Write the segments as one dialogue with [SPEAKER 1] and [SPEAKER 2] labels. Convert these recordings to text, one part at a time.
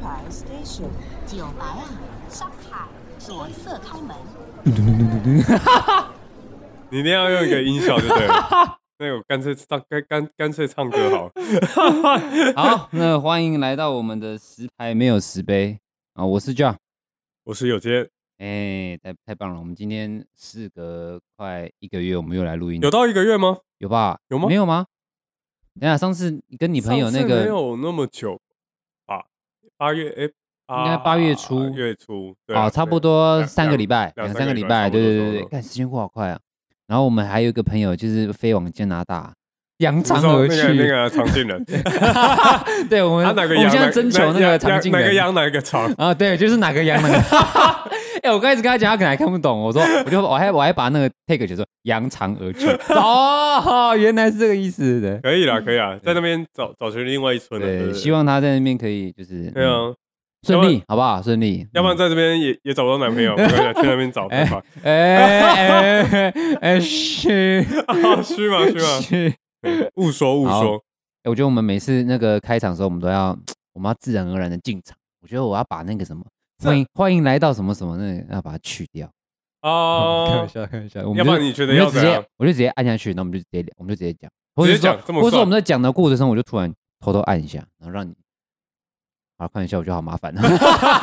[SPEAKER 1] 牌 Station 九白啊，上海左侧开门。
[SPEAKER 2] 你一定要用一个音效就对了。那我干脆唱，干干干脆唱歌好了。
[SPEAKER 3] 好，那欢迎来到我们的十排没有十杯啊！我是 John，
[SPEAKER 2] 我是有间，
[SPEAKER 3] 哎、太太棒了！我们今天事隔快一个月，我们又来录音，
[SPEAKER 2] 有到一个月吗？
[SPEAKER 3] 有吧？
[SPEAKER 2] 有吗
[SPEAKER 3] 没有吗？等一下，上次跟你朋友那
[SPEAKER 2] 上次
[SPEAKER 3] 个
[SPEAKER 2] 没有那么久吧？八月哎，八
[SPEAKER 3] 应该八月初
[SPEAKER 2] 月初对
[SPEAKER 3] 哦，差不多三个礼
[SPEAKER 2] 拜。
[SPEAKER 3] 拜，
[SPEAKER 2] 两
[SPEAKER 3] 两
[SPEAKER 2] 三
[SPEAKER 3] 三
[SPEAKER 2] 个
[SPEAKER 3] 个
[SPEAKER 2] 礼
[SPEAKER 3] 礼
[SPEAKER 2] 拜差
[SPEAKER 3] 拜，
[SPEAKER 2] 不多
[SPEAKER 3] 对
[SPEAKER 2] 差不
[SPEAKER 3] 对对
[SPEAKER 2] 多
[SPEAKER 3] 对，看时间过好快啊！然后我们还有一个朋友就是飞往加拿大，扬
[SPEAKER 2] 你
[SPEAKER 3] 长
[SPEAKER 2] 说
[SPEAKER 3] 而
[SPEAKER 2] 那个那
[SPEAKER 3] 去。
[SPEAKER 2] 个常进人，
[SPEAKER 3] 对，我们
[SPEAKER 2] 他啊哪个
[SPEAKER 3] 我
[SPEAKER 2] 羊？
[SPEAKER 3] 们现
[SPEAKER 2] 哪
[SPEAKER 3] 在征求那
[SPEAKER 2] 哪
[SPEAKER 3] 个长进
[SPEAKER 2] 哪
[SPEAKER 3] 人
[SPEAKER 2] 个羊哪个长？
[SPEAKER 3] 啊，对，就是哪个 羊哪个。哎、我刚开始跟他讲，他可能还看不懂。我说，我就我还我还把那个 take 就说扬长而 去。哦，原来是这个意思的。
[SPEAKER 2] 可以啦，可以啦，在那边找找寻另外一村了。啊对
[SPEAKER 3] 对，
[SPEAKER 2] 不对
[SPEAKER 3] 希望他在那边可以就是
[SPEAKER 2] 对
[SPEAKER 3] 嗯
[SPEAKER 2] 啊，
[SPEAKER 3] 顺
[SPEAKER 2] 要不
[SPEAKER 3] 利，好不好？顺利，
[SPEAKER 2] 要不然
[SPEAKER 3] 嗯
[SPEAKER 2] 在这边也也找不到男朋 友，没关系，去那边找吧。好吧
[SPEAKER 3] 哎哎哎 哎是
[SPEAKER 2] 啊虚吗？虚 吗？
[SPEAKER 3] 是。
[SPEAKER 2] 对勿说勿
[SPEAKER 3] 好
[SPEAKER 2] 说，
[SPEAKER 3] 欸我觉得我们每次那个开场的时候，我们都要我们要自然而然的进场。我觉得我要把那个什么
[SPEAKER 2] 这
[SPEAKER 3] 欢迎欢迎来到什么什么那个要把它去掉。 开
[SPEAKER 2] 啊
[SPEAKER 3] 玩，笑，开玩笑。我们
[SPEAKER 2] 要
[SPEAKER 3] 就
[SPEAKER 2] 不然你觉
[SPEAKER 3] 我
[SPEAKER 2] 得
[SPEAKER 3] 们就
[SPEAKER 2] 要
[SPEAKER 3] 直
[SPEAKER 2] 怎
[SPEAKER 3] 接
[SPEAKER 2] 样？
[SPEAKER 3] 我就直接按下去，那我们就直接我们就直接讲，或者
[SPEAKER 2] 直接
[SPEAKER 3] 说
[SPEAKER 2] 讲这么
[SPEAKER 3] 或者说
[SPEAKER 2] 爽
[SPEAKER 3] 我们在讲的过程中，我就突然偷偷按一下，然后让你。好，看一下，我觉得好麻烦。啊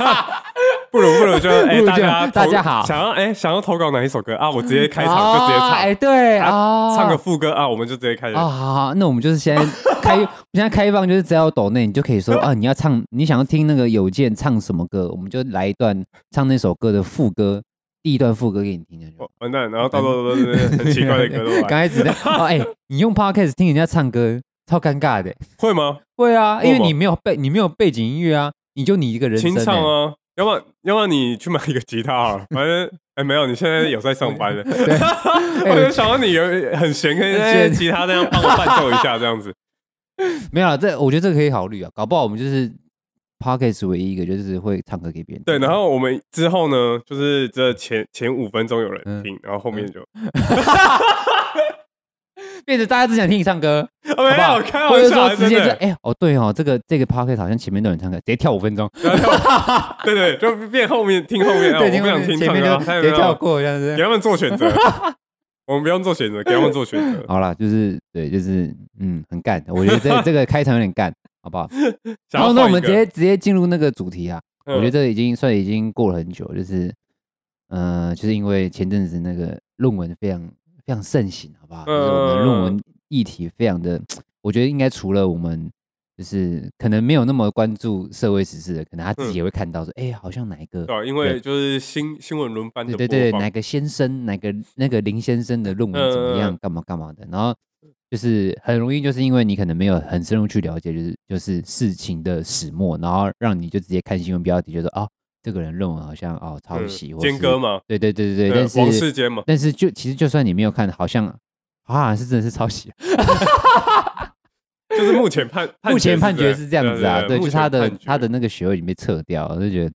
[SPEAKER 2] 不如不如 就
[SPEAKER 3] 不
[SPEAKER 2] 哎，
[SPEAKER 3] 如
[SPEAKER 2] 大
[SPEAKER 3] 这
[SPEAKER 2] 家
[SPEAKER 3] 样
[SPEAKER 2] 投
[SPEAKER 3] 大家好
[SPEAKER 2] 想要哎想要投稿哪一首歌啊？我直接开场就直接
[SPEAKER 3] 啊哎，
[SPEAKER 2] 唱，
[SPEAKER 3] 对
[SPEAKER 2] 啊
[SPEAKER 3] 啊，
[SPEAKER 2] 唱个副歌啊，我们就直接开始。
[SPEAKER 3] 啊，好好，那我们就是先开， 我们现在开放就是只要有抖内，你就可以说啊，你要唱，你想要听那个有健唱什么歌，我们就来一段唱那首歌的副歌，第一段副歌给你听这样就好。
[SPEAKER 2] 完哦完蛋，然后到时候都是很奇怪的歌都
[SPEAKER 3] 刚
[SPEAKER 2] 来，
[SPEAKER 3] 开始的哦，哎，你用 podcast 听人家唱歌，超尴尬的。
[SPEAKER 2] 会吗？
[SPEAKER 3] 会啊，
[SPEAKER 2] 为
[SPEAKER 3] 因为
[SPEAKER 2] 什么
[SPEAKER 3] 你没有背，你没有背景音乐啊，你就你一个人声
[SPEAKER 2] 清唱
[SPEAKER 3] 欸。
[SPEAKER 2] 啊，要不然要不然你去买一个吉他啊，反正哎没有，你现在有在上班的， 我就想到你有很闲，可以在吉他这样帮我伴奏一下这样子。
[SPEAKER 3] 没有啊，这我觉得这个可以考虑啊，搞不好我们就是 podcast 唯一一个就是会唱歌给别人听。
[SPEAKER 2] 对，然后我们之后呢，就是这前前五分钟有
[SPEAKER 3] 嗯
[SPEAKER 2] 人听，然后后面就
[SPEAKER 3] 变成大家只想听你唱歌。
[SPEAKER 2] 哦没
[SPEAKER 3] 好
[SPEAKER 2] 有
[SPEAKER 3] 不
[SPEAKER 2] 开
[SPEAKER 3] 或
[SPEAKER 2] 玩
[SPEAKER 3] 者
[SPEAKER 2] 笑
[SPEAKER 3] 说
[SPEAKER 2] 啊，
[SPEAKER 3] 直
[SPEAKER 2] 真
[SPEAKER 3] 接说，
[SPEAKER 2] 的，
[SPEAKER 3] 哎、哦对哦，这个这个 p o c k e t 好像前面都有人唱歌，直接跳五分钟，
[SPEAKER 2] 然后跳 对对，就变后面听后 面，哦我
[SPEAKER 3] 已经
[SPEAKER 2] 不想听
[SPEAKER 3] 前
[SPEAKER 2] 唱
[SPEAKER 3] 面
[SPEAKER 2] 歌
[SPEAKER 3] 就
[SPEAKER 2] 啊，太
[SPEAKER 3] 直接跳过这样
[SPEAKER 2] 给
[SPEAKER 3] 子。
[SPEAKER 2] 他们做选择，我们不用做选择，给他们做选择。
[SPEAKER 3] 好啦，就是对，就是嗯，很干，我觉 得这这个开场有点干，好不好？
[SPEAKER 2] 想
[SPEAKER 3] 然
[SPEAKER 2] 要
[SPEAKER 3] 后那我们直
[SPEAKER 2] 换一个
[SPEAKER 3] 接直接进入那个主题啊，
[SPEAKER 2] 嗯
[SPEAKER 3] 我觉得这已经算已经过了很久，就是呃，就是因为前阵子那个论文非常非常盛行，好不好？就是我们论文议题非常的，我觉得应该除了我们。就是可能没有那么关注社会时事的，可能他自己也会看到说，哎、好像哪一个
[SPEAKER 2] 对啊，因为就是新新闻轮番的
[SPEAKER 3] 对
[SPEAKER 2] 播
[SPEAKER 3] 对对，
[SPEAKER 2] 放
[SPEAKER 3] 哪个先生，哪个那个林先生的论文怎么
[SPEAKER 2] 嗯嗯
[SPEAKER 3] 样
[SPEAKER 2] 嗯，
[SPEAKER 3] 干嘛干嘛的，然后就是很容易，就是因为你可能没有很深入去了解，就是就是事情的始末，然后让你就直接看新闻标题，就说哦，这个人论文好像哦抄
[SPEAKER 2] 嗯
[SPEAKER 3] 袭，或
[SPEAKER 2] 间
[SPEAKER 3] 是
[SPEAKER 2] 隔嘛，
[SPEAKER 3] 对对对对对，
[SPEAKER 2] 呃
[SPEAKER 3] 但
[SPEAKER 2] 王
[SPEAKER 3] 是
[SPEAKER 2] 世坚嘛，
[SPEAKER 3] 但是就其实就算你没有看，好像啊是真的是抄 袭，
[SPEAKER 2] 就是目前判
[SPEAKER 3] 目前判决
[SPEAKER 2] 决
[SPEAKER 3] 是这样子啊，对，就是他的他。
[SPEAKER 2] 目前判决
[SPEAKER 3] 的那个学位已经被撤掉，我就觉得，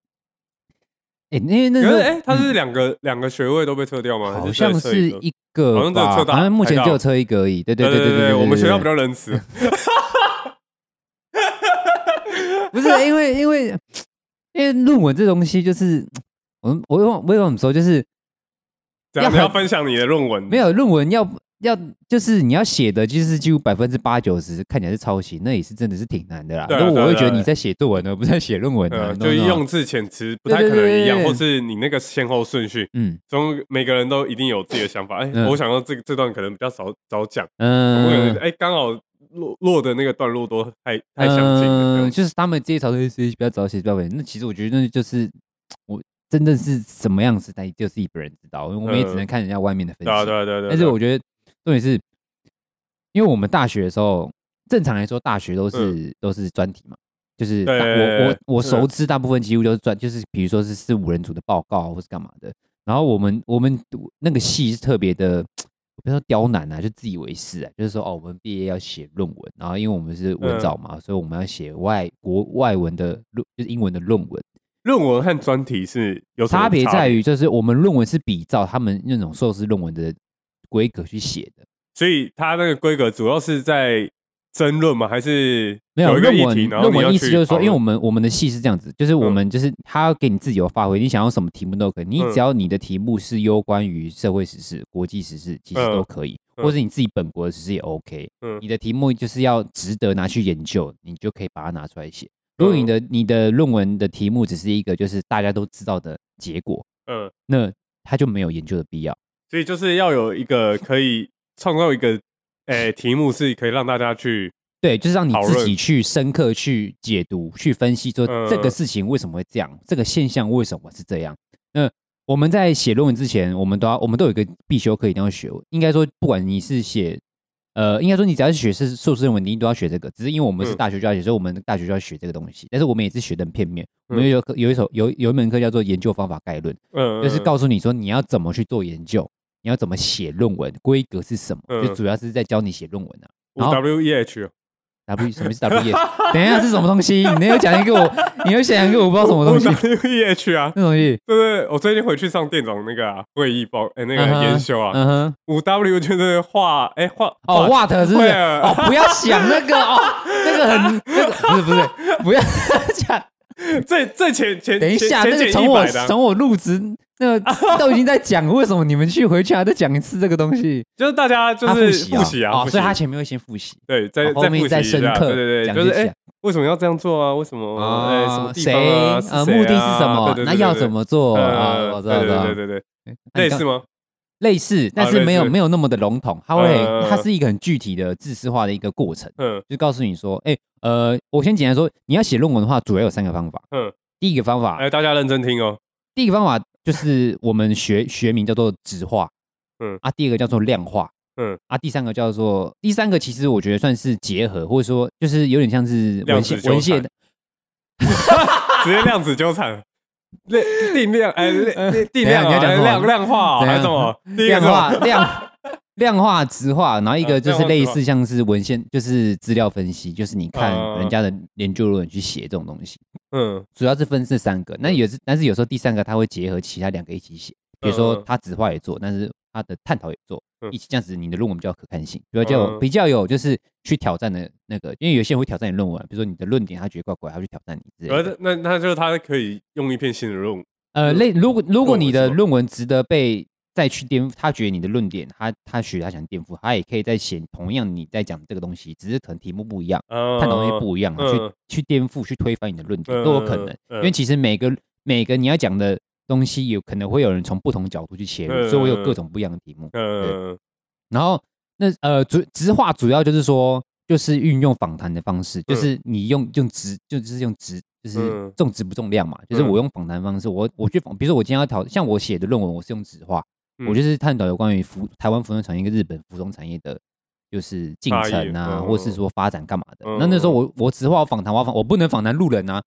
[SPEAKER 3] 哎，因为那时
[SPEAKER 2] 可
[SPEAKER 3] 候
[SPEAKER 2] 是哎，他是两个两个学位都被撤掉吗？
[SPEAKER 3] 好
[SPEAKER 2] 还只
[SPEAKER 3] 像
[SPEAKER 2] 撤一
[SPEAKER 3] 是
[SPEAKER 2] 个
[SPEAKER 3] 一个吧，
[SPEAKER 2] 好像只有测大
[SPEAKER 3] 好像目前
[SPEAKER 2] 台大
[SPEAKER 3] 只有测一个而已。对对
[SPEAKER 2] 对
[SPEAKER 3] 对
[SPEAKER 2] 对
[SPEAKER 3] 对，
[SPEAKER 2] 我们学校比
[SPEAKER 3] 对
[SPEAKER 2] 较仁慈，
[SPEAKER 3] 不是因为因为因为论文这东西就是。我我用我用怎么说，就是
[SPEAKER 2] 嗯怎样
[SPEAKER 3] 要
[SPEAKER 2] 你要
[SPEAKER 3] 很
[SPEAKER 2] 分享你的论文？
[SPEAKER 3] 没有论文要要，就是你要写的，就是几乎百分之八九十看起来是抄袭，那也是真的是挺难的啦。
[SPEAKER 2] 对啊
[SPEAKER 3] 那
[SPEAKER 2] 对啊
[SPEAKER 3] 我会
[SPEAKER 2] 对啊
[SPEAKER 3] 觉得
[SPEAKER 2] 对啊
[SPEAKER 3] 你在写作文而不是在写论文啊
[SPEAKER 2] 呃，
[SPEAKER 3] 你懂
[SPEAKER 2] 就
[SPEAKER 3] 不
[SPEAKER 2] 是
[SPEAKER 3] 懂
[SPEAKER 2] 用字遣词不太
[SPEAKER 3] 对
[SPEAKER 2] 可
[SPEAKER 3] 对
[SPEAKER 2] 能一
[SPEAKER 3] 对
[SPEAKER 2] 样，
[SPEAKER 3] 对
[SPEAKER 2] 或是你那个先后顺序，
[SPEAKER 3] 嗯
[SPEAKER 2] 中每个人都一定有自己的想法。哎，
[SPEAKER 3] 嗯
[SPEAKER 2] 我想到这这段可能比较少少讲，我可能
[SPEAKER 3] 嗯
[SPEAKER 2] 哎刚好落落的那个段落都太太详尽了这样子。
[SPEAKER 3] 嗯就是他们这些潮流是比较早写比较稳。那其实我觉得那就是我真的是什么样子，但就是一本人知道，我们也只能看人家外面的分析。
[SPEAKER 2] 嗯对啊对啊对啊对啊，
[SPEAKER 3] 但是我觉得重点是，因为我们大学的时候，正常来说大学都是、都是专题嘛，就是大
[SPEAKER 2] 嗯对对对
[SPEAKER 3] 我
[SPEAKER 2] 对嗯
[SPEAKER 3] 我我熟知大部分几乎都是专，就是比如说是四五人组的报告啊或是干嘛的。然后我们我们读那个系是特别的，我不要说刁难啊，就自以为是啊，就是说哦，我们毕业要写论文，然后因为我们是
[SPEAKER 2] 嗯
[SPEAKER 3] 文藻嘛，所以我们要写外国外文的论，就是英文的论文。
[SPEAKER 2] 论文和专题是有什么
[SPEAKER 3] 差别在于，就是我们论文是比照他们那种硕士论文的规格去写的。
[SPEAKER 2] 所以它那个规格主要是在争论吗？还是
[SPEAKER 3] 没有
[SPEAKER 2] 一个
[SPEAKER 3] 论
[SPEAKER 2] 议题，
[SPEAKER 3] 文，
[SPEAKER 2] 然后
[SPEAKER 3] 论
[SPEAKER 2] 你要
[SPEAKER 3] 文意思
[SPEAKER 2] 去
[SPEAKER 3] 就是说，
[SPEAKER 2] 讨
[SPEAKER 3] 因为我
[SPEAKER 2] 论
[SPEAKER 3] 们我们的戏是这样子，就是我
[SPEAKER 2] 嗯
[SPEAKER 3] 们就是他要给你自由发挥，你想要什么题目都可以，你
[SPEAKER 2] 嗯
[SPEAKER 3] 只要你的题目是攸关于社会时事、国际时事，其实都
[SPEAKER 2] 嗯
[SPEAKER 3] 可以，
[SPEAKER 2] 嗯
[SPEAKER 3] 或者你自己本国的时事也 OK
[SPEAKER 2] 嗯。
[SPEAKER 3] 你的题目就是要值得拿去研究，你就可以把它拿出来写。如果
[SPEAKER 2] 嗯
[SPEAKER 3] 你的你的论文的题目只是一个就是大家都知道的结果，
[SPEAKER 2] 嗯，
[SPEAKER 3] 那它就没有研究的必要。
[SPEAKER 2] 所以就是要有一个可以创造一个诶、题目，是可以让大家去
[SPEAKER 3] 对，就是让你
[SPEAKER 2] 讨
[SPEAKER 3] 自
[SPEAKER 2] 论
[SPEAKER 3] 己去深刻去解读、去分析，说
[SPEAKER 2] 嗯
[SPEAKER 3] 这个事情为什么会这样，这个现象为什么是这样。那我们在写论文之前，我们都要，我们都有一个必修课一定要学。应该说，不管你是写，呃，应该说你只要是学是硕士论文，你一定都要学这个。只是因为我们是
[SPEAKER 2] 嗯
[SPEAKER 3] 大学就要写，所以我们大学就要学这个东西。但是我们也是学的很片面。我们
[SPEAKER 2] 嗯
[SPEAKER 3] 有一个有一首有有一门课叫做研究方法概论，
[SPEAKER 2] 嗯，
[SPEAKER 3] 就是告诉你说你要怎么去做研究，你要怎么写论文，规格是什么，就
[SPEAKER 2] 嗯
[SPEAKER 3] 主要是在教你写论文啊。然后
[SPEAKER 2] W E H，
[SPEAKER 3] W 什么是 W？等 E？一下是什么东西？你又讲一个我， 你又讲一个我不知道什么东西，
[SPEAKER 2] W E H 啊，
[SPEAKER 3] 那东西。
[SPEAKER 2] 对对，我最近回去上店长那个啊会议报，哎、那
[SPEAKER 3] 嗯哼
[SPEAKER 2] 个研修啊，
[SPEAKER 3] 嗯哼，
[SPEAKER 2] 五、W 就是画，哎、画
[SPEAKER 3] 哦
[SPEAKER 2] 画
[SPEAKER 3] ，what 是不是？
[SPEAKER 2] 会啊
[SPEAKER 3] 哦，不要想那个哦，那个很那个不是 不是，不要讲。
[SPEAKER 2] 最最前前
[SPEAKER 3] 等一下，
[SPEAKER 2] 前
[SPEAKER 3] 那
[SPEAKER 2] 前前
[SPEAKER 3] 个从
[SPEAKER 2] 一
[SPEAKER 3] 我
[SPEAKER 2] 百的啊、
[SPEAKER 3] 从我入职那个都已经在讲，为什么你们去回去还在讲一次这个东西？
[SPEAKER 2] 就是大家就
[SPEAKER 3] 他复
[SPEAKER 2] 是
[SPEAKER 3] 习
[SPEAKER 2] 复习啊，
[SPEAKER 3] 哦，
[SPEAKER 2] 复习
[SPEAKER 3] 所以他前面会先复习，
[SPEAKER 2] 对再
[SPEAKER 3] 哦后
[SPEAKER 2] 再复习
[SPEAKER 3] 面
[SPEAKER 2] 一
[SPEAKER 3] 再
[SPEAKER 2] 下，
[SPEAKER 3] 深刻，
[SPEAKER 2] 对对对，
[SPEAKER 3] 讲
[SPEAKER 2] 就
[SPEAKER 3] 一
[SPEAKER 2] 是哎、
[SPEAKER 3] 下
[SPEAKER 2] 为什么要这样做啊？为什么？哎、什么地方啊？是
[SPEAKER 3] 呃，
[SPEAKER 2] 谁
[SPEAKER 3] 目的
[SPEAKER 2] 啊
[SPEAKER 3] 是什么
[SPEAKER 2] 对对？
[SPEAKER 3] 那
[SPEAKER 2] 对
[SPEAKER 3] 要
[SPEAKER 2] 对
[SPEAKER 3] 怎么做啊？
[SPEAKER 2] 呃
[SPEAKER 3] 我知道，我
[SPEAKER 2] 对
[SPEAKER 3] 知道
[SPEAKER 2] 对。对对对，
[SPEAKER 3] 那你
[SPEAKER 2] 类
[SPEAKER 3] 刚
[SPEAKER 2] 似吗？
[SPEAKER 3] 类似，但是
[SPEAKER 2] 啊类
[SPEAKER 3] 没有
[SPEAKER 2] 似
[SPEAKER 3] 没有那么的笼统，它会、
[SPEAKER 2] 呃
[SPEAKER 3] 它是一个很具体的、自式化的一个过程，
[SPEAKER 2] 嗯
[SPEAKER 3] 就告诉你说，哎、呃，我先简单说，你要写论文的话，主要有三个方法。
[SPEAKER 2] 嗯，
[SPEAKER 3] 第一个方法，
[SPEAKER 2] 哎，大家认真听哦。
[SPEAKER 3] 第一个方法 就是我们学学名叫做质化，
[SPEAKER 2] 嗯
[SPEAKER 3] 啊，第二个叫做量化，
[SPEAKER 2] 嗯
[SPEAKER 3] 啊，第三个叫做第三个，其实我觉得算是结合，或者说就是有点像是
[SPEAKER 2] 量
[SPEAKER 3] 文
[SPEAKER 2] 子
[SPEAKER 3] 献
[SPEAKER 2] 纠
[SPEAKER 3] 文献
[SPEAKER 2] 缠 直接量子纠缠，量定量哎，定定量
[SPEAKER 3] 嗯等一下你要
[SPEAKER 2] 啊，
[SPEAKER 3] 讲什么
[SPEAKER 2] 量量化啊
[SPEAKER 3] 怎
[SPEAKER 2] 还
[SPEAKER 3] 样
[SPEAKER 2] 是什么？第一个
[SPEAKER 3] 量
[SPEAKER 2] 是
[SPEAKER 3] 化
[SPEAKER 2] 什么
[SPEAKER 3] 量量化直化，然后一个
[SPEAKER 2] 呃
[SPEAKER 3] 就
[SPEAKER 2] 量
[SPEAKER 3] 是
[SPEAKER 2] 化
[SPEAKER 3] 类
[SPEAKER 2] 质化
[SPEAKER 3] 似像是文献，就是资料分析，就是你看
[SPEAKER 2] 呃
[SPEAKER 3] 人家的研究论文去写这种东西，
[SPEAKER 2] 嗯
[SPEAKER 3] 主要是分这三个。那也是，但是有时候第三个它会结合其他两个一起写，比如说
[SPEAKER 2] 呃
[SPEAKER 3] 它直化也做，但是它的探讨也做，
[SPEAKER 2] 嗯
[SPEAKER 3] 一起这样子，你的论文比较有可看性，比较有
[SPEAKER 2] 呃
[SPEAKER 3] 比较有就是去挑战的那个，因为有些人会挑战你论文，啊比如说你的论点他觉得怪怪，他去挑战你之类
[SPEAKER 2] 而
[SPEAKER 3] 的。
[SPEAKER 2] 那那就是他可以用一片新的论，
[SPEAKER 3] 呃，类如果如果
[SPEAKER 2] 论文
[SPEAKER 3] 你的
[SPEAKER 2] 是吗
[SPEAKER 3] 论文值得被再去颠覆，他觉得你的论点，他他觉得他想颠覆，他也可以再写同样你在讲这个东西，只是可能题目不一样，
[SPEAKER 2] 呃
[SPEAKER 3] 探讨东西不一样，
[SPEAKER 2] 嗯
[SPEAKER 3] 去去颠覆、去推翻你的论点都有可能。
[SPEAKER 2] 嗯
[SPEAKER 3] 因为其实每个每个你要讲的东西，有可能会有人从不同角度去切入，所以我有各种不一样的题目。
[SPEAKER 2] 嗯
[SPEAKER 3] 然后那呃，主直话主要就是说，就是运用访谈的方式，就是你用用直，就就是用直，就是
[SPEAKER 2] 嗯
[SPEAKER 3] 重质不重量嘛，就是
[SPEAKER 2] 嗯
[SPEAKER 3] 我用访谈方式，我我去访，比如说我今天要讨，像我写的论文，我是用直话，
[SPEAKER 2] 嗯
[SPEAKER 3] 我就是探讨有关于服台湾服装产业跟日本服装产业的。就是进
[SPEAKER 2] 差异
[SPEAKER 3] 程啊，
[SPEAKER 2] 嗯
[SPEAKER 3] 或是说发展干嘛的。
[SPEAKER 2] 嗯
[SPEAKER 3] 那那时候我我直话我访谈，我要访我不能访谈路人啊，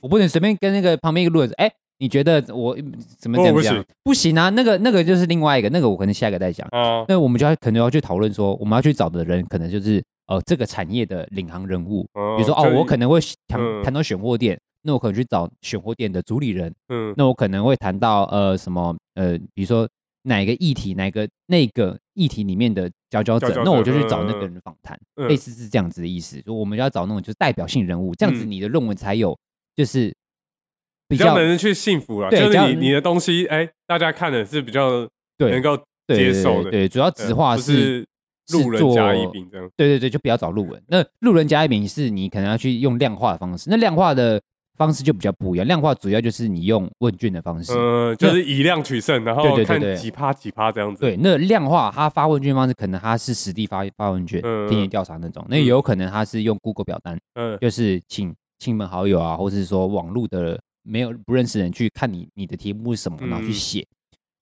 [SPEAKER 3] 我不能随便跟那个旁边一个路人说，哎、你觉得我嗯怎么
[SPEAKER 2] 哦
[SPEAKER 3] 怎
[SPEAKER 2] 不
[SPEAKER 3] 么样
[SPEAKER 2] 行？
[SPEAKER 3] 不行啊，那个那个就是另外一个，那个我可能下一个再讲。
[SPEAKER 2] 啊
[SPEAKER 3] 那我们就要可能要去讨论说，我们要去找的人可能就是呃这个产业的领航人物，比
[SPEAKER 2] 比
[SPEAKER 3] 如说哦，我可能会谈
[SPEAKER 2] 嗯
[SPEAKER 3] 谈到选货店，那我可能去找选货店的主理人，
[SPEAKER 2] 嗯
[SPEAKER 3] 那我可能会谈到呃什么呃，比如说哪个议题，哪个那个议题里面的佼佼者
[SPEAKER 2] 佼，佼
[SPEAKER 3] 那我
[SPEAKER 2] 者
[SPEAKER 3] 就去找
[SPEAKER 2] 嗯
[SPEAKER 3] 那个
[SPEAKER 2] 嗯
[SPEAKER 3] 人访谈，
[SPEAKER 2] 嗯
[SPEAKER 3] 类似是这样子的意思，就我们要找那种就是代表性人物，这样子
[SPEAKER 2] 嗯
[SPEAKER 3] 你的论文才有就是比
[SPEAKER 2] 比较
[SPEAKER 3] 较
[SPEAKER 2] 能去幸福了，
[SPEAKER 3] 对
[SPEAKER 2] 就
[SPEAKER 3] 比较
[SPEAKER 2] 是你你的东西哎，大家看的是比较能
[SPEAKER 3] 对
[SPEAKER 2] 够
[SPEAKER 3] 对
[SPEAKER 2] 接
[SPEAKER 3] 对
[SPEAKER 2] 受
[SPEAKER 3] 对
[SPEAKER 2] 的
[SPEAKER 3] 对，主要直
[SPEAKER 2] 呃
[SPEAKER 3] 话
[SPEAKER 2] 就是是路人
[SPEAKER 3] 做
[SPEAKER 2] 甲乙丙这样，
[SPEAKER 3] 对对对，就不要找路人。那路人甲乙丙是你可能要去用量化的方式，那量化的方式就比较不一样。量化主要就是你用问卷的方式，
[SPEAKER 2] 嗯，就是以量取胜，然
[SPEAKER 3] 对
[SPEAKER 2] 后
[SPEAKER 3] 对对
[SPEAKER 2] 看
[SPEAKER 3] 对
[SPEAKER 2] 几趴几趴这样子，
[SPEAKER 3] 对，那量化它发问卷方式可能它是实地发发问卷、
[SPEAKER 2] 嗯
[SPEAKER 3] 田野调查那种，那也
[SPEAKER 2] 嗯
[SPEAKER 3] 有可能它是用 Google 表单，
[SPEAKER 2] 嗯
[SPEAKER 3] 就是请亲朋好友啊，或是说网络的没有不认识人去看你你的题目是什么，然后去
[SPEAKER 2] 嗯
[SPEAKER 3] 写。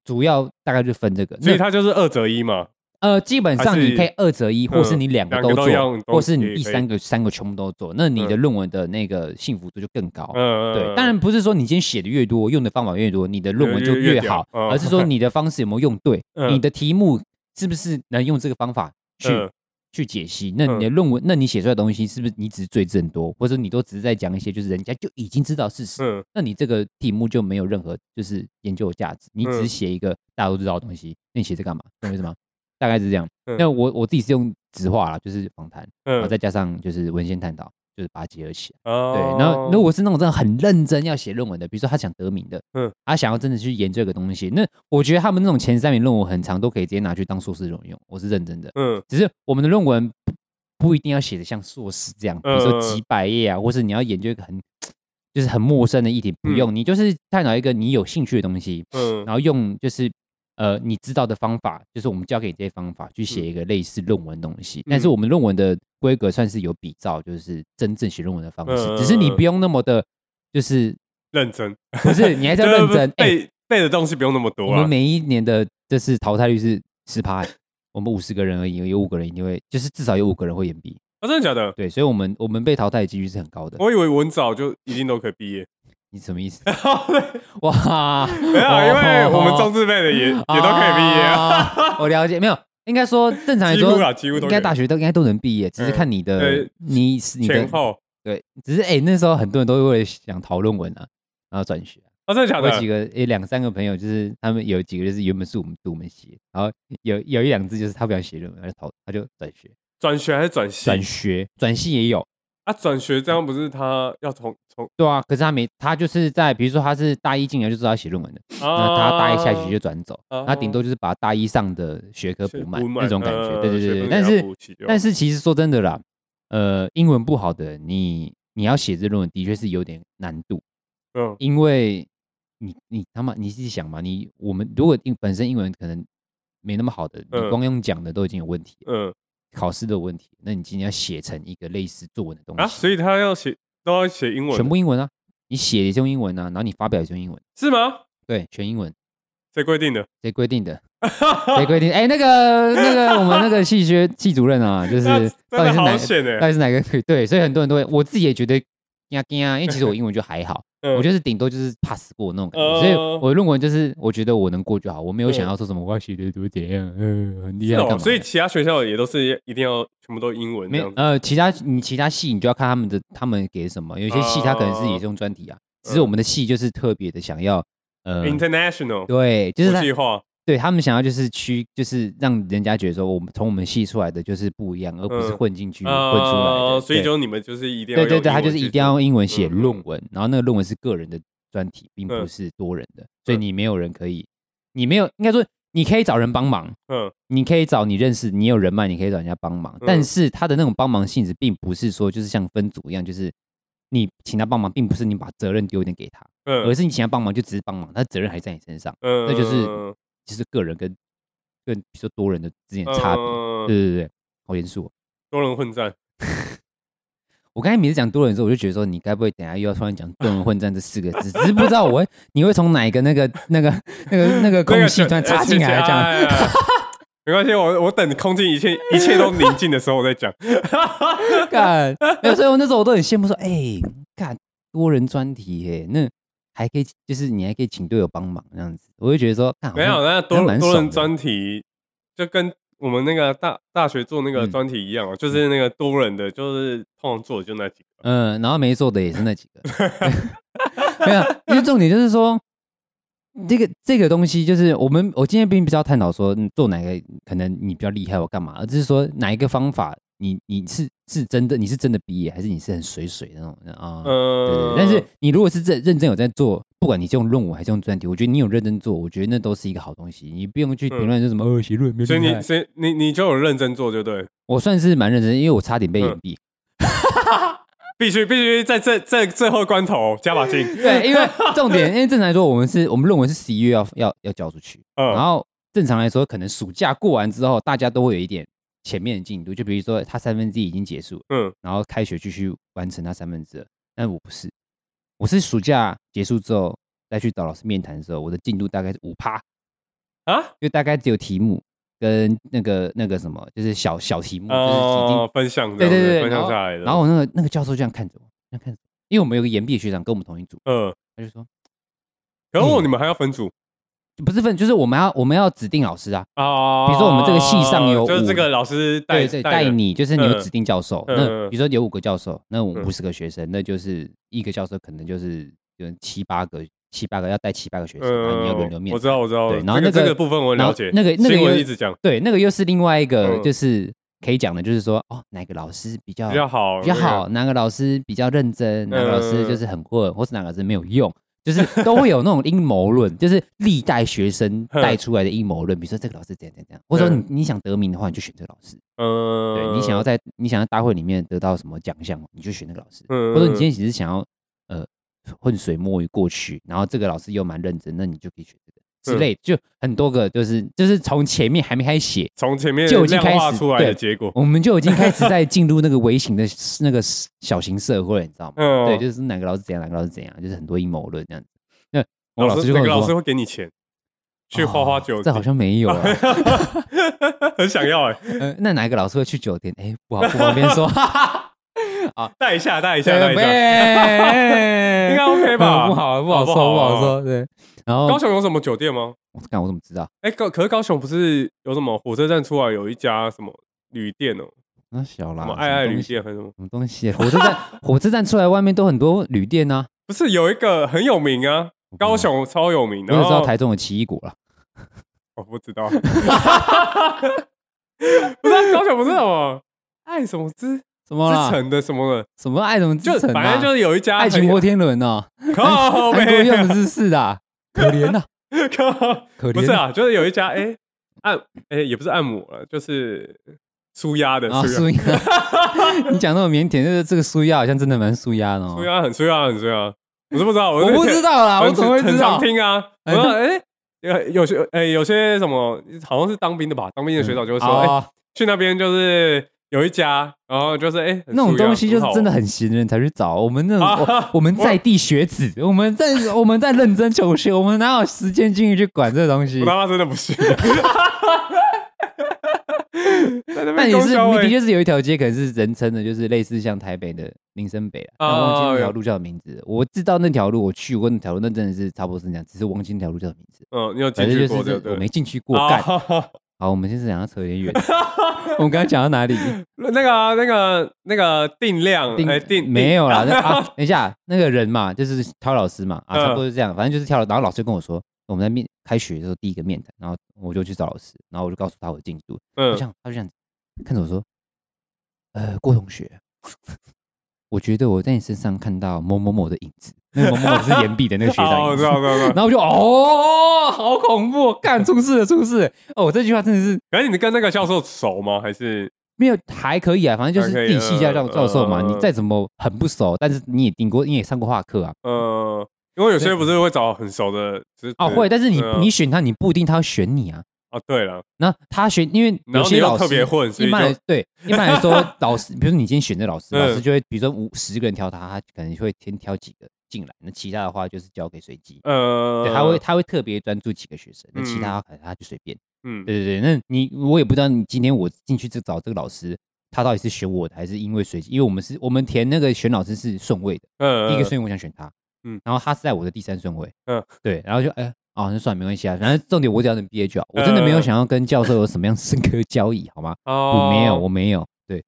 [SPEAKER 3] 主要大概就分这个，
[SPEAKER 2] 所以
[SPEAKER 3] 那
[SPEAKER 2] 它就是二择一嘛，
[SPEAKER 3] 呃，基本
[SPEAKER 2] 还
[SPEAKER 3] 上你
[SPEAKER 2] 是
[SPEAKER 3] 可以二择一，或是
[SPEAKER 2] 嗯
[SPEAKER 3] 你两个
[SPEAKER 2] 两个
[SPEAKER 3] 都
[SPEAKER 2] 都
[SPEAKER 3] 做
[SPEAKER 2] 要，
[SPEAKER 3] 或
[SPEAKER 2] 都
[SPEAKER 3] 是你
[SPEAKER 2] 也
[SPEAKER 3] 第
[SPEAKER 2] 可以
[SPEAKER 3] 三个三个全部都做，那你的
[SPEAKER 2] 嗯
[SPEAKER 3] 论文的那个幸福度就更高。
[SPEAKER 2] 嗯，
[SPEAKER 3] 对，当然不是说你今天写的越多，用的方法越多，你的论文就
[SPEAKER 2] 越越屌
[SPEAKER 3] 好，
[SPEAKER 2] 嗯
[SPEAKER 3] 而是说你的方式有没有用对，
[SPEAKER 2] 嗯
[SPEAKER 3] 你的题目是不是能用这个方法去
[SPEAKER 2] 嗯
[SPEAKER 3] 去解析？那你的论文，那你写出来的东西是不是你只是最正多，或者你都只是在讲一些就是人家就已经知道事实，
[SPEAKER 2] 嗯
[SPEAKER 3] 那你这个题目就没有任何就是研究的价值，你只是
[SPEAKER 2] 嗯
[SPEAKER 3] 写一个大家都知道的东西，那你写这干嘛？懂我意思吗？大概是这样
[SPEAKER 2] 嗯。
[SPEAKER 3] 那我我自己是用直话啦，就是访谈，然
[SPEAKER 2] 嗯
[SPEAKER 3] 后再加上就是文献探讨，就是把它结合起来。
[SPEAKER 2] 哦
[SPEAKER 3] 对，然后如果是那种真的很认真要写论文的，比如说他想得名的，
[SPEAKER 2] 嗯
[SPEAKER 3] 嗯，他想要真的去研究一个东西，那我觉得他们那种前三名论文很长，都可以直接拿去当硕士论文用，我是认真的。
[SPEAKER 2] 嗯
[SPEAKER 3] 只是我们的论文不不一定要写的像硕士这样，比如
[SPEAKER 2] 嗯
[SPEAKER 3] 说几百页啊，或是你要研究一个很就是很陌生的议题，不用，你就是探讨一个你有兴趣的东西，
[SPEAKER 2] 嗯
[SPEAKER 3] 然后用就是呃你知道的方法，就是我们教给你这些方法去
[SPEAKER 2] 嗯
[SPEAKER 3] 写一个类似论文的东西。但是我们论文的规格算是有比照，就是真正写论文的方式，
[SPEAKER 2] 嗯
[SPEAKER 3] 只是你不用那么的，就是
[SPEAKER 2] 认 真，
[SPEAKER 3] 不是你还是要认真。哎、
[SPEAKER 2] 背背的东西不用那么多
[SPEAKER 3] 我们
[SPEAKER 2] 啊。
[SPEAKER 3] 每一年的这次淘汰率是十趴，我们五十个人而已，有五个人一定会，就是至少有五个人会延毕。
[SPEAKER 2] 啊，真的假的？
[SPEAKER 3] 对，所以我们我们被淘汰的几率是很高的。
[SPEAKER 2] 我以为文藻就一定都可以毕 业，
[SPEAKER 3] 你什么意思？
[SPEAKER 2] 没
[SPEAKER 3] 哇，没
[SPEAKER 2] 有，啊因为
[SPEAKER 3] 哦
[SPEAKER 2] 我们中字辈的也也都可以毕业啊。
[SPEAKER 3] 啊。我了解，没有，应该说正常来
[SPEAKER 2] 几乎啦
[SPEAKER 3] 说，
[SPEAKER 2] 几乎都可以
[SPEAKER 3] 应
[SPEAKER 2] 嗯
[SPEAKER 3] 该大学都应该都能毕业，只是看你的
[SPEAKER 2] 对
[SPEAKER 3] 你是你的
[SPEAKER 2] 前后
[SPEAKER 3] 对，只是哎那时候很多人都为了想讨论文啊，然后转学。
[SPEAKER 2] 啊，真的假
[SPEAKER 3] 我有几
[SPEAKER 2] 的？
[SPEAKER 3] 个诶两三个朋友，就是他们有几个就是原本是我们读我们系，然后有有一两只就是他不想写论文，他就逃他就转学，
[SPEAKER 2] 转学还是转系？
[SPEAKER 3] 转学转系也有。
[SPEAKER 2] 啊，转学这样不是他要从从
[SPEAKER 3] 对啊，可是他没，他就是在，比如说他是大一进来就知道要写论文的，那他大一下学期就转走，
[SPEAKER 2] 啊
[SPEAKER 3] 那顶多就是把大一上的学科补满那种感觉，
[SPEAKER 2] 呃嗯
[SPEAKER 3] 对对对对。但是
[SPEAKER 2] 是
[SPEAKER 3] 但是其实说真的啦，呃，英文不好的你你要写这论文的确是有点难度，
[SPEAKER 2] 嗯
[SPEAKER 3] 因为你你他妈你自己想嘛，你我们如果英本身英文可能没那么好的，你
[SPEAKER 2] 嗯
[SPEAKER 3] 光用讲的都已经有问题了，
[SPEAKER 2] 嗯
[SPEAKER 3] 考试的问题，那你今天要写成一个类似作文的东
[SPEAKER 2] 啊，
[SPEAKER 3] 西，
[SPEAKER 2] 所以他要写都要写英文，
[SPEAKER 3] 全部英文啊，你写也是用英文啊，然后你发表也是用英文，
[SPEAKER 2] 是吗？
[SPEAKER 3] 对，全英文。
[SPEAKER 2] 谁规定的？
[SPEAKER 3] 谁规 定的？谁规定？哎、那个那个，我们那个系学系主任啊，就是
[SPEAKER 2] 那真的
[SPEAKER 3] 到底
[SPEAKER 2] 欸
[SPEAKER 3] 是
[SPEAKER 2] 好
[SPEAKER 3] 哪
[SPEAKER 2] 险
[SPEAKER 3] 到
[SPEAKER 2] 哎！
[SPEAKER 3] 底是哪个可以？对，所以很多人都会，我自己也觉得呀呀，因为其实我英文就还好，
[SPEAKER 2] 嗯
[SPEAKER 3] 我就是顶多就是 pass 过那种感
[SPEAKER 2] 哦
[SPEAKER 3] 觉，所以我的论文就是我觉得我能过就好，我没有
[SPEAKER 2] 嗯
[SPEAKER 3] 想要说什么我要写的多怎样，嗯，很厉
[SPEAKER 2] 是
[SPEAKER 3] 害干
[SPEAKER 2] 哦
[SPEAKER 3] 嘛，
[SPEAKER 2] 所以
[SPEAKER 3] 的
[SPEAKER 2] 其他学校也都是一定要全部都英文这
[SPEAKER 3] 没
[SPEAKER 2] 样
[SPEAKER 3] 有
[SPEAKER 2] 子。
[SPEAKER 3] 呃，其他你其他系你就要看他们的他们给什么，有些系它可能是
[SPEAKER 2] 哦
[SPEAKER 3] 也是用专题啊，只是我们的系就是特别的想要呃，
[SPEAKER 2] International
[SPEAKER 3] 对，就是
[SPEAKER 2] 国
[SPEAKER 3] 它
[SPEAKER 2] 际化，
[SPEAKER 3] 对他们想要就是去，就是让人家觉得说，我们从我们系出来的就是不一样，而不是
[SPEAKER 2] 嗯
[SPEAKER 3] 混进去、混出来
[SPEAKER 2] 啊，
[SPEAKER 3] 的。
[SPEAKER 2] 所以
[SPEAKER 3] 对
[SPEAKER 2] 就你们就是一定要
[SPEAKER 3] 对对对，
[SPEAKER 2] 用
[SPEAKER 3] 他
[SPEAKER 2] 英文
[SPEAKER 3] 就是
[SPEAKER 2] 去
[SPEAKER 3] 一定要用英文写
[SPEAKER 2] 嗯嗯
[SPEAKER 3] 论文，然后那个论文是个人的专题，并不
[SPEAKER 2] 嗯
[SPEAKER 3] 是多人的，所以你没有人可以，你没有应该说你可以找人帮忙，
[SPEAKER 2] 嗯
[SPEAKER 3] 你可以找你认识，你有人脉，你可以找人家帮忙，
[SPEAKER 2] 嗯
[SPEAKER 3] 但是他的那种帮忙性质，并不是说就是像分组一样，就是你请他帮忙，并不是你把责任丢点给他，
[SPEAKER 2] 嗯，
[SPEAKER 3] 而是你请他帮忙就只是帮忙，他责任还在你身上。
[SPEAKER 2] 嗯
[SPEAKER 3] 那就是就是个人跟跟比如说多人的之间的差别。
[SPEAKER 2] 嗯
[SPEAKER 3] 对对对，好严肃、哦。
[SPEAKER 2] 多人混战。
[SPEAKER 3] 我刚才每次讲多人的时候，我就觉得说，你该不会等一下又要突然讲“ 多人混战”这四个字？只是不知道我会你会从哪一个那个那个那个那个
[SPEAKER 2] 那
[SPEAKER 3] 空隙突然插进来这样。
[SPEAKER 2] 哎哎 哎没关系，我我等空气一切一切都宁静的时候，我再 讲。
[SPEAKER 3] 干，没有，所以我那时候我都很羡慕说，哎、干多人专题耶，那还可以就是你还可以请队友帮忙这样子，我就觉得说，干
[SPEAKER 2] 没有，，那多
[SPEAKER 3] 那蛮
[SPEAKER 2] 多
[SPEAKER 3] 爽
[SPEAKER 2] 人
[SPEAKER 3] 的
[SPEAKER 2] 专题就跟我们那个大大学做那个
[SPEAKER 3] 嗯
[SPEAKER 2] 专题一样啊，就是那个多人的，就是通常做的就那几个。
[SPEAKER 3] 嗯、然后没做的也是那几个， 没有，因为重点就是说，这个这个东西就是我们我今天并不是要探讨说嗯做哪个可能你比较厉害或干嘛，而是说哪一个方法你你是是真的你是真的毕业，还是你是很水水的那种啊？对对
[SPEAKER 2] 嗯
[SPEAKER 3] 对，但是你如果是认认真有在做，不管你是用论文还是用专题，我觉得你有认真做，我觉得那都是一个好东西。你不用去评论说什么呃写论文没
[SPEAKER 2] 嗯所以
[SPEAKER 3] 有厉
[SPEAKER 2] 你
[SPEAKER 3] 害，
[SPEAKER 2] 所以你你就有认真做，就对，
[SPEAKER 3] 我算是蛮认真，因为我差点被
[SPEAKER 2] 嗯
[SPEAKER 3] 隐蔽。
[SPEAKER 2] 必须必须在这这最后关头加把劲。
[SPEAKER 3] 对，因为重点，因为正常来说，我们是我们论文是十一月要要要交出去，
[SPEAKER 2] 嗯
[SPEAKER 3] 然后正常来说，可能暑假过完之后，大家都会有一点前面的进度，就比如说他三分之一已经结束了，
[SPEAKER 2] 嗯
[SPEAKER 3] 然后开学继续完成那三分之二。但我不是，我是暑假结束之后再去找老师面谈的时候，我的进度大概是五趴，
[SPEAKER 2] 啊，
[SPEAKER 3] 就大概只有题目跟那个那个什么，就是小小题目，嗯就是已经
[SPEAKER 2] 哦，分享这
[SPEAKER 3] 对
[SPEAKER 2] 样子
[SPEAKER 3] 对对，
[SPEAKER 2] 分
[SPEAKER 3] 然
[SPEAKER 2] 享
[SPEAKER 3] 后
[SPEAKER 2] 下来的。
[SPEAKER 3] 然后我那个那个教授这样看着我，这样看着我，因为我们有个研毕的学长跟我们同一组，
[SPEAKER 2] 嗯，
[SPEAKER 3] 他就说
[SPEAKER 2] 可是我
[SPEAKER 3] 嗯
[SPEAKER 2] 你们还要分组
[SPEAKER 3] 不是分，就是我们要我们要指定老师啊，
[SPEAKER 2] 啊
[SPEAKER 3] 比如说我们这个系上有
[SPEAKER 2] 哦就是
[SPEAKER 3] 五
[SPEAKER 2] 这个老师带
[SPEAKER 3] 对对，带
[SPEAKER 2] 的
[SPEAKER 3] 你就是你
[SPEAKER 2] 嗯
[SPEAKER 3] 有指定教授，
[SPEAKER 2] 嗯嗯
[SPEAKER 3] 那比如说有五个教授，那
[SPEAKER 2] 嗯
[SPEAKER 3] 我们五十个学生，那就是一个教授可能就是有七八个七八个要带七八个学生，然后啊你要轮流面
[SPEAKER 2] 嗯我知道，我知道。
[SPEAKER 3] 对然后
[SPEAKER 2] 这
[SPEAKER 3] 那
[SPEAKER 2] 个
[SPEAKER 3] 个啊
[SPEAKER 2] 这个部分我
[SPEAKER 3] 然
[SPEAKER 2] 了
[SPEAKER 3] 后
[SPEAKER 2] 解，
[SPEAKER 3] 那个那个
[SPEAKER 2] 新闻
[SPEAKER 3] 又
[SPEAKER 2] 一直讲，
[SPEAKER 3] 对，那个又是另外一个
[SPEAKER 2] 嗯
[SPEAKER 3] 就是可以讲的，就是说哦，哪个老师比较
[SPEAKER 2] 比较好，
[SPEAKER 3] 比较好，哪个老师比较认真，哪个老师
[SPEAKER 2] 嗯
[SPEAKER 3] 就是很混，或是哪个老师没有用，就是都会有那种阴谋论，就是历代 学生带出来的阴谋论。比如说这个老师怎样怎样怎样，或者说你你想得名的话，你就选这个老师；
[SPEAKER 2] 嗯，呃
[SPEAKER 3] 对你想要在你想要大会里面得到什么奖项，你就选那个老师；
[SPEAKER 2] 嗯
[SPEAKER 3] 或者你今天只是想要呃浑水摸鱼过去，然后这个老师又蛮认真，那你就可以选这个。
[SPEAKER 2] 嗯
[SPEAKER 3] 之类就很多个，就是就是从前面还没开始写，
[SPEAKER 2] 从前面
[SPEAKER 3] 就已经
[SPEAKER 2] 量
[SPEAKER 3] 开
[SPEAKER 2] 化
[SPEAKER 3] 始
[SPEAKER 2] 出来的
[SPEAKER 3] 对
[SPEAKER 2] 结果，
[SPEAKER 3] 我们就已经开始在进入那个微型的那个小型社会了，你知道吗？
[SPEAKER 2] 嗯
[SPEAKER 3] 对，就是哪个老师怎样，哪个老师怎样，就是很多阴谋论这样子。那我
[SPEAKER 2] 老
[SPEAKER 3] 老
[SPEAKER 2] 师
[SPEAKER 3] 师就
[SPEAKER 2] 那
[SPEAKER 3] 跟
[SPEAKER 2] 个老
[SPEAKER 3] 我
[SPEAKER 2] 师
[SPEAKER 3] 说，
[SPEAKER 2] 会给你钱去花花酒
[SPEAKER 3] 哦
[SPEAKER 2] 店，
[SPEAKER 3] 这好像没有啊。
[SPEAKER 2] 很想要哎，
[SPEAKER 3] 呃那哪一个老师会去酒店？哎，不好，不方便 说。
[SPEAKER 2] 带一下，带一下，带
[SPEAKER 3] 对
[SPEAKER 2] 一下。啊
[SPEAKER 3] 呗
[SPEAKER 2] 应该 OK 吧
[SPEAKER 3] 嗯不好，不好说，
[SPEAKER 2] 好不
[SPEAKER 3] 不
[SPEAKER 2] 好
[SPEAKER 3] 好说。对，然后
[SPEAKER 2] 高雄有什么酒店吗？
[SPEAKER 3] 我看我怎么知道？
[SPEAKER 2] 哎，高可是高雄不是有什么火车站出来有一家什么旅店哦，
[SPEAKER 3] 那小啦，
[SPEAKER 2] 什
[SPEAKER 3] 什
[SPEAKER 2] 么
[SPEAKER 3] 么
[SPEAKER 2] 爱爱
[SPEAKER 3] 东
[SPEAKER 2] 旅
[SPEAKER 3] 西，
[SPEAKER 2] 店还是什么？
[SPEAKER 3] 什么东西？啊火车站， 火车站出来外面都很多旅店呢。
[SPEAKER 2] 不是有一个很有名啊，
[SPEAKER 3] 我不知道
[SPEAKER 2] 高，雄超有名，
[SPEAKER 3] 嗯我
[SPEAKER 2] 然
[SPEAKER 3] 只知道
[SPEAKER 2] 后哦
[SPEAKER 3] 台中有奇异果了。
[SPEAKER 2] 我不知道， 不是啊高雄不是什么爱什么之之
[SPEAKER 3] 什么啦？
[SPEAKER 2] 城的什么的，
[SPEAKER 3] 什么爱什么之
[SPEAKER 2] 就
[SPEAKER 3] 城
[SPEAKER 2] 反
[SPEAKER 3] 啊
[SPEAKER 2] 正就是有一家
[SPEAKER 3] 爱情摩
[SPEAKER 2] 很
[SPEAKER 3] 天轮哦，
[SPEAKER 2] 靠
[SPEAKER 3] 韩国
[SPEAKER 2] 北
[SPEAKER 3] 用的是是的啊，可怜呐，
[SPEAKER 2] 靠，
[SPEAKER 3] 可怜。
[SPEAKER 2] 不是，啊，就是有一家哎按哎也不是按摩了，就是舒压的
[SPEAKER 3] 啊，
[SPEAKER 2] 舒
[SPEAKER 3] 苏
[SPEAKER 2] 压，
[SPEAKER 3] 亚， 你讲那么腼腆，这个这个苏亚好像真的蛮苏亚的
[SPEAKER 2] 舒
[SPEAKER 3] 哦。
[SPEAKER 2] 压很舒压很舒压，我是不知道，
[SPEAKER 3] 我
[SPEAKER 2] 是
[SPEAKER 3] 不知道啦，
[SPEAKER 2] 很
[SPEAKER 3] 我怎么会
[SPEAKER 2] 很
[SPEAKER 3] 知
[SPEAKER 2] 常
[SPEAKER 3] 道？
[SPEAKER 2] 听啊，我
[SPEAKER 3] 哎
[SPEAKER 2] 说哎。有有些哎，有些什么，好像是当兵的吧？当兵的学长就会说，哎、
[SPEAKER 3] 哦，
[SPEAKER 2] 去那边就是有一家，然后就是哎、很
[SPEAKER 3] 那种
[SPEAKER 2] 舒压啊
[SPEAKER 3] 东西就是真的，很闲人才去找。我们那种我我们在地学子，我们在我们在认真求学，我们哪有时间精力去管这东
[SPEAKER 2] 我
[SPEAKER 3] 西？
[SPEAKER 2] 他妈真的不 是。在那
[SPEAKER 3] 那
[SPEAKER 2] 边
[SPEAKER 3] 你
[SPEAKER 2] 公
[SPEAKER 3] 是
[SPEAKER 2] 交
[SPEAKER 3] 你
[SPEAKER 2] 欸
[SPEAKER 3] 的确是有一条街，可能是人称的，就是类似像台北的林森北啊，但
[SPEAKER 2] 哦
[SPEAKER 3] 忘记那
[SPEAKER 2] 有
[SPEAKER 3] 条路叫什么名字了。我知道那条路，我去过那条路，那真的是差不多是那样，只是忘记那条路叫什么名字。
[SPEAKER 2] 嗯，你有
[SPEAKER 3] 反
[SPEAKER 2] 进
[SPEAKER 3] 正
[SPEAKER 2] 去
[SPEAKER 3] 就
[SPEAKER 2] 过
[SPEAKER 3] 是
[SPEAKER 2] 对不
[SPEAKER 3] 这
[SPEAKER 2] 对？
[SPEAKER 3] 我没进去过。 干，
[SPEAKER 2] 哦
[SPEAKER 3] 好，我们现在讲到扯有点远。我们刚刚讲到 哪里？
[SPEAKER 2] 那个啊那个那个定量哎定
[SPEAKER 3] 没有啦。那 啊，等一下，那个人嘛，就是挑老师嘛，啊，
[SPEAKER 2] 嗯
[SPEAKER 3] 差不多是这样。反正就是挑老，然后老师就跟我说，我们在面开学的时候第一个面谈，然后我就去找老师，然后我就告诉他我的进度。
[SPEAKER 2] 嗯
[SPEAKER 3] 就这样，他就这样看着我说：“呃，郭同学，我觉得我在你身上看到某某某的影子，那个某某某是岩壁的 那个 学
[SPEAKER 2] 哦
[SPEAKER 3] 长
[SPEAKER 2] 我
[SPEAKER 3] 影
[SPEAKER 2] 知
[SPEAKER 3] 子。”
[SPEAKER 2] 道知道知道。
[SPEAKER 3] 然后我就哦，好恐怖！干出事了，出事了！哦，这句话真的是
[SPEAKER 2] 可是你跟那个教授熟吗？还是
[SPEAKER 3] 没有还可以啊，反正就
[SPEAKER 2] 还可
[SPEAKER 3] 是
[SPEAKER 2] 以
[SPEAKER 3] 自己系下教
[SPEAKER 2] 嗯
[SPEAKER 3] 教授嘛。
[SPEAKER 2] 嗯嗯
[SPEAKER 3] 你再怎么很不熟，但是你也顶过，你也上过画课啊。
[SPEAKER 2] 呃，因为有些不是会找很熟的，只是
[SPEAKER 3] 啊，会，但是你
[SPEAKER 2] 嗯
[SPEAKER 3] 你选他，你不一定他要选你啊。
[SPEAKER 2] 哦对了，
[SPEAKER 3] 那他选，因为
[SPEAKER 2] 然
[SPEAKER 3] 有
[SPEAKER 2] 后你
[SPEAKER 3] 些
[SPEAKER 2] 又
[SPEAKER 3] 老师
[SPEAKER 2] 特别混，所
[SPEAKER 3] 一
[SPEAKER 2] 以
[SPEAKER 3] 般来
[SPEAKER 2] 就
[SPEAKER 3] 对一般 来说，老师，比如说你今天选的老师，
[SPEAKER 2] 嗯
[SPEAKER 3] 老师就会，比如说五十个人挑他，他可能会先挑几个进来，那其他的话就是交给随机。
[SPEAKER 2] 呃
[SPEAKER 3] 对，他会他会特别专注几个学生，那
[SPEAKER 2] 嗯
[SPEAKER 3] 其他可能他就随便。
[SPEAKER 2] 嗯
[SPEAKER 3] 对对对，那你我也不知道你今天我进去这找这个老师，他到底是选我的还是因为随机？因为我们是我们填那个选老师是顺位的，
[SPEAKER 2] 嗯
[SPEAKER 3] 第一个顺位我想选他，
[SPEAKER 2] 嗯
[SPEAKER 3] 嗯，然后他是在我的第三顺位，
[SPEAKER 2] 嗯
[SPEAKER 3] 嗯，对，然后就哎。哦，那算了，没关系啊。反正重点我只要能毕业就好。我真的没有想要跟教授有什么样深刻交易，好吗？
[SPEAKER 2] 哦
[SPEAKER 3] 我没有，我没有。对。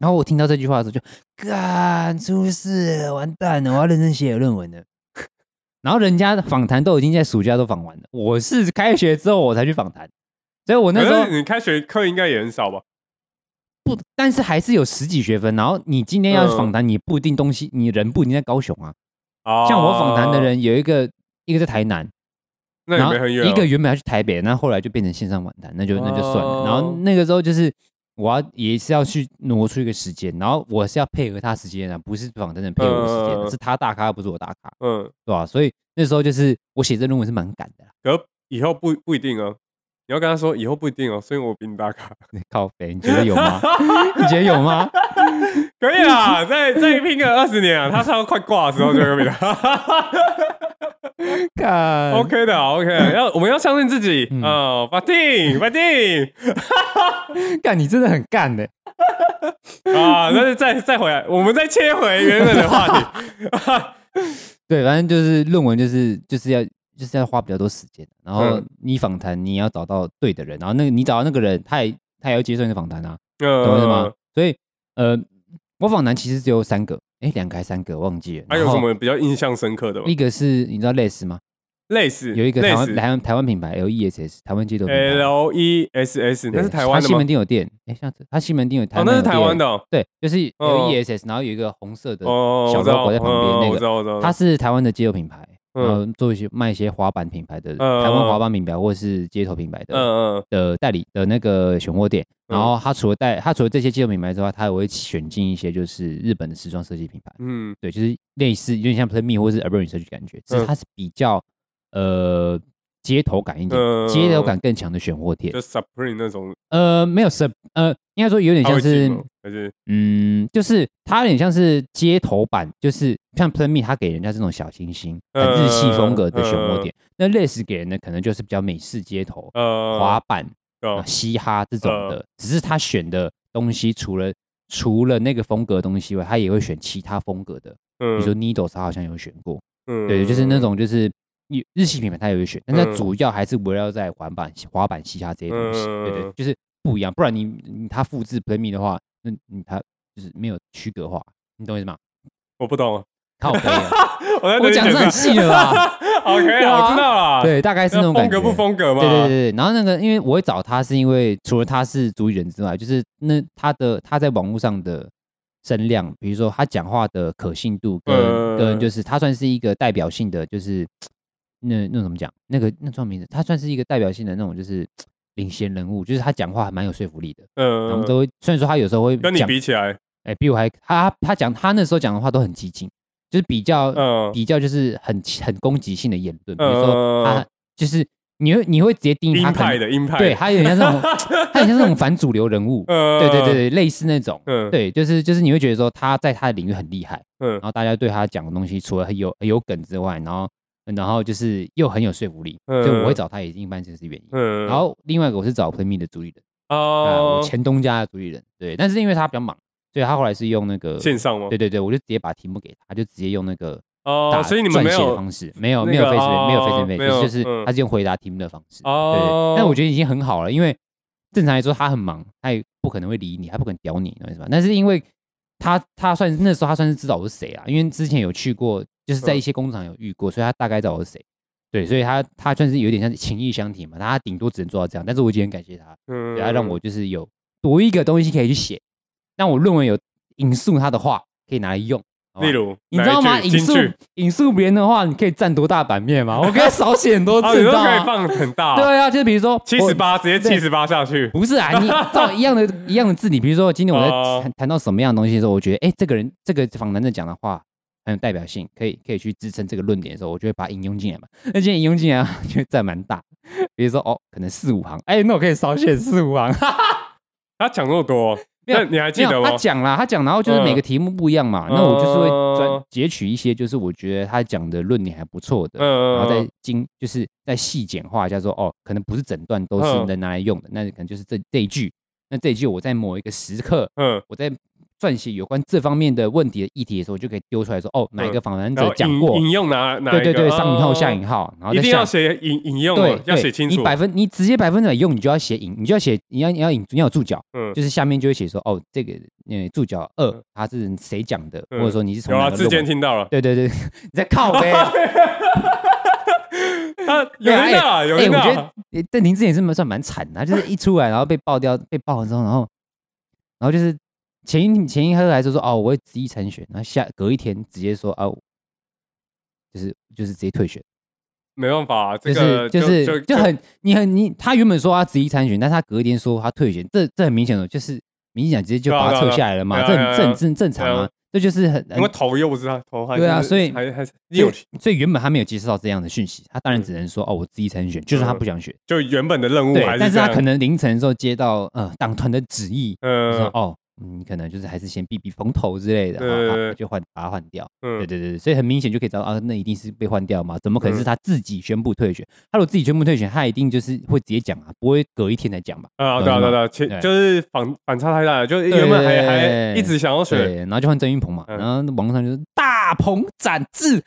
[SPEAKER 3] 然后我听到这句话的时候就，干出事了，完蛋了，我要认真写论文了。 然后人家的访谈都已经在暑假都访完了，我是开学之后我才去访谈，所以我那时候
[SPEAKER 2] 可是你开学课应该也很少吧？
[SPEAKER 3] 不，但是还是有十几学分。然后你今天要
[SPEAKER 2] 嗯
[SPEAKER 3] 访谈，你不一定东西，你人不一定在高雄啊。
[SPEAKER 2] 啊
[SPEAKER 3] 像我访谈的，人有一个，一个在台南，
[SPEAKER 2] 那也
[SPEAKER 3] 然后
[SPEAKER 2] 没很远哦，
[SPEAKER 3] 一个原本要去台北，那后来就变成线上访谈，那就那就算
[SPEAKER 2] 哦
[SPEAKER 3] 了。然后那个时候就是我要也是要去挪出一个时间，然后我是要配合他时间啊，不是访谈人配合我时间
[SPEAKER 2] 嗯
[SPEAKER 3] 啊，是他大咖不是我大咖，
[SPEAKER 2] 嗯，
[SPEAKER 3] 对吧、所以那时候就是我写这论文是蛮赶的啦，
[SPEAKER 2] 可以后不不一定哦。你要跟他说以后不一定哦，所以我比你大咖，
[SPEAKER 3] 靠北，你觉得有吗？ 你觉得有吗？
[SPEAKER 2] 可以啊，再再拼个二十年啊，他差不多快挂的时候就会比他
[SPEAKER 3] 看
[SPEAKER 2] OK 的啊，OK，的要我们要相信自己
[SPEAKER 3] 嗯
[SPEAKER 2] 啊，法定法定
[SPEAKER 3] 干，你真的很干的、
[SPEAKER 2] 啊，但是再再回来，我们再切回原本的话题，
[SPEAKER 3] 对，反正就是论文就是就是要就是要花比较多时间，啊然后
[SPEAKER 2] 嗯
[SPEAKER 3] 你访谈你也要找到对的人，然后那个你找到那个人，他也他也要接受你的访谈啊。懂我意思吗
[SPEAKER 2] 呃，？
[SPEAKER 3] 所以呃，我访谈其实只有三个，哎，两个还三个忘记了。
[SPEAKER 2] 还
[SPEAKER 3] 然
[SPEAKER 2] 啊有
[SPEAKER 3] 后
[SPEAKER 2] 什么比较印象深刻的吗
[SPEAKER 3] 一？个是你知道类似吗？
[SPEAKER 2] 类似
[SPEAKER 3] 有一个
[SPEAKER 2] 类
[SPEAKER 3] 台湾
[SPEAKER 2] 似
[SPEAKER 3] 台湾台湾品牌 L E S S 台湾街头品牌
[SPEAKER 2] L E S S，那是 뭐-
[SPEAKER 3] 对
[SPEAKER 2] 台湾
[SPEAKER 3] 它
[SPEAKER 2] 的
[SPEAKER 3] 西
[SPEAKER 2] 吗？
[SPEAKER 3] 门町有店，哎，像它西门町有台
[SPEAKER 2] 哦，
[SPEAKER 3] 湾
[SPEAKER 2] 那是
[SPEAKER 3] 有
[SPEAKER 2] 台
[SPEAKER 3] 店
[SPEAKER 2] 湾的哦
[SPEAKER 3] 对，就是
[SPEAKER 2] 哦
[SPEAKER 3] 有 ESS，然后有一个红色的，
[SPEAKER 2] 哦，
[SPEAKER 3] 小
[SPEAKER 2] 我知道
[SPEAKER 3] logo 在旁边
[SPEAKER 2] 嗯
[SPEAKER 3] 那个
[SPEAKER 2] 我知道我知道，
[SPEAKER 3] 它是台湾的街头品牌，
[SPEAKER 2] 嗯
[SPEAKER 3] 然后做一些卖一些滑板品牌的，
[SPEAKER 2] 嗯
[SPEAKER 3] 台湾滑板品牌或是街头品牌
[SPEAKER 2] 嗯
[SPEAKER 3] 的
[SPEAKER 2] 嗯
[SPEAKER 3] 的代理的那个选货店。
[SPEAKER 2] 嗯
[SPEAKER 3] 然后它除了带它除了这些街头品牌之外，它也会选进一些就是日本的时装设计品牌，
[SPEAKER 2] 嗯
[SPEAKER 3] 对，就是类似有点像 Play Me 或是 Urban Research 感觉，只
[SPEAKER 2] 嗯
[SPEAKER 3] 是它是比较呃街头感一
[SPEAKER 2] 嗯
[SPEAKER 3] 点，街头感更强的选货店
[SPEAKER 2] 就。Supreme 那种，
[SPEAKER 3] 呃，没有是呃，应该说有点
[SPEAKER 2] 它
[SPEAKER 3] 像
[SPEAKER 2] 会
[SPEAKER 3] 是
[SPEAKER 2] 进吗还是
[SPEAKER 3] 嗯，就是它有点像是街头版，就是像 Plan Me，它给人家这种小清新、很日系风格的选
[SPEAKER 2] 嗯
[SPEAKER 3] 货店。那 Les 给人的可能就是比较美式街头、
[SPEAKER 2] 呃
[SPEAKER 3] 滑板、
[SPEAKER 2] 对
[SPEAKER 3] 啊
[SPEAKER 2] 啊
[SPEAKER 3] 嘻哈这种
[SPEAKER 2] 呃
[SPEAKER 3] 的，只是他选的东西除了除了那个风格的东西外，他也会选其他风格的，比
[SPEAKER 2] 嗯
[SPEAKER 3] 如说 Needles，他好像有选过，
[SPEAKER 2] 嗯
[SPEAKER 3] 对，就是那种就是。日日系品牌它也会选，但它
[SPEAKER 2] 嗯
[SPEAKER 3] 主要还是围绕在滑板、滑板、嘻哈这些东西，对
[SPEAKER 2] 嗯
[SPEAKER 3] 对，就是不一样。不然你你它复制 Play Me 的话，那你它就是没有区隔化，你懂我意思吗？
[SPEAKER 2] 我不懂啊，
[SPEAKER 3] 靠背啊，
[SPEAKER 2] 我在
[SPEAKER 3] 我讲
[SPEAKER 2] 这
[SPEAKER 3] 得很细 了吧？
[SPEAKER 2] OK，
[SPEAKER 3] 对啊
[SPEAKER 2] 我知道 啦，，
[SPEAKER 3] 对，大概是那种
[SPEAKER 2] 风
[SPEAKER 3] 感
[SPEAKER 2] 格
[SPEAKER 3] 觉。
[SPEAKER 2] 不风格嘛，
[SPEAKER 3] 对对对对，然后那个，因为我会找他，是因为除了他是主语人之外，就是那他的他在网络上的声量，比如说他讲话的可信度跟、
[SPEAKER 2] 呃
[SPEAKER 3] 跟就是他算是一个代表性的，就是那那怎么讲？那个那算名字，他算是一个代表性的那种就是领先人物，就是他讲话还蛮有说服力的。我们
[SPEAKER 2] 嗯，
[SPEAKER 3] 都会，虽然说他有时候会
[SPEAKER 2] 跟你
[SPEAKER 3] 讲，
[SPEAKER 2] 比起来，
[SPEAKER 3] 哎、比我还他他讲他那时候讲的话都很激进，就是比较
[SPEAKER 2] 嗯
[SPEAKER 3] 比较就是很很攻击性的言论，比如
[SPEAKER 2] 呃
[SPEAKER 3] 说他就是你会你会直接定义他
[SPEAKER 2] 鹰
[SPEAKER 3] 可能
[SPEAKER 2] 派的鹰派，
[SPEAKER 3] 对，，他有点像那 种，他有点像那种反主流人物，
[SPEAKER 2] 呃，
[SPEAKER 3] 对对对，对，类似那种，
[SPEAKER 2] 嗯
[SPEAKER 3] 对，就是就是你会觉得说他在他的领域很厉害，
[SPEAKER 2] 嗯
[SPEAKER 3] 然后大家对他讲的东西除了很有很有梗之外，然后然后就是又很有说服力，
[SPEAKER 2] 嗯
[SPEAKER 3] 所以我会找他也一般就是原因。
[SPEAKER 2] 嗯，
[SPEAKER 3] 然后另外一个我是找 Play Me 的主理人，啊，
[SPEAKER 2] 哦
[SPEAKER 3] 我，前东家的主理人，对，但是因为他比较忙，所以他后来是用那个
[SPEAKER 2] 线上吗？
[SPEAKER 3] 对对对，我就直接把题目给他，就直接用那个
[SPEAKER 2] 哦
[SPEAKER 3] 打，
[SPEAKER 2] 所以你们没
[SPEAKER 3] 撰写的
[SPEAKER 2] 有
[SPEAKER 3] 方式，没有
[SPEAKER 2] 那
[SPEAKER 3] 没有
[SPEAKER 2] 个
[SPEAKER 3] face to face，没有 face
[SPEAKER 2] 哦
[SPEAKER 3] to
[SPEAKER 2] 没
[SPEAKER 3] face，
[SPEAKER 2] 有
[SPEAKER 3] 就是
[SPEAKER 2] 嗯
[SPEAKER 3] 他是用回答题目的方式。
[SPEAKER 2] 哦
[SPEAKER 3] 对，但我觉得已经很好了，因为正常来说他很忙，他也不可能会理你，他不可能屌你，你懂我意思吧？但是因为他他算那时候他算是知道我是谁啦，因为之前有去过，就是在
[SPEAKER 2] 嗯
[SPEAKER 3] 一些工厂有遇过，所以他大概知道我是谁。对，所以他他算是有点像情义相挺嘛，他顶多只能做到这样，但是我已经很感谢他，
[SPEAKER 2] 嗯
[SPEAKER 3] 对，他让我就是有多一个东西可以去写，让我论文有引述他的话可以拿来用。哦好吧
[SPEAKER 2] 例如，
[SPEAKER 3] 你知道吗？
[SPEAKER 2] 哪一
[SPEAKER 3] 引
[SPEAKER 2] 句
[SPEAKER 3] 述
[SPEAKER 2] 金句
[SPEAKER 3] 引述别人的话，你可以占多大版面 嘛？我可以少写很多
[SPEAKER 2] 哦，
[SPEAKER 3] 字，
[SPEAKER 2] 你
[SPEAKER 3] 知
[SPEAKER 2] 都
[SPEAKER 3] 道
[SPEAKER 2] 可以
[SPEAKER 3] 吗？
[SPEAKER 2] 放很大，
[SPEAKER 3] 对啊，就比如说
[SPEAKER 2] 七十，八直接七十八下去
[SPEAKER 3] 我，不是啊，你照一样的 一样的字，你比如说今天我
[SPEAKER 2] 哦
[SPEAKER 3] 在谈谈到什么样的东西的时候，我觉得哎，这个人这个访谈者讲的话很有代表性，可以可以去支撑这个论点的时候，我就会把它引用进来 嘛。那今天引用进来啊就会占蛮大，比如说哦，可能四五行，哎，那我可以少写四五行。
[SPEAKER 2] 他讲那么多，
[SPEAKER 3] 没有
[SPEAKER 2] 那你还
[SPEAKER 3] 没
[SPEAKER 2] 记得
[SPEAKER 3] 有，
[SPEAKER 2] 吗
[SPEAKER 3] 他？讲啦，他讲，然后就是
[SPEAKER 2] 嗯
[SPEAKER 3] 每个题目不一样嘛，那我就是会
[SPEAKER 2] 嗯
[SPEAKER 3] 专截取一些，就是我觉得他讲的论点还不错的，
[SPEAKER 2] 嗯
[SPEAKER 3] 然后再精就是再细简化一下说，哦，可能不是整段都是
[SPEAKER 2] 嗯
[SPEAKER 3] 能拿来用的，那可能就是这这一句，那这一句我在某一个时刻，
[SPEAKER 2] 嗯，
[SPEAKER 3] 我在撰写有关这方面的问题的议题的时候，我就可以丢出来说，哦，哪一个访
[SPEAKER 2] 嗯
[SPEAKER 3] 谈
[SPEAKER 2] 然
[SPEAKER 3] 者
[SPEAKER 2] 后
[SPEAKER 3] 讲
[SPEAKER 2] 引
[SPEAKER 3] 过，
[SPEAKER 2] 引用哪哪一
[SPEAKER 3] 对对
[SPEAKER 2] 个
[SPEAKER 3] 对，上引号下。
[SPEAKER 2] 哦
[SPEAKER 3] 引号，然后
[SPEAKER 2] 一
[SPEAKER 3] 再
[SPEAKER 2] 定
[SPEAKER 3] 下
[SPEAKER 2] 要写引引用
[SPEAKER 3] 对
[SPEAKER 2] 哦，，要
[SPEAKER 3] 对
[SPEAKER 2] 写清楚
[SPEAKER 3] 你。百分你直接百分之百用，你就要写引，你就要写，你要你要引，你要有注脚，
[SPEAKER 2] 嗯
[SPEAKER 3] 就是下面就会写说，哦，这个呃注脚二它是谁讲的，
[SPEAKER 2] 嗯
[SPEAKER 3] 或者说你是从
[SPEAKER 2] 有
[SPEAKER 3] 哪
[SPEAKER 2] 啊，
[SPEAKER 3] 个
[SPEAKER 2] 之
[SPEAKER 3] 论
[SPEAKER 2] 前
[SPEAKER 3] 文，
[SPEAKER 2] 听到了，
[SPEAKER 3] 对对对， 你在靠 背，
[SPEAKER 2] 他有
[SPEAKER 3] 对啊
[SPEAKER 2] 人到啊，有人
[SPEAKER 3] 我
[SPEAKER 2] 到
[SPEAKER 3] 觉
[SPEAKER 2] 啊
[SPEAKER 3] 得，呃邓婷之前是蛮算蛮惨的，她啊就是一出来然后被爆掉，被爆了之后，然后然后就是前一前一刻还说说哦我会执意参选，然后下隔一天直接说啊，就是就是直接退选。
[SPEAKER 2] 没办法，啊这
[SPEAKER 3] 就是
[SPEAKER 2] 个
[SPEAKER 3] 就是就很你很你他原本说他执意参选，但他隔一天说他退选，这这很明显的就是明显直接就
[SPEAKER 2] 对啊
[SPEAKER 3] 把
[SPEAKER 2] 对
[SPEAKER 3] 他
[SPEAKER 2] 啊
[SPEAKER 3] 撤下来了嘛，
[SPEAKER 2] 对啊
[SPEAKER 3] 这
[SPEAKER 2] 对啊对
[SPEAKER 3] 很
[SPEAKER 2] 啊
[SPEAKER 3] 正正正常
[SPEAKER 2] 对
[SPEAKER 3] 啊
[SPEAKER 2] 啊，
[SPEAKER 3] 这就是很
[SPEAKER 2] 因为
[SPEAKER 3] 很
[SPEAKER 2] 头又不是他头还是
[SPEAKER 3] 对啊所以
[SPEAKER 2] 还还是
[SPEAKER 3] 所
[SPEAKER 2] 有
[SPEAKER 3] 以所以原本他没有接受到这样的讯息，他当然只能说哦我自己参选，就算他
[SPEAKER 2] 嗯
[SPEAKER 3] 不想选，
[SPEAKER 2] 就原本的任务
[SPEAKER 3] 对
[SPEAKER 2] 还，
[SPEAKER 3] 但是
[SPEAKER 2] 这样
[SPEAKER 3] 他可能凌晨的时候接到呃党团的旨意，就说
[SPEAKER 2] 嗯
[SPEAKER 3] 哦嗯可能就是还是先避避风头之类的，
[SPEAKER 2] 对对
[SPEAKER 3] 啊
[SPEAKER 2] 对
[SPEAKER 3] 啊就换把他换掉。对
[SPEAKER 2] 嗯
[SPEAKER 3] 对对，所以很明显就可以知道啊，那一定是被换掉嘛，怎么可
[SPEAKER 2] 嗯
[SPEAKER 3] 能是他自己宣布退选？他如果自己宣布退选，他一定就是会直接讲啊，不会隔一天才讲吧？
[SPEAKER 2] 啊，对啊对啊对啊，前
[SPEAKER 3] 对
[SPEAKER 2] 就是反反差太大了，就是
[SPEAKER 3] 对
[SPEAKER 2] 原本还
[SPEAKER 3] 对
[SPEAKER 2] 还一直想要选，
[SPEAKER 3] 对，然后就换郑云鹏嘛，
[SPEAKER 2] 嗯
[SPEAKER 3] 然后网络上就是大鹏展翅，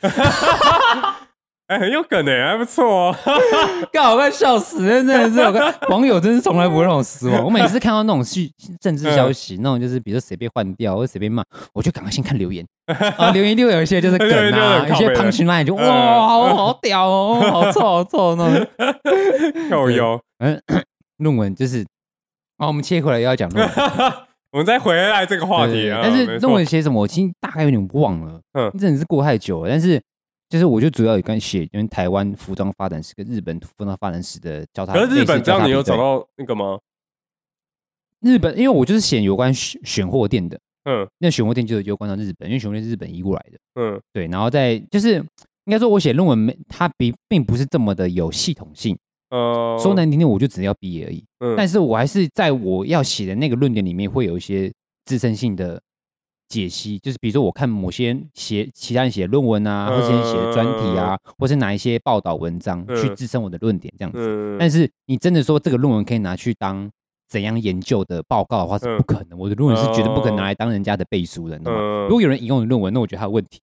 [SPEAKER 2] 哎、哎、很有梗哎、还不错 哦。
[SPEAKER 3] 干，我快笑死了，真的是我快网友真是从来不会让我失望。我每次看到那种戏政治消息，那种就是比如说谁被换掉或者谁被骂，我就赶快先看 留言啊，留言就有一些就是梗
[SPEAKER 2] 留言就
[SPEAKER 3] 啊，
[SPEAKER 2] 很
[SPEAKER 3] 有
[SPEAKER 2] 靠
[SPEAKER 3] 些
[SPEAKER 2] 北的
[SPEAKER 3] punch line 就
[SPEAKER 2] 嗯
[SPEAKER 3] 哇，好好屌哦，好臭好臭那种。嗯
[SPEAKER 2] 够油。
[SPEAKER 3] 论文就是，啊，我们切回来又要讲论文。
[SPEAKER 2] 我们再回来这个 话
[SPEAKER 3] 对
[SPEAKER 2] 题
[SPEAKER 3] 对对
[SPEAKER 2] 啊，
[SPEAKER 3] 但是
[SPEAKER 2] 没错
[SPEAKER 3] 论文写什么，我其实大概有点忘了，
[SPEAKER 2] 嗯
[SPEAKER 3] 嗯，真的是过太久了。但是就是我就主要有关写跟台湾服装发展史跟日本服装发展史的交叉。
[SPEAKER 2] 可是日本
[SPEAKER 3] 类似
[SPEAKER 2] 这
[SPEAKER 3] 交叉
[SPEAKER 2] 样，你有
[SPEAKER 3] 比对
[SPEAKER 2] 找到那个吗？
[SPEAKER 3] 日本，因为我就是写有关选选货店的，
[SPEAKER 2] 嗯
[SPEAKER 3] 那选货店就是有关到日本，因为选货店是日本移过来的，
[SPEAKER 2] 嗯
[SPEAKER 3] 对。然后再就是应该说，我写论文没它比并不是这么的有系统性，
[SPEAKER 2] 呃，
[SPEAKER 3] 说难听点，我就只是要毕业而已。
[SPEAKER 2] 嗯，
[SPEAKER 3] 但是我还是在我要写的那个论点里面会有一些自身性的解析，就是比如说我看某些人写其他人写的论文啊，或是写的专题啊，或是哪一些报道文章
[SPEAKER 2] 嗯
[SPEAKER 3] 去支撑我的论点这样子。
[SPEAKER 2] 嗯，
[SPEAKER 3] 但是你真的说这个论文可以拿去当怎样研究的报告的话，是
[SPEAKER 2] 嗯哦
[SPEAKER 3] 不可能。我的论文是绝对不可能拿来当人家的背书的，你知道吗？
[SPEAKER 2] 嗯
[SPEAKER 3] 如果有人引用我的论文，那我觉得他有问题。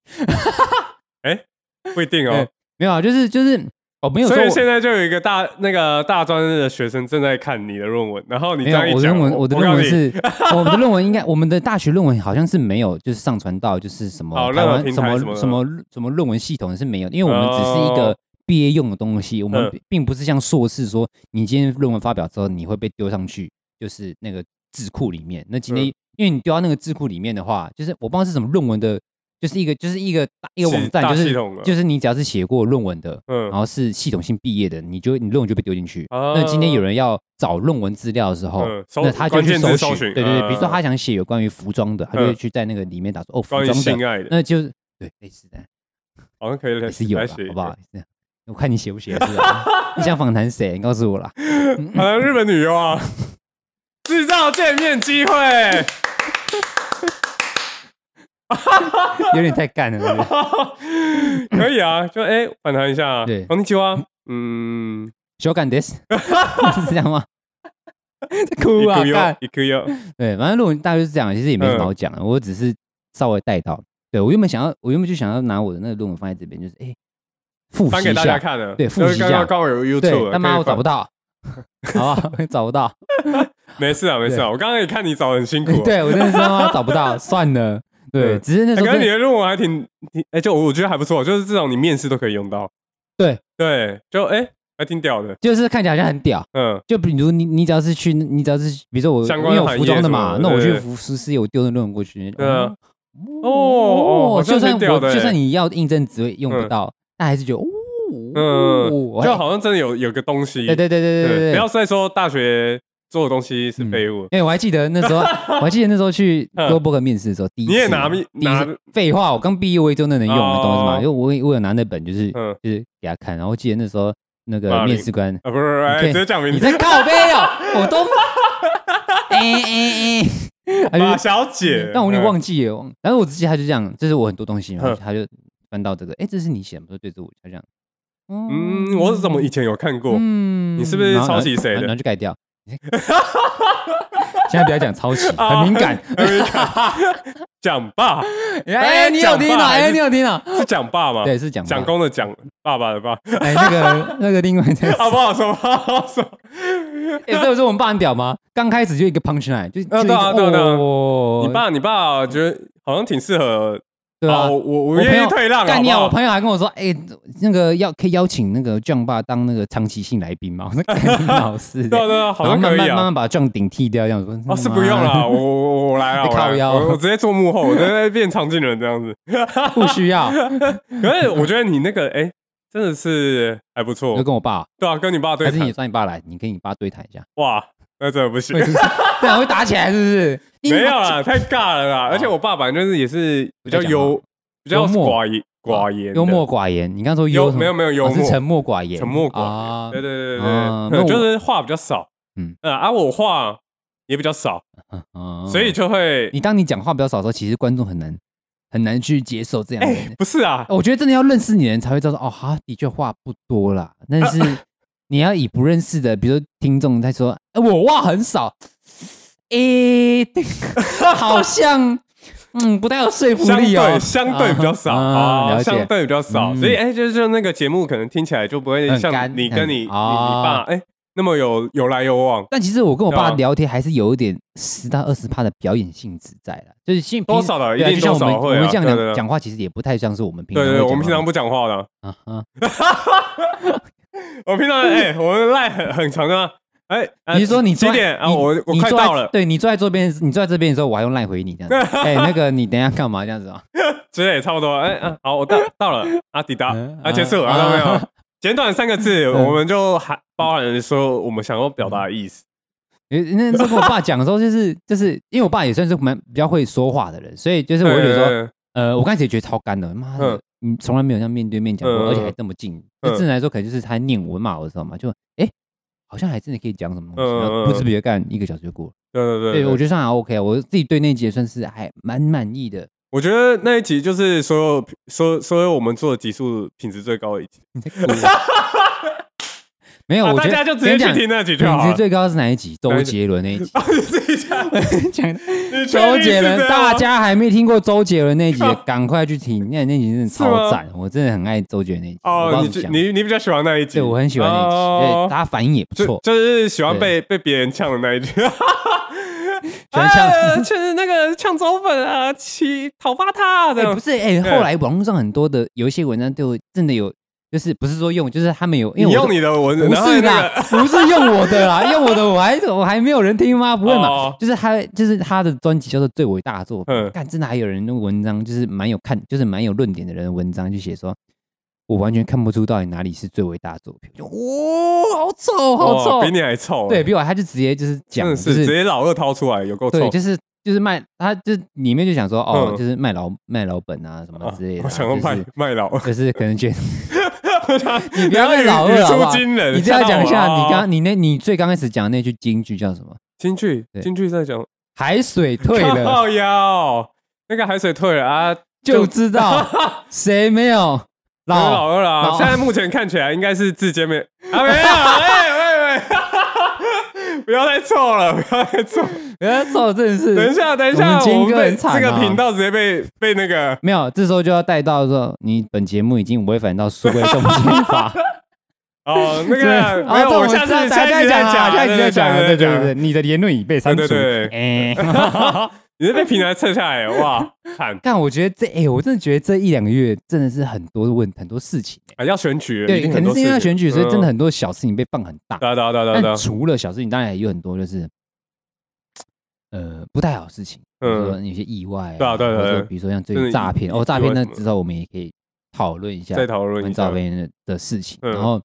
[SPEAKER 2] 不一定哦
[SPEAKER 3] 对。没有啊，就是就是，我没有说
[SPEAKER 2] 所以
[SPEAKER 3] 我。
[SPEAKER 2] 现在就有一个大那个大专的学生正在看你的论文，然后你
[SPEAKER 3] 没
[SPEAKER 2] 这
[SPEAKER 3] 有，
[SPEAKER 2] 样一
[SPEAKER 3] 我的
[SPEAKER 2] 讲，
[SPEAKER 3] 论文，我的论文
[SPEAKER 2] 告诉你
[SPEAKER 3] 是， 我的论文应该，我们的大学论文好像是没有，就是上传到就是什么
[SPEAKER 2] 哦
[SPEAKER 3] 台
[SPEAKER 2] 任何
[SPEAKER 3] 湾
[SPEAKER 2] 平
[SPEAKER 3] 什
[SPEAKER 2] 台
[SPEAKER 3] 么
[SPEAKER 2] 什么的
[SPEAKER 3] 什么什么论文系统是没有的，因为我们只是一个
[SPEAKER 2] 哦
[SPEAKER 3] 毕业用的东西，我们
[SPEAKER 2] 嗯
[SPEAKER 3] 并不是像硕士说，你今天论文发表之后，你会被丢上去就是那个智库里面。那今天
[SPEAKER 2] 嗯
[SPEAKER 3] 因为你丢到那个智库里面的话，就是我不知道是什么论文的，就是一个就是一个大一个
[SPEAKER 2] 是
[SPEAKER 3] 网站，
[SPEAKER 2] 大
[SPEAKER 3] 就
[SPEAKER 2] 系
[SPEAKER 3] 是
[SPEAKER 2] 统了
[SPEAKER 3] 就是你哦只要是写过论文的，然
[SPEAKER 2] 嗯
[SPEAKER 3] 后是系统性毕业的，你就你论文就被丢进去。
[SPEAKER 2] 啊
[SPEAKER 3] 那今天有人要找论文资料的时候，
[SPEAKER 2] 嗯搜
[SPEAKER 3] 那他就
[SPEAKER 2] 关
[SPEAKER 3] 去
[SPEAKER 2] 键字搜
[SPEAKER 3] 寻，
[SPEAKER 2] 寻
[SPEAKER 3] 对对对，比如说
[SPEAKER 2] 嗯
[SPEAKER 3] 他想写有关于服装的，他
[SPEAKER 2] 嗯
[SPEAKER 3] 就会去在那个里面打说哦服
[SPEAKER 2] 关于
[SPEAKER 3] 装的，
[SPEAKER 2] 性爱的，
[SPEAKER 3] 那就是对类似的
[SPEAKER 2] 好像可以
[SPEAKER 3] 也
[SPEAKER 2] 来
[SPEAKER 3] 是有
[SPEAKER 2] 来
[SPEAKER 3] 的，
[SPEAKER 2] 写一个
[SPEAKER 3] 好不好？？是我看你写不写得出来， 你想访谈谁？你告诉我啦。
[SPEAKER 2] 好像日本女优啊，制造见面机会，
[SPEAKER 3] 有点太干了是不是。
[SPEAKER 2] 可以啊，就哎反弹一下，
[SPEAKER 3] 对
[SPEAKER 2] 黄金球啊，嗯，
[SPEAKER 3] 小感 this 是这样 吗？在哭啊，干
[SPEAKER 2] 一 Q 优，
[SPEAKER 3] 对，反正论文大概就是这样，其实也没什
[SPEAKER 2] 嗯
[SPEAKER 3] 么好讲的，我只是稍微带到。对我原本想要，我原本就想要拿我的那个论文放在这边，就是哎，复
[SPEAKER 2] 翻
[SPEAKER 3] 习
[SPEAKER 2] 给
[SPEAKER 3] 一
[SPEAKER 2] 大家
[SPEAKER 3] 下，
[SPEAKER 2] 看了，
[SPEAKER 3] 对复习一下
[SPEAKER 2] 刚刚刚好有 YouTube，
[SPEAKER 3] 对，
[SPEAKER 2] 了
[SPEAKER 3] 他
[SPEAKER 2] 可
[SPEAKER 3] 妈
[SPEAKER 2] 以
[SPEAKER 3] 我找不
[SPEAKER 2] 翻
[SPEAKER 3] 到， 好吧，找不到。
[SPEAKER 2] 没事啊，没事啊，我刚刚也看你找得很辛苦啊，
[SPEAKER 3] 对我真的是他妈找不到，算了。对，
[SPEAKER 2] 嗯
[SPEAKER 3] 只是那时
[SPEAKER 2] 哎
[SPEAKER 3] 候
[SPEAKER 2] 感觉
[SPEAKER 3] 真
[SPEAKER 2] 你
[SPEAKER 3] 的
[SPEAKER 2] 的论文还挺，挺哎，就我我觉得还不错，就是至少你面试都可以用到，
[SPEAKER 3] 对
[SPEAKER 2] 对，就哎还挺屌的，
[SPEAKER 3] 就是看起来好像很屌。
[SPEAKER 2] 嗯
[SPEAKER 3] 就比如你，你只要是去，你只要是比如说我，
[SPEAKER 2] 相
[SPEAKER 3] 因
[SPEAKER 2] 关
[SPEAKER 3] 为
[SPEAKER 2] 的
[SPEAKER 3] 我
[SPEAKER 2] 行
[SPEAKER 3] 服
[SPEAKER 2] 业
[SPEAKER 3] 装
[SPEAKER 2] 什
[SPEAKER 3] 的
[SPEAKER 2] 么
[SPEAKER 3] 嘛，
[SPEAKER 2] 的
[SPEAKER 3] 那我去
[SPEAKER 2] 对
[SPEAKER 3] 服师师，我丢的论文过去。
[SPEAKER 2] 对啊
[SPEAKER 3] 哦，
[SPEAKER 2] 哦好像
[SPEAKER 3] 就算
[SPEAKER 2] 挺屌
[SPEAKER 3] 我
[SPEAKER 2] 的
[SPEAKER 3] 就
[SPEAKER 2] 欸
[SPEAKER 3] 算你要应征职位用不
[SPEAKER 2] 嗯
[SPEAKER 3] 到，但还是觉得哦，
[SPEAKER 2] 嗯，
[SPEAKER 3] 我还
[SPEAKER 2] 就好像真的有有个东西，
[SPEAKER 3] 对对对对对对，
[SPEAKER 2] 不要再说大学做的东西是废物。
[SPEAKER 3] 哎、我还记得那 时候，我还记得那时候去
[SPEAKER 2] 嗯
[SPEAKER 3] g l o b 面试的时候，第一次
[SPEAKER 2] 你也拿
[SPEAKER 3] 第
[SPEAKER 2] 密
[SPEAKER 3] 一
[SPEAKER 2] 拿
[SPEAKER 3] 次废话，我刚毕业，我也就那能用，你懂我意思吗？
[SPEAKER 2] 哦
[SPEAKER 3] 因为我也我有拿那本，就是、
[SPEAKER 2] 嗯
[SPEAKER 3] 就是给他看，然后记得那时候那
[SPEAKER 2] 骂
[SPEAKER 3] 个
[SPEAKER 2] 你
[SPEAKER 3] 面 试官，
[SPEAKER 2] 啊，不是，不是哎，
[SPEAKER 3] 可
[SPEAKER 2] 直
[SPEAKER 3] 以
[SPEAKER 2] 接讲名
[SPEAKER 3] 你
[SPEAKER 2] 字
[SPEAKER 3] 在靠背哦，我 都，哎哎哎，他
[SPEAKER 2] 马
[SPEAKER 3] 就
[SPEAKER 2] 小姐
[SPEAKER 3] 是，但我有点
[SPEAKER 2] 嗯
[SPEAKER 3] 忘记了，我然后我只记得他就这样，这是我很多东西嘛，然后
[SPEAKER 2] 嗯
[SPEAKER 3] 他就翻到这个，哎、这是你写的吗，不是对着我，他这样，哦
[SPEAKER 2] 嗯，我是怎么以前有看过？
[SPEAKER 3] 嗯
[SPEAKER 2] 你是不是
[SPEAKER 3] 然后
[SPEAKER 2] 抄袭谁的
[SPEAKER 3] 然后然后就 改掉。现在不要讲抄袭，
[SPEAKER 2] 啊
[SPEAKER 3] 很敏 感。
[SPEAKER 2] 很敏感 讲爸
[SPEAKER 3] 哎，你有听
[SPEAKER 2] 讲
[SPEAKER 3] 到？
[SPEAKER 2] 吧还
[SPEAKER 3] 哎，
[SPEAKER 2] 是
[SPEAKER 3] 你有听到？
[SPEAKER 2] 是讲爸吗？
[SPEAKER 3] 对，，是讲吧
[SPEAKER 2] 讲。公的讲，爸爸 的爸，
[SPEAKER 3] 哎，那个那个另外那
[SPEAKER 2] 啊，
[SPEAKER 3] 个，
[SPEAKER 2] 不 好说，不好说。
[SPEAKER 3] 哎，所以我说我们爸很屌吗？刚开始就一个 punch line，就
[SPEAKER 2] 啊
[SPEAKER 3] 就
[SPEAKER 2] 对啊对啊对啊
[SPEAKER 3] 哦
[SPEAKER 2] 你爸，你爸觉得好像挺适合，
[SPEAKER 3] 对
[SPEAKER 2] 啊
[SPEAKER 3] 啊
[SPEAKER 2] 我。我
[SPEAKER 3] 我
[SPEAKER 2] 我
[SPEAKER 3] 朋友
[SPEAKER 2] 愿意退让，
[SPEAKER 3] 干你啊！
[SPEAKER 2] 好
[SPEAKER 3] 我
[SPEAKER 2] 不好
[SPEAKER 3] 朋友还跟我说，哎，那个要可以邀请那个壮爸当那个长期性来宾吗？我说 干你老师，
[SPEAKER 2] 对啊对啊，好
[SPEAKER 3] 然
[SPEAKER 2] 像
[SPEAKER 3] 后慢
[SPEAKER 2] 可
[SPEAKER 3] 慢
[SPEAKER 2] 以
[SPEAKER 3] 慢
[SPEAKER 2] 啊。
[SPEAKER 3] 慢把壮顶替掉，这样子。
[SPEAKER 2] 哦，是不用啦，我我我我来啊，
[SPEAKER 3] 在
[SPEAKER 2] 我来
[SPEAKER 3] 靠腰
[SPEAKER 2] 我我直接做幕后，我直接变常进人这样子。
[SPEAKER 3] 不需要。
[SPEAKER 2] 啊可是我觉得你那个，哎，真的是还不
[SPEAKER 3] 我
[SPEAKER 2] 错
[SPEAKER 3] 就，跟我爸，
[SPEAKER 2] 对啊，跟你爸对
[SPEAKER 3] 还是你
[SPEAKER 2] 谈，
[SPEAKER 3] 找你爸来，你跟你爸对谈一下，
[SPEAKER 2] 哇，那真的不行
[SPEAKER 3] 会。是不是这样会打起来是不是？你
[SPEAKER 2] 没有啦，太尬了 啦！
[SPEAKER 3] 哦
[SPEAKER 2] 而且我爸本来就是也是比较
[SPEAKER 3] 不太讲
[SPEAKER 2] 幽
[SPEAKER 3] 话，
[SPEAKER 2] 比较
[SPEAKER 3] 幽默啊
[SPEAKER 2] 寡言寡言的，
[SPEAKER 3] 幽默寡言，你刚说
[SPEAKER 2] 幽
[SPEAKER 3] 幽什么
[SPEAKER 2] 没有没有幽
[SPEAKER 3] 哦是
[SPEAKER 2] 默，
[SPEAKER 3] 沉默寡言，
[SPEAKER 2] 沉默寡
[SPEAKER 3] 啊
[SPEAKER 2] 言，对对对
[SPEAKER 3] 啊
[SPEAKER 2] 对对，
[SPEAKER 3] 那我
[SPEAKER 2] 就是话比较少，嗯
[SPEAKER 3] 嗯
[SPEAKER 2] 啊，我话也比较少，
[SPEAKER 3] 啊
[SPEAKER 2] 所以就会
[SPEAKER 3] 你当你讲话比较少的时候，其实观众很难很难去接受这样的人。哦
[SPEAKER 2] 不是啊，
[SPEAKER 3] 我觉得真的要认识你的人才会知道说，哦，哈，的确话不多啦，但是 你要以不认识的，比如说听众 在说，哎我话很少，诶，好像嗯，不太有说服
[SPEAKER 2] 相
[SPEAKER 3] 力哦
[SPEAKER 2] 对。相对比较少
[SPEAKER 3] 啊
[SPEAKER 2] 啊，
[SPEAKER 3] 了解
[SPEAKER 2] 相对比较少，
[SPEAKER 3] 嗯
[SPEAKER 2] 所以哎，就是说那个节目可能听起来就不会
[SPEAKER 3] 很
[SPEAKER 2] 像
[SPEAKER 3] 干
[SPEAKER 2] 你跟你你你
[SPEAKER 3] 很哦
[SPEAKER 2] 爸哎那么有有来有往，
[SPEAKER 3] 但其实我跟我
[SPEAKER 2] 对
[SPEAKER 3] 爸
[SPEAKER 2] 啊
[SPEAKER 3] 聊天还是有一点十到二十趴的表演性质在了，就是性
[SPEAKER 2] 多少的
[SPEAKER 3] 对啊
[SPEAKER 2] 一定
[SPEAKER 3] 就像
[SPEAKER 2] 多
[SPEAKER 3] 我
[SPEAKER 2] 少
[SPEAKER 3] 们
[SPEAKER 2] 会啊
[SPEAKER 3] 我们这样
[SPEAKER 2] 对对对
[SPEAKER 3] 讲讲话，其实也不太像是我们平
[SPEAKER 2] 对
[SPEAKER 3] 常
[SPEAKER 2] 对，对
[SPEAKER 3] 会讲
[SPEAKER 2] 我们平
[SPEAKER 3] 的
[SPEAKER 2] 常不讲话的，
[SPEAKER 3] 啊哈。
[SPEAKER 2] 我平常哎，我们赖很很长的，哎，啊
[SPEAKER 3] 你是说你坐
[SPEAKER 2] 几
[SPEAKER 3] 在
[SPEAKER 2] 点啊？
[SPEAKER 3] 你
[SPEAKER 2] 我我
[SPEAKER 3] 你
[SPEAKER 2] 快
[SPEAKER 3] 坐在
[SPEAKER 2] 到了
[SPEAKER 3] 对你坐在这边，你坐在这边的时候，我还用赖回你这样 子。哎，那个你等一下干嘛这样子啊？
[SPEAKER 2] 之类，差不多，哎啊，好，我到到了，啊，抵达
[SPEAKER 3] 嗯，
[SPEAKER 2] 啊，结束了，
[SPEAKER 3] 啊
[SPEAKER 2] 啊到没有
[SPEAKER 3] 啊？
[SPEAKER 2] 简短三个字，
[SPEAKER 3] 嗯
[SPEAKER 2] 我们就含包含了说我们想要表达的意思，
[SPEAKER 3] 诶那时候跟我爸讲的时候，就是就是因为我爸也算是蛮比较会说话的人，所以就是我会觉得
[SPEAKER 2] 对
[SPEAKER 3] 说，
[SPEAKER 2] 对对
[SPEAKER 3] 呃，我刚开始也觉得超干的，妈的
[SPEAKER 2] 嗯，
[SPEAKER 3] 你从来没有这样面对面讲过，
[SPEAKER 2] 嗯
[SPEAKER 3] 而且还这么近。
[SPEAKER 2] 嗯
[SPEAKER 3] 就自然来说，可能就是他念我骂我的时候嘛，就哎，好像还真的可以讲什么东西，
[SPEAKER 2] 嗯嗯
[SPEAKER 3] 然后不知不觉干一个小时就过了。
[SPEAKER 2] 对对
[SPEAKER 3] 对，我觉得算还 OK，啊我自己对那集也算是还蛮满意的。
[SPEAKER 2] 我觉得那一集就是所有所所有我们做的集数品质最高的一集，
[SPEAKER 3] 你在哭我没 有，
[SPEAKER 2] 啊
[SPEAKER 3] 我
[SPEAKER 2] 大
[SPEAKER 3] 觉得
[SPEAKER 2] 家就直
[SPEAKER 3] 跟
[SPEAKER 2] 接
[SPEAKER 3] 你
[SPEAKER 2] 去
[SPEAKER 3] 讲
[SPEAKER 2] 听那集就
[SPEAKER 3] 品
[SPEAKER 2] 好
[SPEAKER 3] 质
[SPEAKER 2] 了。
[SPEAKER 3] 最高是哪一集？
[SPEAKER 2] 哪一
[SPEAKER 3] 周
[SPEAKER 2] 集。
[SPEAKER 3] 杰伦那一集
[SPEAKER 2] 啊你自己 讲，
[SPEAKER 3] 哎讲
[SPEAKER 2] 你确定
[SPEAKER 3] 周
[SPEAKER 2] 是
[SPEAKER 3] 杰伦，
[SPEAKER 2] 这样
[SPEAKER 3] 大
[SPEAKER 2] 吗
[SPEAKER 3] 家还没听过周杰伦那一集的，赶快去听。那那集真的超赞，我真的很爱周杰伦那一集。我不
[SPEAKER 2] 哦
[SPEAKER 3] 知道，
[SPEAKER 2] 你
[SPEAKER 3] 怎么
[SPEAKER 2] 就
[SPEAKER 3] 讲
[SPEAKER 2] 你你比较喜欢那一集，
[SPEAKER 3] 对我很喜欢那一集，
[SPEAKER 2] 哦
[SPEAKER 3] 对，大家反应也不
[SPEAKER 2] 就
[SPEAKER 3] 错。
[SPEAKER 2] 就是喜欢被被别人呛的那一句，
[SPEAKER 3] 喜欢呛
[SPEAKER 2] 哎 就是那个呛走粉啊，起讨伐他啊这
[SPEAKER 3] 哎，
[SPEAKER 2] 样
[SPEAKER 3] 不。是哎，
[SPEAKER 2] 对
[SPEAKER 3] 后来网络上很多的有一些文章对我真的有，就是不是说用，就是他们有，因
[SPEAKER 2] 你
[SPEAKER 3] 为我
[SPEAKER 2] 用你的文，
[SPEAKER 3] 不
[SPEAKER 2] 然后
[SPEAKER 3] 是
[SPEAKER 2] 那
[SPEAKER 3] 啦
[SPEAKER 2] 个，
[SPEAKER 3] 不是用我 的啦，用我的我还我还没有人听吗？不会嘛？
[SPEAKER 2] 哦
[SPEAKER 3] 就是他，就是他的专辑叫做《最伟大的作品》
[SPEAKER 2] 嗯，
[SPEAKER 3] 看真的还有人用文章，就是蛮有看，就是蛮有论点的人的文章，就写说，我完全看不出到底哪里是最伟大的作品，就哦，好丑， 好
[SPEAKER 2] 哇
[SPEAKER 3] 丑
[SPEAKER 2] 比，你还臭，欸
[SPEAKER 3] 对，比我他就直接就是
[SPEAKER 2] 真
[SPEAKER 3] 讲，
[SPEAKER 2] 的
[SPEAKER 3] 就
[SPEAKER 2] 直
[SPEAKER 3] 是
[SPEAKER 2] 接老二掏出来，有够臭
[SPEAKER 3] 对，。就是就是卖，他就里面就想说，哦
[SPEAKER 2] 嗯，
[SPEAKER 3] 就是卖老卖老本啊什么
[SPEAKER 2] 啊
[SPEAKER 3] 之类的啊，
[SPEAKER 2] 我想要
[SPEAKER 3] 就
[SPEAKER 2] 卖
[SPEAKER 3] 是
[SPEAKER 2] 卖老二，
[SPEAKER 3] 就是可能觉得。
[SPEAKER 2] 你
[SPEAKER 3] 不要再老
[SPEAKER 2] 语
[SPEAKER 3] 二好不
[SPEAKER 2] 出
[SPEAKER 3] 好
[SPEAKER 2] 惊人，
[SPEAKER 3] 你这样讲一下，
[SPEAKER 2] 吓到我了哦
[SPEAKER 3] 你刚你那你最刚开始讲的那句京剧叫什么？
[SPEAKER 2] 京剧，
[SPEAKER 3] 对
[SPEAKER 2] 京剧在讲
[SPEAKER 3] 海水退了
[SPEAKER 2] 靠腰，那个海水退了啊，
[SPEAKER 3] 就知道谁没有
[SPEAKER 2] 没有
[SPEAKER 3] 老。
[SPEAKER 2] 老二了啊。
[SPEAKER 3] 老
[SPEAKER 2] 现在目前看起来应该是字节没 啊，没有，哎喂喂， 不要再错了，不要再错。
[SPEAKER 3] 哎，操，真的是。
[SPEAKER 2] 等一下，等一
[SPEAKER 3] 我
[SPEAKER 2] 下，
[SPEAKER 3] 们
[SPEAKER 2] 我
[SPEAKER 3] 金
[SPEAKER 2] 们
[SPEAKER 3] 哥
[SPEAKER 2] 被
[SPEAKER 3] 很惨啊
[SPEAKER 2] 这个频道直接被被那个
[SPEAKER 3] 没有，这时候就要带到说，你本节目已经违反到数位 动机法。
[SPEAKER 2] 哦那个
[SPEAKER 3] 对
[SPEAKER 2] 没
[SPEAKER 3] 啊
[SPEAKER 2] 有，
[SPEAKER 3] 这
[SPEAKER 2] 我
[SPEAKER 3] 们
[SPEAKER 2] 下次
[SPEAKER 3] 下
[SPEAKER 2] 下一
[SPEAKER 3] 再
[SPEAKER 2] 集再
[SPEAKER 3] 啊
[SPEAKER 2] 讲，
[SPEAKER 3] 下一集再讲，对对
[SPEAKER 2] 对
[SPEAKER 3] 对，对你的言论已被删除。
[SPEAKER 2] 对对对
[SPEAKER 3] 哎，
[SPEAKER 2] 你是被平台撤下来了，哇，惨
[SPEAKER 3] 但我觉得这，哎，我真的觉得这一两个月真的是很多的问，很多事情。
[SPEAKER 2] 啊！要选举了，一
[SPEAKER 3] 对，
[SPEAKER 2] 定
[SPEAKER 3] 可
[SPEAKER 2] 很
[SPEAKER 3] 能
[SPEAKER 2] 多
[SPEAKER 3] 是因为要
[SPEAKER 2] 事情
[SPEAKER 3] 选举，所以真的
[SPEAKER 2] 嗯
[SPEAKER 3] 很多小事情被放很大。
[SPEAKER 2] 对啊对啊对啊对啊对啊
[SPEAKER 3] 但除了小事情，当然也有很多就是，呃，不太好的事情，比如说
[SPEAKER 2] 嗯
[SPEAKER 3] 有些意外、啊，
[SPEAKER 2] 对啊对啊
[SPEAKER 3] 或者
[SPEAKER 2] 对啊
[SPEAKER 3] 说比如说像最
[SPEAKER 2] 真
[SPEAKER 3] 近
[SPEAKER 2] 的
[SPEAKER 3] 诈骗，哦，诈
[SPEAKER 2] 意外
[SPEAKER 3] 骗那
[SPEAKER 2] 什么
[SPEAKER 3] 之后我们也可以讨论一下
[SPEAKER 2] 再讨论
[SPEAKER 3] 关
[SPEAKER 2] 一
[SPEAKER 3] 于
[SPEAKER 2] 下
[SPEAKER 3] 诈。骗的的事情。
[SPEAKER 2] 嗯
[SPEAKER 3] 然后，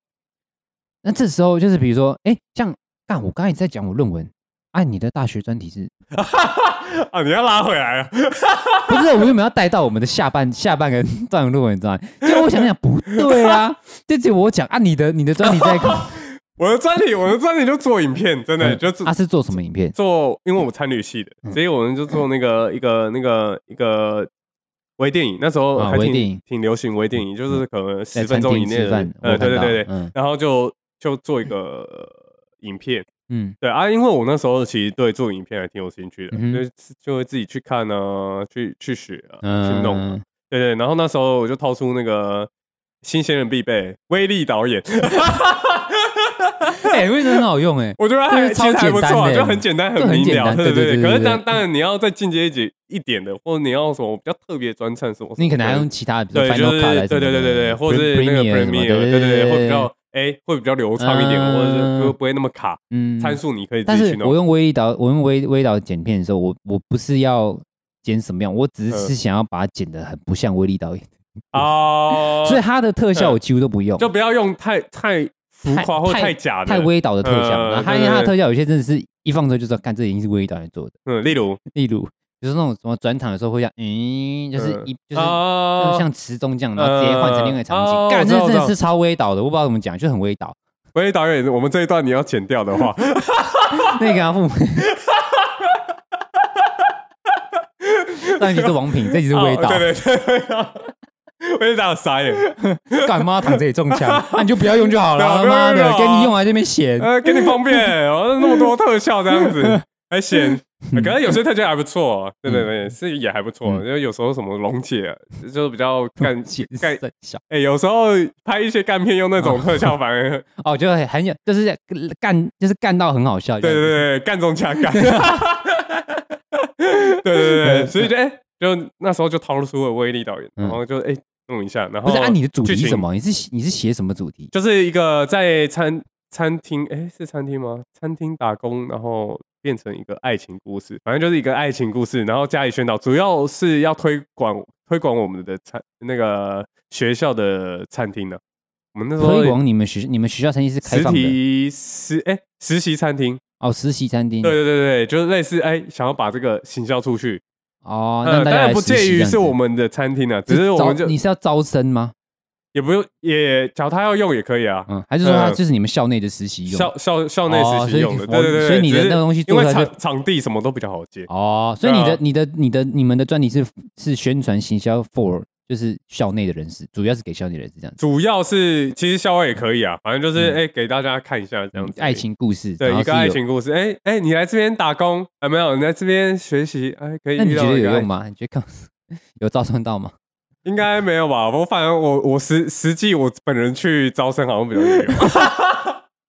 [SPEAKER 3] 那这时候就是比如说，哎，像干，我刚才在讲我论文，按、你的大学专题是，
[SPEAKER 2] 啊，你要拉回来了，
[SPEAKER 3] 不是我们有没有要带到我们的下半 下半个段论文，你知道吗？就我想想，不对 啊，这只有我讲按、你的你的专题在干嘛，
[SPEAKER 2] 我的专题，我的专题就做影片，真的就做
[SPEAKER 3] 他、是做什么影片？
[SPEAKER 2] 做，因为我参旅系的，
[SPEAKER 3] 嗯
[SPEAKER 2] 所以我们就做那个一个那个一个微电影，那时候
[SPEAKER 3] 啊
[SPEAKER 2] 还
[SPEAKER 3] 微电
[SPEAKER 2] 挺
[SPEAKER 3] 影嗯
[SPEAKER 2] 挺流行微电影，就是可能
[SPEAKER 3] 在
[SPEAKER 2] 十
[SPEAKER 3] 餐
[SPEAKER 2] 分钟以
[SPEAKER 3] 厅
[SPEAKER 2] 内
[SPEAKER 3] 吃
[SPEAKER 2] 的
[SPEAKER 3] 饭，，
[SPEAKER 2] 呃，对
[SPEAKER 3] 我看
[SPEAKER 2] 对
[SPEAKER 3] 到
[SPEAKER 2] 对对，
[SPEAKER 3] 嗯
[SPEAKER 2] 然后就就做一个呃影片，
[SPEAKER 3] 嗯。
[SPEAKER 2] 对啊，因为我那时候其实对做影片还挺有兴趣的，
[SPEAKER 3] 嗯哼
[SPEAKER 2] 就是就会自己去看啊，去去学啊，去
[SPEAKER 3] 嗯，
[SPEAKER 2] 弄啊，对对，然后那时候我就掏出那个新鲜人必备威力导演，
[SPEAKER 3] 哎、为什么很好用哎、
[SPEAKER 2] 我觉得
[SPEAKER 3] 这
[SPEAKER 2] 还
[SPEAKER 3] 是
[SPEAKER 2] 其
[SPEAKER 3] 超
[SPEAKER 2] 实还不错啊，
[SPEAKER 3] 简单的
[SPEAKER 2] 就很简单
[SPEAKER 3] 这
[SPEAKER 2] 很
[SPEAKER 3] 很
[SPEAKER 2] 明
[SPEAKER 3] 简
[SPEAKER 2] 了，
[SPEAKER 3] 单
[SPEAKER 2] 对
[SPEAKER 3] 对
[SPEAKER 2] 对。
[SPEAKER 3] 对
[SPEAKER 2] 可是
[SPEAKER 3] 对
[SPEAKER 2] 当
[SPEAKER 3] 对
[SPEAKER 2] 当然你要再进阶一级一点的，或者你要什么比较特别专项什么，
[SPEAKER 3] 你可能还用其他的，比如
[SPEAKER 2] 对，就
[SPEAKER 3] 说 Final
[SPEAKER 2] 是
[SPEAKER 3] Cut
[SPEAKER 2] 对
[SPEAKER 3] 还是
[SPEAKER 2] 对
[SPEAKER 3] 什么
[SPEAKER 2] 对
[SPEAKER 3] 的
[SPEAKER 2] 对对，或者是那个
[SPEAKER 3] Premiere 什么
[SPEAKER 2] Premiere，
[SPEAKER 3] 的
[SPEAKER 2] 对对对，会比较
[SPEAKER 3] 对
[SPEAKER 2] 哎会比较流畅一点，或者是不
[SPEAKER 3] 嗯
[SPEAKER 2] 不会那么卡，
[SPEAKER 3] 嗯
[SPEAKER 2] 参。数你可以自
[SPEAKER 3] 但
[SPEAKER 2] 己去
[SPEAKER 3] 是我
[SPEAKER 2] 弄。
[SPEAKER 3] 用微力导，我用微微导剪片的时候，我我不是要剪什么样，我只
[SPEAKER 2] 嗯
[SPEAKER 3] 是想要把它剪得很不像微力导演，
[SPEAKER 2] 哦，
[SPEAKER 3] 所以它的特效我几乎都不用，
[SPEAKER 2] 就不要用太太浮
[SPEAKER 3] 太
[SPEAKER 2] 夸或
[SPEAKER 3] 太
[SPEAKER 2] 太假的，
[SPEAKER 3] 太微导的特效。
[SPEAKER 2] 嗯
[SPEAKER 3] 然后它
[SPEAKER 2] 对对
[SPEAKER 3] 因为它的
[SPEAKER 2] 对
[SPEAKER 3] 特效有些真的是一放出来就知道，看这已经是微力导演做的，
[SPEAKER 2] 嗯，例如
[SPEAKER 3] 例如。就是那种什么转场的时候会像，嗯，就是
[SPEAKER 2] 嗯
[SPEAKER 3] 一就是
[SPEAKER 2] 啊
[SPEAKER 3] 像像池中这样，然后直接换成另外一个场
[SPEAKER 2] 呃
[SPEAKER 3] 景，
[SPEAKER 2] 哦
[SPEAKER 3] 干，
[SPEAKER 2] 我知道
[SPEAKER 3] 这真
[SPEAKER 2] 我
[SPEAKER 3] 的
[SPEAKER 2] 知
[SPEAKER 3] 是超微导的，我不知道怎么讲，就很微导。
[SPEAKER 2] 喂，导演，我们这一段你要剪掉的话，
[SPEAKER 3] 那个啊， 父母。上一集是王品，这一集是微导，
[SPEAKER 2] 哦对对对， 味道傻眼。
[SPEAKER 3] 干妈躺着也中枪，那你就不要用就好了，
[SPEAKER 2] 对啊
[SPEAKER 3] 他
[SPEAKER 2] 不要
[SPEAKER 3] 妈
[SPEAKER 2] 用就
[SPEAKER 3] 的，
[SPEAKER 2] 好
[SPEAKER 3] 给你用来这边闲。
[SPEAKER 2] 呃，给你方便，我、哦、那么多特效这样子，还显，可能有些特效还不错，哦对对对，是也还不错。
[SPEAKER 3] 嗯
[SPEAKER 2] 因为有时候什么龙姐，就是比较 干
[SPEAKER 3] 解
[SPEAKER 2] 干，
[SPEAKER 3] 散小
[SPEAKER 2] 哎，有时候拍一些干片用那种特效，反 而
[SPEAKER 3] 哦，就很很有，就是干，就是干到很好笑。
[SPEAKER 2] 对对
[SPEAKER 3] 这样
[SPEAKER 2] 对，
[SPEAKER 3] 子，
[SPEAKER 2] 干中加 干。对对对，所以就哎、就那时候就掏出了威力导演，
[SPEAKER 3] 嗯
[SPEAKER 2] 然后就哎、弄一下，然后
[SPEAKER 3] 不是按、啊、你的主题
[SPEAKER 2] 哦剧
[SPEAKER 3] 是
[SPEAKER 2] 情
[SPEAKER 3] 什么？你是你是写什么主题？
[SPEAKER 2] 就是一个在餐餐厅，哎、是餐厅吗？餐厅打工，然后变成一个爱情故事，反正就是一个爱情故事，然后加以宣导，主要是要推广推广我们的餐那个学校的餐厅呢、我们那时候
[SPEAKER 3] 推广你们学你们学校餐厅是开
[SPEAKER 2] 实
[SPEAKER 3] 放的
[SPEAKER 2] 体实哎、实习餐厅，
[SPEAKER 3] 哦，实习餐厅
[SPEAKER 2] 对对对对，就是类似哎、想要把这个行销出去，
[SPEAKER 3] 哦，
[SPEAKER 2] 嗯，
[SPEAKER 3] 让
[SPEAKER 2] 当
[SPEAKER 3] 大家
[SPEAKER 2] 然
[SPEAKER 3] 来
[SPEAKER 2] 不
[SPEAKER 3] 实习
[SPEAKER 2] 介
[SPEAKER 3] 这
[SPEAKER 2] 于
[SPEAKER 3] 样
[SPEAKER 2] 是我
[SPEAKER 3] 子
[SPEAKER 2] 们的餐厅啊，只是我们
[SPEAKER 3] 招
[SPEAKER 2] 就
[SPEAKER 3] 你是要招生吗？
[SPEAKER 2] 也不用也，假如他要用也可以啊。
[SPEAKER 3] 嗯，还是说它
[SPEAKER 2] 呃
[SPEAKER 3] 就是你们校内的实习用？
[SPEAKER 2] 校校校内
[SPEAKER 3] 哦
[SPEAKER 2] 实
[SPEAKER 3] 所
[SPEAKER 2] 习
[SPEAKER 3] 以
[SPEAKER 2] 用
[SPEAKER 3] 你
[SPEAKER 2] 的，
[SPEAKER 3] 我
[SPEAKER 2] 对对对，
[SPEAKER 3] 所以你的
[SPEAKER 2] 只是
[SPEAKER 3] 那个东西
[SPEAKER 2] 因
[SPEAKER 3] 做
[SPEAKER 2] 为
[SPEAKER 3] 出来就
[SPEAKER 2] 场场地什么都比较好接，
[SPEAKER 3] 哦，所以
[SPEAKER 2] 对
[SPEAKER 3] 你
[SPEAKER 2] 啊
[SPEAKER 3] 的、你的、你的、你们的专题是是宣传行销 for 就是校内的人士，主要是给校内人士这样子。
[SPEAKER 2] 主要是其实校外也可以啊，反正就是
[SPEAKER 3] 嗯
[SPEAKER 2] 哎给大家看一下这样子
[SPEAKER 3] 爱。情故事，
[SPEAKER 2] 对
[SPEAKER 3] 然后
[SPEAKER 2] 一
[SPEAKER 3] 是
[SPEAKER 2] 个
[SPEAKER 3] 有
[SPEAKER 2] 爱，情故事，哎哎，你来这边打工，啊没有，你来这边学习，哎可以
[SPEAKER 3] 那你
[SPEAKER 2] 遇
[SPEAKER 3] 觉
[SPEAKER 2] 到
[SPEAKER 3] 得
[SPEAKER 2] 一个
[SPEAKER 3] 有
[SPEAKER 2] 爱
[SPEAKER 3] 用？吗？你觉得看有招生到吗？
[SPEAKER 2] 应该没有吧？我反正我我实实际我本人去招生好像比较有用。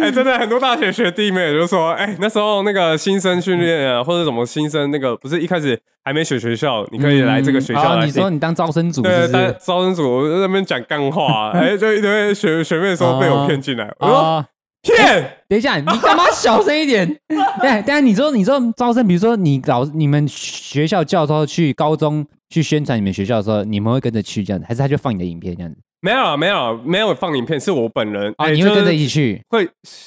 [SPEAKER 2] 哎、真的很多大学学弟妹就说，哎、那时候那个新生训练啊，或者什么新生那个，不是一开始还没选学校，你可以来这个学校
[SPEAKER 3] 嗯哦
[SPEAKER 2] 来
[SPEAKER 3] 你
[SPEAKER 2] 进、
[SPEAKER 3] 说你当招生组是
[SPEAKER 2] 对，
[SPEAKER 3] 不
[SPEAKER 2] 但
[SPEAKER 3] 是？
[SPEAKER 2] 招生组在那边讲干话，哎、就一堆学学妹说被我骗进来，我说
[SPEAKER 3] 哦，
[SPEAKER 2] 骗，
[SPEAKER 3] 等一下，你干嘛小声 一点？对，但你说你说招生，比如说你老你们学校教授去高中去宣传你们学校的时候，你们会跟着去这样子，还是他就放你的影片这样子？
[SPEAKER 2] 没有啊没有啊没有放影片，是我本人，
[SPEAKER 3] 哦，
[SPEAKER 2] 哎
[SPEAKER 3] 你会跟着
[SPEAKER 2] 就
[SPEAKER 3] 一
[SPEAKER 2] 是
[SPEAKER 3] 起去？
[SPEAKER 2] 会，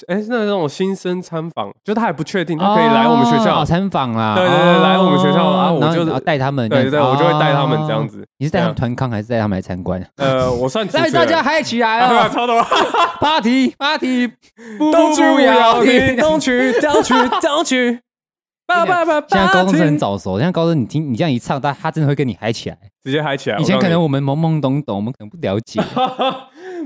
[SPEAKER 2] 哎、那种新生参访，就他还不确定，他可以来我们学校
[SPEAKER 3] 哦、参访啦。
[SPEAKER 2] 对对对
[SPEAKER 3] 哦
[SPEAKER 2] 来我们学校啊我
[SPEAKER 3] 然后
[SPEAKER 2] 就
[SPEAKER 3] 你要带他们这样
[SPEAKER 2] 对
[SPEAKER 3] 子，
[SPEAKER 2] 对，我就会带他们这样
[SPEAKER 3] 哦。
[SPEAKER 2] 子。
[SPEAKER 3] 你是带他们
[SPEAKER 2] 对
[SPEAKER 3] 团康还是带他们来参观？
[SPEAKER 2] 呃，我 算主持
[SPEAKER 3] 来，
[SPEAKER 2] 人
[SPEAKER 3] 大家嗨起来
[SPEAKER 2] 啊，
[SPEAKER 3] 哦
[SPEAKER 2] 超 多，
[SPEAKER 3] ！Party Party，
[SPEAKER 2] 东区
[SPEAKER 3] 不
[SPEAKER 2] 舞
[SPEAKER 3] 要
[SPEAKER 2] 摇
[SPEAKER 3] 停
[SPEAKER 2] 停， 东区， 东区，东区，爸爸爸
[SPEAKER 3] 现在
[SPEAKER 2] 爸
[SPEAKER 3] 高中生很
[SPEAKER 2] 停，
[SPEAKER 3] 早熟，现在高中生你听你这样一唱，他他真的会跟你嗨起来。
[SPEAKER 2] 直接嗨起来。
[SPEAKER 3] 以前
[SPEAKER 2] 我告
[SPEAKER 3] 可
[SPEAKER 2] 诉
[SPEAKER 3] 能
[SPEAKER 2] 你
[SPEAKER 3] 我们懵懵懂懂，我们可能不了 解。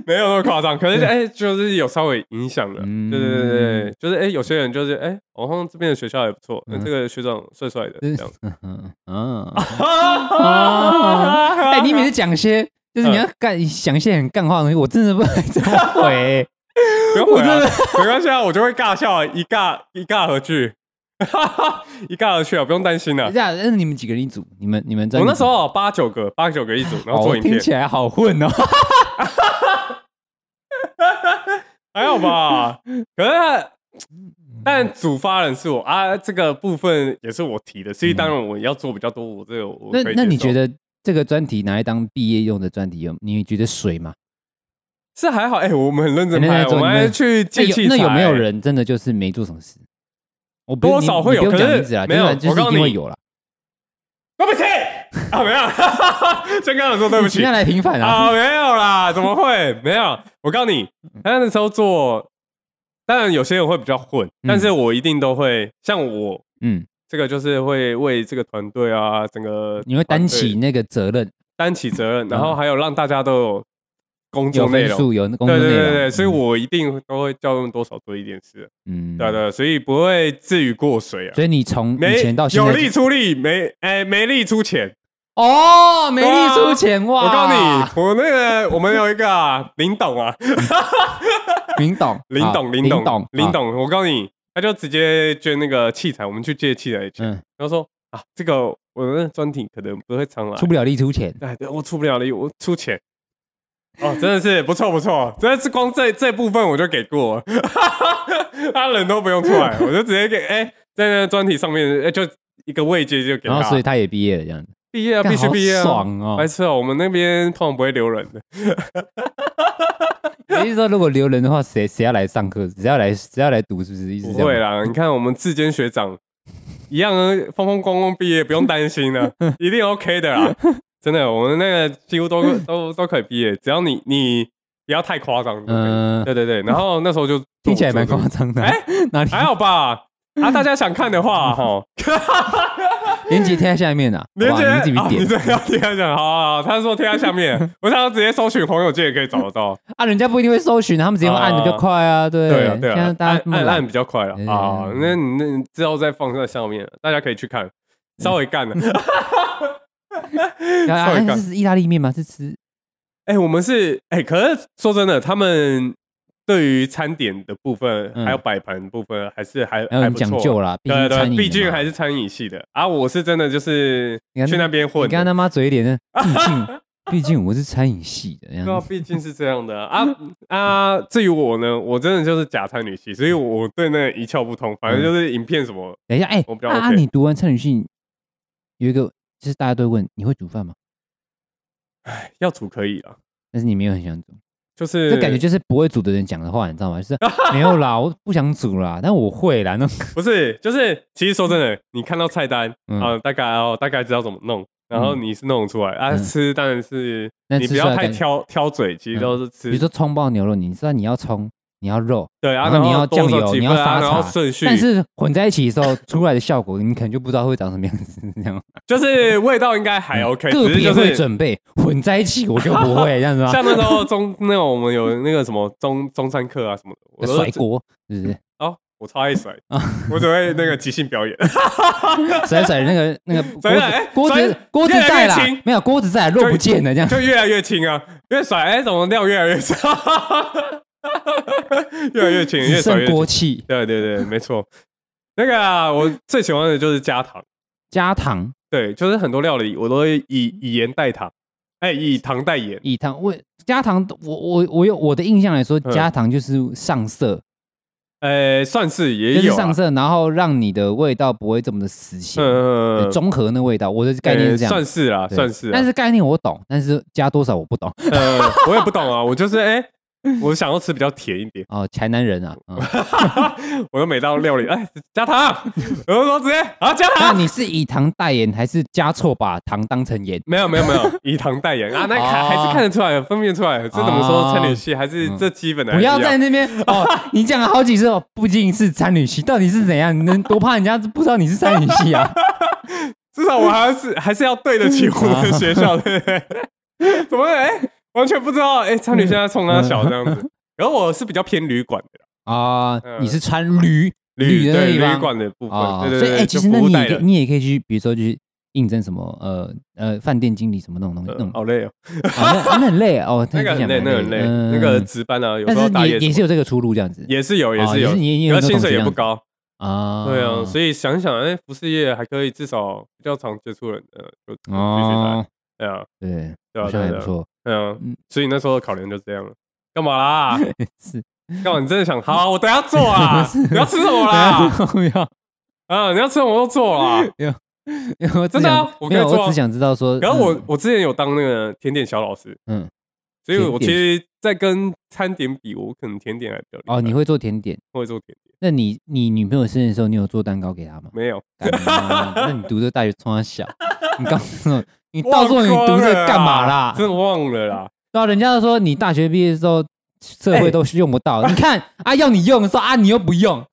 [SPEAKER 2] 没有那么夸张，可是哎，就是有稍微影响了。
[SPEAKER 3] 嗯
[SPEAKER 2] 对对对对对，就是哎，有些人就是哎，我好像这边的学校也不错，那
[SPEAKER 3] 嗯
[SPEAKER 2] 这个学长帅帅的这 样。
[SPEAKER 3] 嗯 嗯嗯，哎，你每次讲些就是你要干想一些很干话的东西，我真的不知道怎么 回。
[SPEAKER 2] 不用回
[SPEAKER 3] 我真
[SPEAKER 2] 啊
[SPEAKER 3] 的，
[SPEAKER 2] 没关系啊，我就会尬笑，一尬一尬而去， 一尬而去啊，不用担心啊
[SPEAKER 3] 这。样，那你们几个人一组？你们你们在
[SPEAKER 2] 我那时候八九个，八九个一组，然后
[SPEAKER 3] 哦
[SPEAKER 2] 做影片
[SPEAKER 3] 听，起来好混哦。
[SPEAKER 2] 还好吧？ 可是，但主发人是我啊，这个部分也是我提的，所以当然我要做比较多，我这个 我
[SPEAKER 3] 嗯那
[SPEAKER 2] 可以
[SPEAKER 3] 那你
[SPEAKER 2] 接受
[SPEAKER 3] 觉得这个专题拿来当毕业用的专题用，你觉得水吗？
[SPEAKER 2] 是还好？哎，我们很认真
[SPEAKER 3] 哎那
[SPEAKER 2] 拍，
[SPEAKER 3] 那
[SPEAKER 2] 我们
[SPEAKER 3] 那
[SPEAKER 2] 还去
[SPEAKER 3] 那
[SPEAKER 2] 借
[SPEAKER 3] 有
[SPEAKER 2] 器材。
[SPEAKER 3] 那有没有？人真的就是没做什么事？我不
[SPEAKER 2] 多
[SPEAKER 3] 你
[SPEAKER 2] 少会有
[SPEAKER 3] 你不用
[SPEAKER 2] 可
[SPEAKER 3] 讲
[SPEAKER 2] 是
[SPEAKER 3] 名字啦，
[SPEAKER 2] 没有
[SPEAKER 3] 就是就
[SPEAKER 2] 我
[SPEAKER 3] 是
[SPEAKER 2] 告诉
[SPEAKER 3] 一定
[SPEAKER 2] 你
[SPEAKER 3] 会有啦。
[SPEAKER 2] 对不起啊，没有，先跟我说对不
[SPEAKER 3] 你
[SPEAKER 2] 起
[SPEAKER 3] 要来平反啊！嗯
[SPEAKER 2] 啊，没有啦，怎么会？没有，我告诉你，他那时候做，当然有些人会比较混，但是我一定都会，像我
[SPEAKER 3] 嗯，
[SPEAKER 2] 这个就是会为这个团队啊，整个
[SPEAKER 3] 你会担起
[SPEAKER 2] 团队
[SPEAKER 3] 那个责任，
[SPEAKER 2] 担起责任，然后还有让大家都有工
[SPEAKER 3] 有
[SPEAKER 2] 作内
[SPEAKER 3] 分
[SPEAKER 2] 容。
[SPEAKER 3] 数，有工作
[SPEAKER 2] 啊对
[SPEAKER 3] 内
[SPEAKER 2] 对
[SPEAKER 3] 容。
[SPEAKER 2] 对对，所以
[SPEAKER 3] 嗯
[SPEAKER 2] 我一定都会调用多少做一点事，
[SPEAKER 3] 嗯
[SPEAKER 2] 对啊对啊，所以不会至于过水啊。
[SPEAKER 3] 所以你从
[SPEAKER 2] 没
[SPEAKER 3] 以前到现
[SPEAKER 2] 有
[SPEAKER 3] 在
[SPEAKER 2] 力出力，没哎没力出钱。
[SPEAKER 3] 哦，没力出钱哇！
[SPEAKER 2] 我告诉你，我那个我们有一个啊，林董啊，
[SPEAKER 3] 你，林董，
[SPEAKER 2] 林
[SPEAKER 3] 好
[SPEAKER 2] 董，
[SPEAKER 3] 啊林
[SPEAKER 2] 林董，林
[SPEAKER 3] 好
[SPEAKER 2] 董，我告诉你，他就直接捐那个器材，我们去借器材的钱，
[SPEAKER 3] 嗯，
[SPEAKER 2] 然后说啊，这个我的专题可能不会常来
[SPEAKER 3] 出，不了力出钱，
[SPEAKER 2] 哎，对我出不了力，我出钱。哦，真的是不错不错，真的是光这这部分我就给过了， 他人都不用出来，我就直接给哎、在那个专题上面哎、就一个位阶就给
[SPEAKER 3] 然后
[SPEAKER 2] 他，
[SPEAKER 3] 所以他也毕业了这样子，
[SPEAKER 2] 毕业啊
[SPEAKER 3] 干
[SPEAKER 2] 必须
[SPEAKER 3] 好
[SPEAKER 2] 毕业啊，
[SPEAKER 3] 爽哦
[SPEAKER 2] 白痴哦，我们那边通常不会留人的，
[SPEAKER 3] 你是说如果留人的话，谁谁要来上课，谁要来谁要来读，是不是？一直
[SPEAKER 2] 不
[SPEAKER 3] 这样
[SPEAKER 2] 会啦，你看我们志坚学长一样啊风风光光毕业，不用担心啊，一定 OK 的 啦。真的，我们那个几乎都都都可以毕业，只要你你不要太夸张。嗯，
[SPEAKER 3] 嗯，
[SPEAKER 2] 对对对。然后那时候就
[SPEAKER 3] 听起来蛮
[SPEAKER 2] 做
[SPEAKER 3] 夸张的。
[SPEAKER 2] 哎
[SPEAKER 3] 哪里？
[SPEAKER 2] 还好吧？啊，大家想看的话，哈，
[SPEAKER 3] 连接贴在下面啊，
[SPEAKER 2] 连
[SPEAKER 3] 哇
[SPEAKER 2] 接
[SPEAKER 3] 你们自己
[SPEAKER 2] 啊
[SPEAKER 3] 点
[SPEAKER 2] 你这要贴在下面，好好好，他说贴在下面，我想要直接搜寻朋友界也可以找得 到。
[SPEAKER 3] 啊，人家不一定会搜寻，他们直接会按的比较快啊，对
[SPEAKER 2] 对啊，对
[SPEAKER 3] 现在
[SPEAKER 2] 啊，
[SPEAKER 3] 大
[SPEAKER 2] 按
[SPEAKER 3] 家那么
[SPEAKER 2] 按
[SPEAKER 3] 懒
[SPEAKER 2] 按比较快了
[SPEAKER 3] 对对
[SPEAKER 2] 啊。
[SPEAKER 3] 对
[SPEAKER 2] 那你那你之后再放在上面，大家可以去看，稍微干的。
[SPEAKER 3] 嗯对啊
[SPEAKER 2] 稍微
[SPEAKER 3] 啊
[SPEAKER 2] 干
[SPEAKER 3] 是意大利面吗？是吃
[SPEAKER 2] 哎、我们是哎、可是说真的，他们对于餐点的部分，
[SPEAKER 3] 嗯
[SPEAKER 2] 还有摆盘部分，还是还
[SPEAKER 3] 还
[SPEAKER 2] 还
[SPEAKER 3] 有很
[SPEAKER 2] 不错
[SPEAKER 3] 讲究。啦，毕
[SPEAKER 2] 对
[SPEAKER 3] 竟餐
[SPEAKER 2] 对，
[SPEAKER 3] 饮
[SPEAKER 2] 毕竟
[SPEAKER 3] 嘛
[SPEAKER 2] 还是餐饮系的啊！我是真的就是
[SPEAKER 3] 你看
[SPEAKER 2] 去那边混
[SPEAKER 3] 你
[SPEAKER 2] 的，
[SPEAKER 3] 看他妈嘴脸呢， 毕竟毕竟我是餐饮系的，这
[SPEAKER 2] 对啊，
[SPEAKER 3] 样子
[SPEAKER 2] 毕竟是这样的啊啊！至于我呢，我真的就是假餐女系，所以我对那一窍不通。反正就是影片什么，
[SPEAKER 3] 等一下，哎
[SPEAKER 2] 我比，较
[SPEAKER 3] 啊，啊
[SPEAKER 2] OK
[SPEAKER 3] 你读完餐饮系有一个，就是大家都会问你会煮饭吗？
[SPEAKER 2] 哎，要煮可以啊，
[SPEAKER 3] 但是你没有很想煮，
[SPEAKER 2] 就是
[SPEAKER 3] 这感觉就是不会煮的人讲的话，你知道吗？就是 没有啦，我不想煮啦，但我会啦，那种
[SPEAKER 2] 不是，就是其实说真的，你看到菜单
[SPEAKER 3] 嗯
[SPEAKER 2] 啊，大概哦，大概知道怎么弄，然后
[SPEAKER 3] 嗯
[SPEAKER 2] 你是弄得出来啊，
[SPEAKER 3] 嗯
[SPEAKER 2] 吃当然是
[SPEAKER 3] 那
[SPEAKER 2] 你
[SPEAKER 3] 吃
[SPEAKER 2] 不
[SPEAKER 3] 出
[SPEAKER 2] 要
[SPEAKER 3] 来
[SPEAKER 2] 太
[SPEAKER 3] 感觉嗯
[SPEAKER 2] 挑挑嘴，其实都是
[SPEAKER 3] 比
[SPEAKER 2] 吃
[SPEAKER 3] 如说葱爆牛肉，你知道你要葱，你要肉，
[SPEAKER 2] 对啊，
[SPEAKER 3] 然后你
[SPEAKER 2] 后
[SPEAKER 3] 要
[SPEAKER 2] 多
[SPEAKER 3] 酱
[SPEAKER 2] 少
[SPEAKER 3] 油
[SPEAKER 2] 几
[SPEAKER 3] 你
[SPEAKER 2] 份
[SPEAKER 3] 要
[SPEAKER 2] 啊
[SPEAKER 3] 沙
[SPEAKER 2] 然后
[SPEAKER 3] 茶
[SPEAKER 2] 顺序，
[SPEAKER 3] 但是混在一起的时候出来的效果，你可能就不知道会长什么样子，这样。
[SPEAKER 2] 就是味道应该还 OK，
[SPEAKER 3] 嗯
[SPEAKER 2] 只
[SPEAKER 3] 个
[SPEAKER 2] 是
[SPEAKER 3] 别
[SPEAKER 2] 就
[SPEAKER 3] 会
[SPEAKER 2] 是。
[SPEAKER 3] 准备混在一起，我就不会这样子吗？
[SPEAKER 2] 像那时候中那种我们有那个什么中中餐课啊什么的，我都
[SPEAKER 3] 甩锅，是不是？
[SPEAKER 2] 哦，我超爱甩，我只会那个即兴表演。
[SPEAKER 3] 甩甩那个那个
[SPEAKER 2] 甩甩
[SPEAKER 3] 锅
[SPEAKER 2] 甩
[SPEAKER 3] 子锅子
[SPEAKER 2] 越来越
[SPEAKER 3] 在啦
[SPEAKER 2] 轻，
[SPEAKER 3] 没有锅子在，肉不见了这样。
[SPEAKER 2] 就越来越轻啊，越甩哎、怎么料越来越少？ 越来越轻，越甩
[SPEAKER 3] 只剩
[SPEAKER 2] 越轻
[SPEAKER 3] 锅。气
[SPEAKER 2] 对对对，没错。那个啊，我最喜欢的就是加糖，
[SPEAKER 3] 加糖
[SPEAKER 2] 对，就是很多料理我都会以以盐代糖，哎、以糖代盐，
[SPEAKER 3] 以糖我加糖，我我我有我的印象来说，
[SPEAKER 2] 嗯
[SPEAKER 3] 加糖就是上色，
[SPEAKER 2] 呃，算是也
[SPEAKER 3] 就是
[SPEAKER 2] 有、
[SPEAKER 3] 上
[SPEAKER 2] 啊，
[SPEAKER 3] 色，然后让你的味道不会这么的死咸，
[SPEAKER 2] 嗯
[SPEAKER 3] 对，中和那味道。我的概念是这样，
[SPEAKER 2] 算是啦，
[SPEAKER 3] 对
[SPEAKER 2] 算是啊啦。
[SPEAKER 3] 但是概念我懂，但是加多少我不懂。
[SPEAKER 2] 呃，我也不懂啊，我就是哎、我想要吃比较甜一点，
[SPEAKER 3] 哦，台南人啊，嗯
[SPEAKER 2] 我又每到料理哎加糖，我就说直接啊加糖
[SPEAKER 3] 那，你是以糖代言，还是加错把糖当成盐？
[SPEAKER 2] 没有没有没有， 以糖代言啊，那看
[SPEAKER 3] 哦
[SPEAKER 2] 还是看得出来，分辨出来。这怎么说
[SPEAKER 3] 哦嗯
[SPEAKER 2] 餐饮系还是这基本的还
[SPEAKER 3] 不
[SPEAKER 2] 哎是一
[SPEAKER 3] 要
[SPEAKER 2] 样？
[SPEAKER 3] 在那 边哦！你讲了好几次哦，不仅是参女系，到底是怎样？你能多怕人家不知道你是参女系啊？
[SPEAKER 2] 至少我还是 还是要对得起我的学 校，对不 对？怎么会哎、完全不知道哎，餐饮现在冲他小这样子。
[SPEAKER 3] 嗯
[SPEAKER 2] 然后我是比较偏旅馆的啦，
[SPEAKER 3] 啊、
[SPEAKER 2] 嗯
[SPEAKER 3] 你是穿驴驴的那
[SPEAKER 2] 对
[SPEAKER 3] 地方
[SPEAKER 2] 旅馆的部
[SPEAKER 3] 啊、
[SPEAKER 2] 分，对
[SPEAKER 3] 所
[SPEAKER 2] 对
[SPEAKER 3] 以哎、
[SPEAKER 2] 对，
[SPEAKER 3] 其
[SPEAKER 2] 就
[SPEAKER 3] 实那
[SPEAKER 2] 服务
[SPEAKER 3] 你
[SPEAKER 2] 代
[SPEAKER 3] 也可以
[SPEAKER 2] 人。
[SPEAKER 3] 你也可以去，比如说去应征什么呃呃饭店经理什么那种东西，
[SPEAKER 2] 呃
[SPEAKER 3] 那种
[SPEAKER 2] 好累哦，
[SPEAKER 3] 啊那那很累哦，
[SPEAKER 2] 那个
[SPEAKER 3] 听
[SPEAKER 2] 很
[SPEAKER 3] 起来
[SPEAKER 2] 累，
[SPEAKER 3] 蛮
[SPEAKER 2] 那个很累，那个值班啊，有时
[SPEAKER 3] 嗯但
[SPEAKER 2] 候
[SPEAKER 3] 是
[SPEAKER 2] 打
[SPEAKER 3] 你
[SPEAKER 2] 野
[SPEAKER 3] 也也是有这个出路这样子
[SPEAKER 2] 也是有，也
[SPEAKER 3] 哦
[SPEAKER 2] 是
[SPEAKER 3] 也是
[SPEAKER 2] 有，
[SPEAKER 3] 你也有
[SPEAKER 2] 可
[SPEAKER 3] 这
[SPEAKER 2] 是
[SPEAKER 3] 种
[SPEAKER 2] 薪水
[SPEAKER 3] 这
[SPEAKER 2] 也
[SPEAKER 3] 样
[SPEAKER 2] 不
[SPEAKER 3] 子
[SPEAKER 2] 高，
[SPEAKER 3] 啊，
[SPEAKER 2] 对啊，所以想想，哎，服饰业还可以，至少比较常接触人，呃，就必须来，
[SPEAKER 3] 哦，
[SPEAKER 2] 对啊，
[SPEAKER 3] 对，
[SPEAKER 2] 对
[SPEAKER 3] 好
[SPEAKER 2] 啊，对
[SPEAKER 3] 像
[SPEAKER 2] 啊
[SPEAKER 3] 还
[SPEAKER 2] 对
[SPEAKER 3] 不
[SPEAKER 2] 啊，
[SPEAKER 3] 错， 嗯
[SPEAKER 2] 嗯，所以那时候的考量就这样了。干嘛 啦？
[SPEAKER 3] 是
[SPEAKER 2] 干嘛？你真的想好？我等下做啊！你要吃 什么啦？
[SPEAKER 3] 不要。
[SPEAKER 2] 啊，你要吃什么都做 啦。
[SPEAKER 3] 因为我只
[SPEAKER 2] 真的啊
[SPEAKER 3] 想
[SPEAKER 2] 我可
[SPEAKER 3] 没
[SPEAKER 2] 以
[SPEAKER 3] 有，
[SPEAKER 2] 做
[SPEAKER 3] 我
[SPEAKER 2] 啊
[SPEAKER 3] 只想知道说，
[SPEAKER 2] 然后我
[SPEAKER 3] 嗯
[SPEAKER 2] 我之前有当那个甜点小老师，
[SPEAKER 3] 嗯
[SPEAKER 2] 所以我其
[SPEAKER 3] 甜
[SPEAKER 2] 实，在跟餐点比，我可能甜点还比较厉害
[SPEAKER 3] 哦，你会做甜点？
[SPEAKER 2] 会做甜点？
[SPEAKER 3] 那你你女朋友生日的时候，你有做蛋糕给她吗？
[SPEAKER 2] 没有，
[SPEAKER 3] 干你妈那你读这大学从她小，你告诉我， 你到时候你读这干嘛啦
[SPEAKER 2] 忘光了？真的忘了啦。
[SPEAKER 3] 对啊，人家都说你大学毕业之后。社
[SPEAKER 2] 哎
[SPEAKER 3] 会都是用不到，你看啊，要你用的时候啊，你又不用，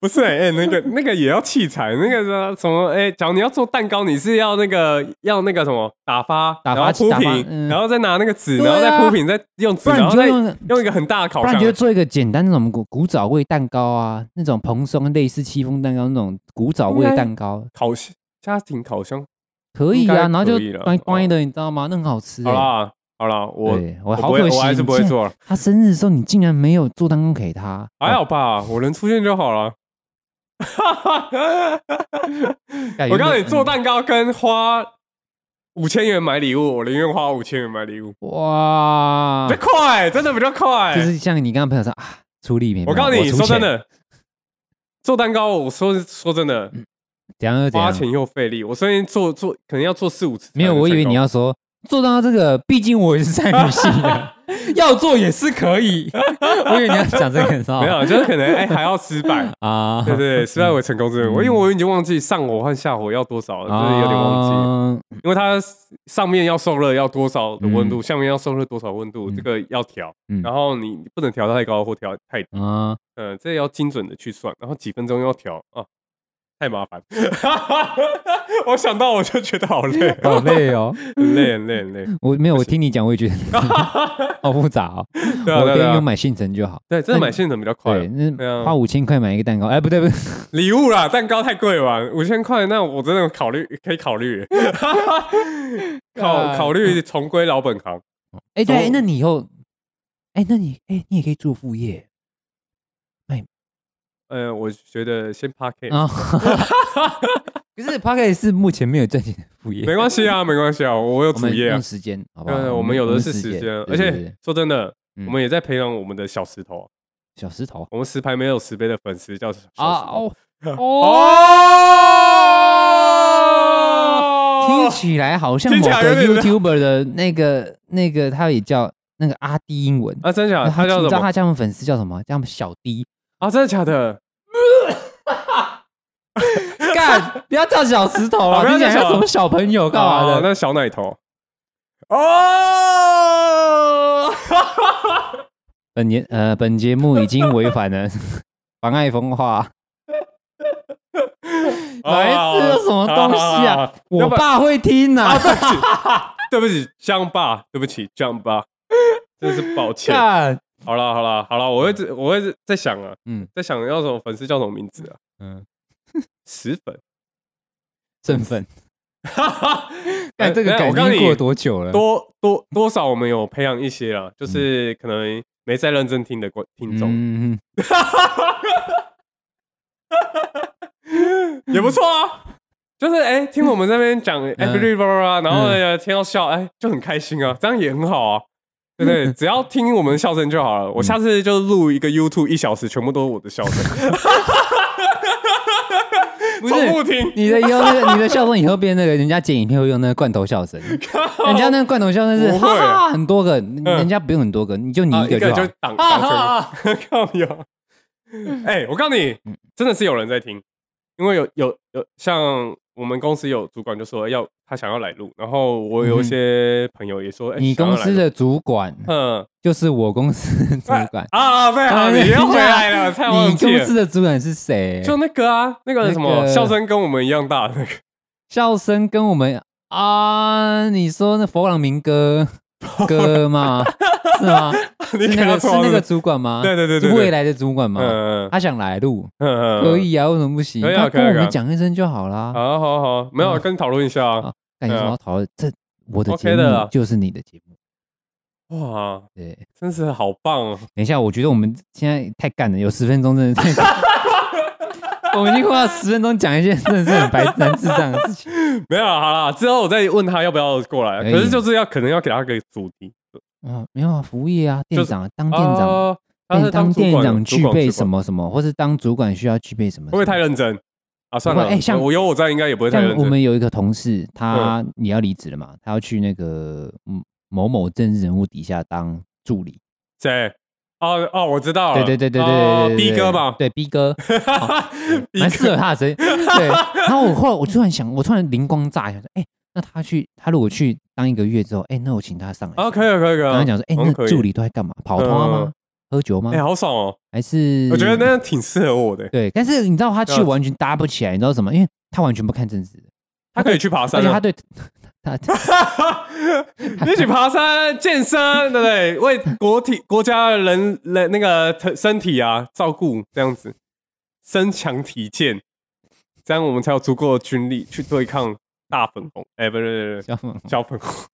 [SPEAKER 2] 不是哎、欸那 个那个也要器材，那个什么哎，假如你要做蛋糕，你是要那个要那个什么打发，
[SPEAKER 3] 打发
[SPEAKER 2] 然后铺
[SPEAKER 3] 打发
[SPEAKER 2] 平，
[SPEAKER 3] 嗯
[SPEAKER 2] 然后再拿那个纸，
[SPEAKER 3] 对
[SPEAKER 2] 然
[SPEAKER 3] 啊
[SPEAKER 2] 后再铺平，再用纸，
[SPEAKER 3] 不然
[SPEAKER 2] 然
[SPEAKER 3] 你
[SPEAKER 2] 后
[SPEAKER 3] 就
[SPEAKER 2] 再
[SPEAKER 3] 用，
[SPEAKER 2] 用一个很大的烤
[SPEAKER 3] 不然
[SPEAKER 2] 箱
[SPEAKER 3] 你。就做一个简单那种古古早味蛋糕啊，那种蓬松类似戚风蛋糕那种古早味
[SPEAKER 2] 应该
[SPEAKER 3] 蛋糕
[SPEAKER 2] 烤箱家庭烤箱，
[SPEAKER 3] 可以
[SPEAKER 2] 应该
[SPEAKER 3] 啊，然后就
[SPEAKER 2] 可以了
[SPEAKER 3] 乖乖
[SPEAKER 2] 哦
[SPEAKER 3] 的，你知道吗？那很好吃
[SPEAKER 2] 好
[SPEAKER 3] 欸。
[SPEAKER 2] 啦好啦，我
[SPEAKER 3] 对
[SPEAKER 2] 我
[SPEAKER 3] 我好
[SPEAKER 2] 不会，
[SPEAKER 3] 可惜，
[SPEAKER 2] 我还是不会
[SPEAKER 3] 你竟然。
[SPEAKER 2] 做了，
[SPEAKER 3] 他生日的时候，你竟然没有做蛋糕给他，啊
[SPEAKER 2] 还好吧，哎我能出现就好了。
[SPEAKER 3] 干
[SPEAKER 2] 我
[SPEAKER 3] 哎原
[SPEAKER 2] 告诉
[SPEAKER 3] 本
[SPEAKER 2] 你，做蛋糕跟花五千元买礼物，我宁愿花五千元买礼物，
[SPEAKER 3] 嗯哇嗯
[SPEAKER 2] 比较，快，真的比较快。
[SPEAKER 3] 就是像你刚刚朋友说啊，出力没办
[SPEAKER 2] 我
[SPEAKER 3] 法？
[SPEAKER 2] 告诉你，
[SPEAKER 3] 出
[SPEAKER 2] 说真
[SPEAKER 3] 钱，
[SPEAKER 2] 的，做蛋糕，我说说真的，
[SPEAKER 3] 怎样又嗯怎
[SPEAKER 2] 花
[SPEAKER 3] 样？
[SPEAKER 2] 钱又费力。我最近做做，可能要做四五次才
[SPEAKER 3] 没有，
[SPEAKER 2] 能
[SPEAKER 3] 我以为
[SPEAKER 2] 成功
[SPEAKER 3] 你要说做蛋糕这个，毕竟我也是在女系 的，啊要做也是可以。我以为你要讲这个，是吧？。
[SPEAKER 2] 没有，就是可能哎还要失败
[SPEAKER 3] 啊，
[SPEAKER 2] 对对，对失败为成功之
[SPEAKER 3] 嗯
[SPEAKER 2] 母。我因为我已经忘记上火和下火要多少了，就是有点忘记了，
[SPEAKER 3] 忘记。
[SPEAKER 2] 因为它上面要受热要多少的温度，
[SPEAKER 3] 嗯
[SPEAKER 2] 下面要受热多少温度，
[SPEAKER 3] 嗯
[SPEAKER 2] 这个要调
[SPEAKER 3] 嗯。
[SPEAKER 2] 然后你不能调太高或调太低，呃
[SPEAKER 3] 啊，
[SPEAKER 2] 嗯，这要精准的去算，然后几分钟要调啊。太麻烦。 我想到我就觉得好累，
[SPEAKER 3] 好累哦。
[SPEAKER 2] 很累，很累，很累。
[SPEAKER 3] 我没有，我听你讲，我也觉得 好复杂哦。
[SPEAKER 2] 对啊，
[SPEAKER 3] 我
[SPEAKER 2] 对
[SPEAKER 3] 跟
[SPEAKER 2] 啊
[SPEAKER 3] 用，买现成就好。
[SPEAKER 2] 对，真的买现成比较快
[SPEAKER 3] 对，
[SPEAKER 2] 啊。对
[SPEAKER 3] 那花五千块买一个蛋糕，哎，不对不对，
[SPEAKER 2] 礼物啦，蛋糕太贵了吧，五千块，那我真的考虑可以考虑， 考
[SPEAKER 3] 干
[SPEAKER 2] 考虑重归老本行。
[SPEAKER 3] 哎
[SPEAKER 2] 总
[SPEAKER 3] 对，那你以后，哎，那你哎，你也可以做副业
[SPEAKER 2] 呃，我觉得先 p a r k
[SPEAKER 3] 啊。可是 p o c k e t 是目前没有赚钱的副业，
[SPEAKER 2] 没关系啊，没关系啊，我有
[SPEAKER 3] 我
[SPEAKER 2] 主
[SPEAKER 3] 们
[SPEAKER 2] 业啊
[SPEAKER 3] 用。时间，好不好？
[SPEAKER 2] 对，我们有的是
[SPEAKER 3] 时
[SPEAKER 2] 时间，而
[SPEAKER 3] 对对
[SPEAKER 2] 且
[SPEAKER 3] 对
[SPEAKER 2] 说真的，
[SPEAKER 3] 嗯
[SPEAKER 2] 我们也在培养我们的小石头啊。
[SPEAKER 3] 小石头
[SPEAKER 2] 我们石牌没有石碑的粉丝叫小石头。
[SPEAKER 3] 啊哦 哦，
[SPEAKER 2] 哦，
[SPEAKER 3] 听起来好像
[SPEAKER 2] 听
[SPEAKER 3] 某
[SPEAKER 2] 起来有
[SPEAKER 3] 个
[SPEAKER 2] 点
[SPEAKER 3] YouTuber 的那个那个，他也叫那个阿低英文。
[SPEAKER 2] 啊，真的假的？
[SPEAKER 3] 那
[SPEAKER 2] 他叫什
[SPEAKER 3] 你知道
[SPEAKER 2] 么？
[SPEAKER 3] 他加盟粉丝叫什么？叫他们小 D。
[SPEAKER 2] 啊，真的假的？
[SPEAKER 3] 干，不要叫小石头啊
[SPEAKER 2] 哦
[SPEAKER 3] 了，
[SPEAKER 2] 不要
[SPEAKER 3] 你想
[SPEAKER 2] 叫小
[SPEAKER 3] 要什么小朋友干嘛
[SPEAKER 2] 哦
[SPEAKER 3] 的？
[SPEAKER 2] 那小奶头。哦，
[SPEAKER 3] 本年呃，本节目已经违 反了妨碍风化。来这是什么东西
[SPEAKER 2] 好好好
[SPEAKER 3] 啊
[SPEAKER 2] 好？要
[SPEAKER 3] 我
[SPEAKER 2] 不然
[SPEAKER 3] 爸会听呐、
[SPEAKER 2] 啊，对不起，对不起，江爸，对不起，江爸，真是抱歉。
[SPEAKER 3] 干，
[SPEAKER 2] 好了，好了，好了，我会自我会自在想啊，
[SPEAKER 3] 嗯
[SPEAKER 2] 在想要什么粉丝叫什么名字啊？
[SPEAKER 3] 嗯，
[SPEAKER 2] 石粉。
[SPEAKER 3] 振奋。
[SPEAKER 2] 哈哈，
[SPEAKER 3] 干这个
[SPEAKER 2] 等一下哎我
[SPEAKER 3] 改
[SPEAKER 2] 告诉
[SPEAKER 3] 名
[SPEAKER 2] 你
[SPEAKER 3] 过多久了？
[SPEAKER 2] 多多多少我们有培养一些啊，就是可能没在认真听的观听众，
[SPEAKER 3] 嗯，
[SPEAKER 2] 也不错啊。就是哎、听我们这边讲 e
[SPEAKER 3] 嗯
[SPEAKER 2] v e r y b o 啊，然后呢听到笑，哎、就很开心啊，这样也很好啊，对不
[SPEAKER 3] 嗯
[SPEAKER 2] 对？只要听我们笑声就好了。我下次就录一个 YouTube 一小时，全部都是我的笑声，
[SPEAKER 3] 不
[SPEAKER 2] 重复
[SPEAKER 3] 是。
[SPEAKER 2] 听。
[SPEAKER 3] 你的以后，你的笑声以后变那个，人家剪影片会用那个罐头笑 声，人家那个罐头笑声是
[SPEAKER 2] 不会嗯
[SPEAKER 3] 哈哈很多个，人家不用很多个，你就你
[SPEAKER 2] 啊
[SPEAKER 3] 一个
[SPEAKER 2] 就
[SPEAKER 3] 好。
[SPEAKER 2] 挡挡全部
[SPEAKER 3] 啊啊！ 嗯
[SPEAKER 2] 靠腰。哎、我告诉你，真的是有人在听，因为有有有，像我们公司有主管就说要他想要来录，然后我有一些朋友也说，哎、
[SPEAKER 3] 嗯你
[SPEAKER 2] 想要
[SPEAKER 3] 公
[SPEAKER 2] 来
[SPEAKER 3] 司
[SPEAKER 2] 录
[SPEAKER 3] 的主管
[SPEAKER 2] 嗯
[SPEAKER 3] 就是我公司的主 管，
[SPEAKER 2] 啊啊，对啊，你又回来了，太哎忘
[SPEAKER 3] 你
[SPEAKER 2] 记
[SPEAKER 3] 公
[SPEAKER 2] 了
[SPEAKER 3] 司。的主管是谁？
[SPEAKER 2] 就那个啊，那个什么
[SPEAKER 3] 那个
[SPEAKER 2] 笑声跟我们一样大的那个
[SPEAKER 3] 笑声跟我们啊，你说那佛朗 明哥哥吗？是吗？，
[SPEAKER 2] 你
[SPEAKER 3] 是
[SPEAKER 2] 给
[SPEAKER 3] 那
[SPEAKER 2] 他
[SPEAKER 3] 个是
[SPEAKER 2] 抓
[SPEAKER 3] 那个
[SPEAKER 2] 了，
[SPEAKER 3] 主管吗？
[SPEAKER 2] 对对对对
[SPEAKER 3] 是
[SPEAKER 2] 对
[SPEAKER 3] 未来的主管吗？
[SPEAKER 2] 嗯嗯
[SPEAKER 3] 他想来录，
[SPEAKER 2] 嗯，
[SPEAKER 3] 可以啊，为什么不行？
[SPEAKER 2] 可以啊
[SPEAKER 3] 他
[SPEAKER 2] 可以
[SPEAKER 3] 跟
[SPEAKER 2] 啊
[SPEAKER 3] 我
[SPEAKER 2] 可以啊
[SPEAKER 3] 们讲一声就好啦。
[SPEAKER 2] 好好好，没有
[SPEAKER 3] 嗯
[SPEAKER 2] 跟你讨论一下啊，
[SPEAKER 3] 干你什
[SPEAKER 2] 对啊
[SPEAKER 3] 么讨论？这我的节
[SPEAKER 2] OK 的
[SPEAKER 3] 目
[SPEAKER 2] 啦
[SPEAKER 3] 就是你的节目。
[SPEAKER 2] 哇，
[SPEAKER 3] 对，
[SPEAKER 2] 真是好棒哦！
[SPEAKER 3] 等一下，我觉得我们现在太干了，有十分钟真的太 干了。我们已经花了十分钟讲一件真的是很白难智障的事情。
[SPEAKER 2] 没有啊啦，好啦，之后我再问他要不要过来。啊
[SPEAKER 3] 可以
[SPEAKER 2] 可是就是要可能要给他个主题，
[SPEAKER 3] 啊，没有啊，服务业啊，店
[SPEAKER 2] 就是
[SPEAKER 3] 长啊当店长，
[SPEAKER 2] 哦他是
[SPEAKER 3] 但哎当
[SPEAKER 2] 主管
[SPEAKER 3] 店长
[SPEAKER 2] 主
[SPEAKER 3] 具
[SPEAKER 2] 管
[SPEAKER 3] 备
[SPEAKER 2] 主管
[SPEAKER 3] 什么什么，或是当主管需要具备什么
[SPEAKER 2] 会不会太认真啊？算了，
[SPEAKER 3] 哎像
[SPEAKER 2] 我我有我在，应该也不会太认
[SPEAKER 3] 像我
[SPEAKER 2] 真。
[SPEAKER 3] 们有一个同事，他
[SPEAKER 2] 嗯
[SPEAKER 3] 你要离职了嘛，他要去那个嗯某某政治人物底下当助理。
[SPEAKER 2] 谁？哦哦，我知道了，
[SPEAKER 3] 对对对对对
[SPEAKER 2] 哦
[SPEAKER 3] 对对
[SPEAKER 2] 逼哥嘛，
[SPEAKER 3] 对逼哥，
[SPEAKER 2] 逼
[SPEAKER 3] 蛮
[SPEAKER 2] 哥
[SPEAKER 3] 适合他的声音。对，然后我后来我突然想，我突然灵光乍一现，哎，那他去，他如果去当一个月之后，哎，那我请他上来。
[SPEAKER 2] 啊，可以了可以了。
[SPEAKER 3] 然后讲说，哎，
[SPEAKER 2] 好像可
[SPEAKER 3] 那
[SPEAKER 2] 以
[SPEAKER 3] 助理都在干嘛？跑通吗
[SPEAKER 2] 嗯？
[SPEAKER 3] 喝酒吗
[SPEAKER 2] 哎，？好爽哦！
[SPEAKER 3] 还是
[SPEAKER 2] 我觉得那样挺适合我的，
[SPEAKER 3] 对，但是你知道他去
[SPEAKER 2] 了解
[SPEAKER 3] 完全搭不起来，你知道什么？因为他完全不看政治，
[SPEAKER 2] 他可以去爬
[SPEAKER 3] 而
[SPEAKER 2] 山
[SPEAKER 3] 且他
[SPEAKER 2] 啊，
[SPEAKER 3] 对 他他
[SPEAKER 2] 一起爬山、健身，对不对？为国体国家人人那个身体啊照顾，这样子身强体健，这样我们才有足够的军力去对抗大粉红，哎，不是不是
[SPEAKER 3] 小粉红
[SPEAKER 2] 小粉红。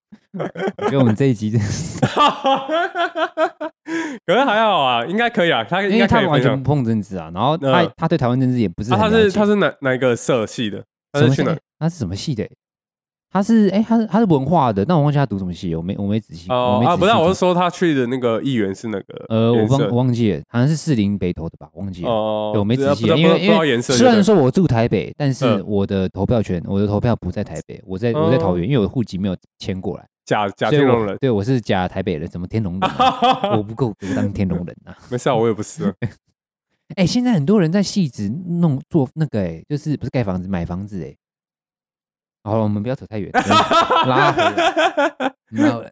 [SPEAKER 3] 我觉得我们这一集真的是，
[SPEAKER 2] 可是还好啊，应该可以啊，他应
[SPEAKER 3] 因
[SPEAKER 2] 该
[SPEAKER 3] 为
[SPEAKER 2] 可
[SPEAKER 3] 他
[SPEAKER 2] 以
[SPEAKER 3] 完
[SPEAKER 2] 分
[SPEAKER 3] 全
[SPEAKER 2] 享。
[SPEAKER 3] 不碰政治啊，然后他
[SPEAKER 2] 嗯
[SPEAKER 3] 他对台湾政治也不是
[SPEAKER 2] 啊，
[SPEAKER 3] 很
[SPEAKER 2] 他
[SPEAKER 3] 了
[SPEAKER 2] 是
[SPEAKER 3] 解
[SPEAKER 2] 他是哪哪一个社系的？他是
[SPEAKER 3] 什么
[SPEAKER 2] 去
[SPEAKER 3] 系
[SPEAKER 2] 哪？？
[SPEAKER 3] 他是什么系的？欸他是哎，他是他是文化的，但我忘记他读什么系，我没我没仔细
[SPEAKER 2] 哦
[SPEAKER 3] 没
[SPEAKER 2] 啊，
[SPEAKER 3] 仔细
[SPEAKER 2] 不是啊，我
[SPEAKER 3] 听
[SPEAKER 2] 是说他去的那个议员是哪个？
[SPEAKER 3] 呃，我
[SPEAKER 2] 颜
[SPEAKER 3] 忘
[SPEAKER 2] 色
[SPEAKER 3] 我忘记了，好像是士林北投的吧，忘记了。
[SPEAKER 2] 哦，
[SPEAKER 3] 对，我没
[SPEAKER 2] 不知
[SPEAKER 3] 仔
[SPEAKER 2] 道
[SPEAKER 3] 细，
[SPEAKER 2] 不知道
[SPEAKER 3] 因为
[SPEAKER 2] 不知
[SPEAKER 3] 因
[SPEAKER 2] 道颜
[SPEAKER 3] 为
[SPEAKER 2] 色。
[SPEAKER 3] 虽然
[SPEAKER 2] 对不对
[SPEAKER 3] 说我住台北，但是
[SPEAKER 2] 嗯
[SPEAKER 3] 我的投票权，我的投票不在台北，我在我在
[SPEAKER 2] 哦
[SPEAKER 3] 桃园，因为我的户籍没有迁过来，
[SPEAKER 2] 假假
[SPEAKER 3] 所以
[SPEAKER 2] 天
[SPEAKER 3] 我
[SPEAKER 2] 龙人，
[SPEAKER 3] 对我是假台北人，怎么天龙人啊、我不够格当天龙人啊！
[SPEAKER 2] 没事啊，我也不是 啊。
[SPEAKER 3] 哎、现在很多人在戏子弄做那个、哎，就是不是盖房子买房子、哎，好了，我们不要扯太远， 拉回来。然后，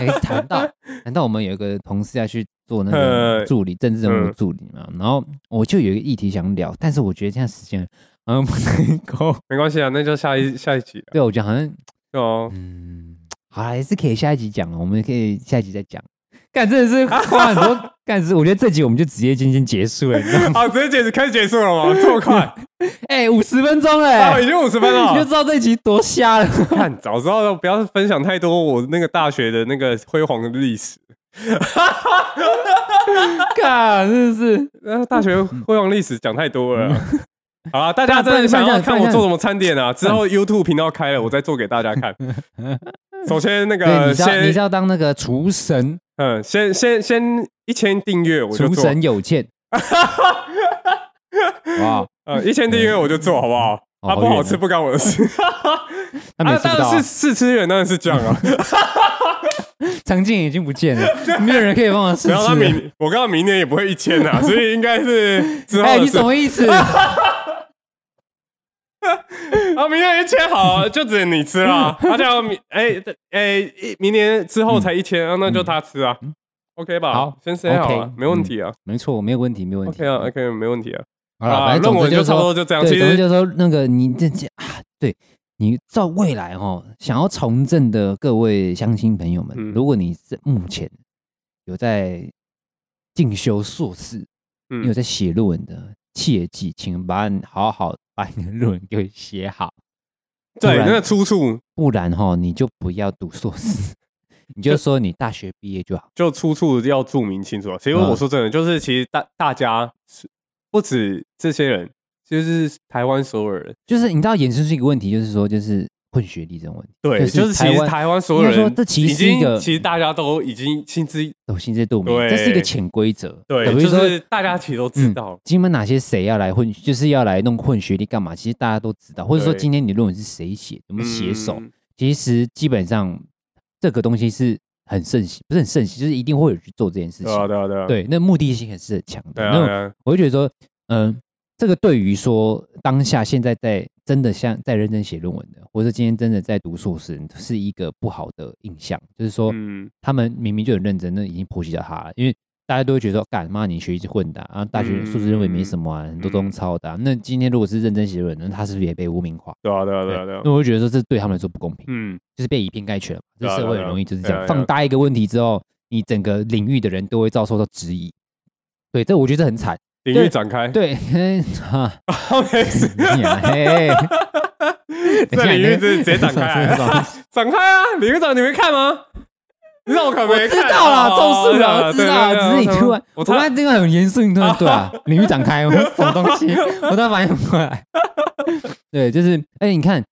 [SPEAKER 3] 哎、谈到谈到我们有一个同事要去做那个
[SPEAKER 2] 呃
[SPEAKER 3] 助理，政治人物的
[SPEAKER 2] 嗯
[SPEAKER 3] 助理嘛。然后我就有一个议题想聊，但是我觉得现在时间好像不能够。
[SPEAKER 2] 没关系啊，那就下一下一集啊
[SPEAKER 3] 对，我觉得好像
[SPEAKER 2] 对哦。
[SPEAKER 3] 嗯，好啦，还是可以下一集讲啊了，我们可以下一集再讲。干，真的是花很 多干事，我觉得这集我们就直接今天结束了，你知道吗？
[SPEAKER 2] 好，啊直接结束，开始结束了吗？这么快？
[SPEAKER 3] 哎，五十分钟
[SPEAKER 2] 啊，
[SPEAKER 3] 哎
[SPEAKER 2] 已，经五十分
[SPEAKER 3] 你就
[SPEAKER 2] 了
[SPEAKER 3] 知。道这集多瞎了。
[SPEAKER 2] 看，早知道不要分享太多我那个大学的那个辉煌的历史。
[SPEAKER 3] 干，真的是。
[SPEAKER 2] 那呃大学
[SPEAKER 3] 嗯
[SPEAKER 2] 辉煌历史讲太多了啊。 好啦，大家真的想要看我做什么餐点啊？之
[SPEAKER 3] 嗯
[SPEAKER 2] 后 YouTube 频道开了，我再做给大家 看。首先那
[SPEAKER 3] 对，
[SPEAKER 2] 个
[SPEAKER 3] 你是要你是
[SPEAKER 2] 呃先
[SPEAKER 3] 要当那个厨神，
[SPEAKER 2] 嗯，先先先一千订阅我就
[SPEAKER 3] 厨
[SPEAKER 2] 做，
[SPEAKER 3] 神有 欠。哇，
[SPEAKER 2] 呃，一千订阅我就做好不好？
[SPEAKER 3] 哦
[SPEAKER 2] 啊，
[SPEAKER 3] 好
[SPEAKER 2] 不好
[SPEAKER 3] 远
[SPEAKER 2] 吃
[SPEAKER 3] 哦
[SPEAKER 2] 不干我的事。
[SPEAKER 3] 他没
[SPEAKER 2] 啊，
[SPEAKER 3] 吃不
[SPEAKER 2] 当
[SPEAKER 3] 到
[SPEAKER 2] 然
[SPEAKER 3] 啊
[SPEAKER 2] 是，试吃员当然是这样 啊。
[SPEAKER 3] 常静已经不 见了，没有人可以帮我试
[SPEAKER 2] 然后他
[SPEAKER 3] 吃。
[SPEAKER 2] 明我刚刚明年也不会一千 啊，所以应该是之
[SPEAKER 3] 哎，
[SPEAKER 2] 后的
[SPEAKER 3] 你
[SPEAKER 2] 事
[SPEAKER 3] 什。么意 思？
[SPEAKER 2] 啊，明年一千好，就只能你吃啊啦。
[SPEAKER 3] 嗯
[SPEAKER 2] 他叫明哎哎，一明年之后才一千，啊那就他吃啊。OK 吧，
[SPEAKER 3] 嗯好
[SPEAKER 2] 先 say 好啊
[SPEAKER 3] OK，，
[SPEAKER 2] 没问题啊。
[SPEAKER 3] 没错，没有问题，没有问题
[SPEAKER 2] OK。啊，OK，没问题啊。
[SPEAKER 3] 好了，
[SPEAKER 2] 论
[SPEAKER 3] 反正总之
[SPEAKER 2] 文
[SPEAKER 3] 就是
[SPEAKER 2] 差不多
[SPEAKER 3] 说，
[SPEAKER 2] 就这样。其
[SPEAKER 3] 对，总之
[SPEAKER 2] 实
[SPEAKER 3] 就是说，那个你这这啊，对你照未来哦，想要从政的各位乡亲朋友们，
[SPEAKER 2] 嗯
[SPEAKER 3] 如果你是目前有在进修硕士，你有
[SPEAKER 2] 嗯，
[SPEAKER 3] 在写论文的，切记，请把你好好把你的论文给写好，
[SPEAKER 2] 对，
[SPEAKER 3] 突然
[SPEAKER 2] 那个出处
[SPEAKER 3] 不然哈，你就不要读硕士， 你就说你大学毕业就好。
[SPEAKER 2] 就出处要注明清楚啊。其实
[SPEAKER 3] 嗯
[SPEAKER 2] 我说真的，就是其实大大家是不止这些人，就是台湾所有人，
[SPEAKER 3] 就是你知道，衍生出一个问题，就是说，就是混学历这种问题，
[SPEAKER 2] 对，
[SPEAKER 3] 就
[SPEAKER 2] 就是
[SPEAKER 3] 是
[SPEAKER 2] 其实
[SPEAKER 3] 台湾
[SPEAKER 2] 台湾所有
[SPEAKER 3] 应该说
[SPEAKER 2] 人，
[SPEAKER 3] 这其实
[SPEAKER 2] 已
[SPEAKER 3] 是一
[SPEAKER 2] 经
[SPEAKER 3] 个
[SPEAKER 2] 其实大家都已经心知
[SPEAKER 3] 都心知肚明，
[SPEAKER 2] 对
[SPEAKER 3] 这是一个潜规则。
[SPEAKER 2] 对，
[SPEAKER 3] 比
[SPEAKER 2] 就
[SPEAKER 3] 如说嗯
[SPEAKER 2] 是大家其实都知道。
[SPEAKER 3] 今天哪些谁要来混，就是要来弄混学历干嘛？其实大家都知道，或者说
[SPEAKER 2] 对
[SPEAKER 3] 今天你论文是谁写，有没有写手，
[SPEAKER 2] 嗯
[SPEAKER 3] 其实基本上这个东西是很盛行，不是很盛行，就是一定会有人去做这件事
[SPEAKER 2] 对啊，
[SPEAKER 3] 情。
[SPEAKER 2] 对啊，对啊，
[SPEAKER 3] 对，那目的性还是很强的。
[SPEAKER 2] 对啊，
[SPEAKER 3] 那
[SPEAKER 2] 对啊，
[SPEAKER 3] 我就觉得说，嗯、这个对于说当下现在在真的像在认真写论文的，或者今天真的在读硕士，是一个不好的印象。就是说，
[SPEAKER 2] 嗯，
[SPEAKER 3] 他们明明就很认真，那已经剖析到他了，因为大家都会觉得说，干妈你学一直混的啊，啊大学
[SPEAKER 2] 嗯
[SPEAKER 3] 硕士认为没什么啊，很多东抄的啊、那今天如果是认真写论文，那他是不是也被污名化？
[SPEAKER 2] 对啊，对啊，对啊，对啊
[SPEAKER 3] 那，我就觉得说这对他们来说不公平，
[SPEAKER 2] 嗯，
[SPEAKER 3] 就是被以偏概全了嘛。
[SPEAKER 2] 对
[SPEAKER 3] 这
[SPEAKER 2] 啊
[SPEAKER 3] 社会
[SPEAKER 2] 对啊
[SPEAKER 3] 很容易就是这
[SPEAKER 2] 对啊对
[SPEAKER 3] 样，
[SPEAKER 2] 啊
[SPEAKER 3] 放大一个问题之后，你整个领域的人都会遭受到质疑。对，这我觉得这 很惨。
[SPEAKER 2] 领域展 开，
[SPEAKER 3] 对， 哈，
[SPEAKER 2] 没事，
[SPEAKER 3] 你啊嘿，
[SPEAKER 2] 这领域是直接展开来， 展开啊！李科长，你没看吗？那我可没
[SPEAKER 3] 我知
[SPEAKER 2] 看
[SPEAKER 3] 道啦，
[SPEAKER 2] 哦
[SPEAKER 3] 中暑了，我
[SPEAKER 2] 对
[SPEAKER 3] 知道啊
[SPEAKER 2] 对
[SPEAKER 3] 啦，只是
[SPEAKER 2] 对
[SPEAKER 3] 你
[SPEAKER 2] 对
[SPEAKER 3] 突然，
[SPEAKER 2] 我
[SPEAKER 3] 我
[SPEAKER 2] 突
[SPEAKER 3] 突
[SPEAKER 2] 然
[SPEAKER 3] 然这个很严肃，你突然对啊， 领域展开，我说什么东西，我突然反应不过来。对，就是，哎，你看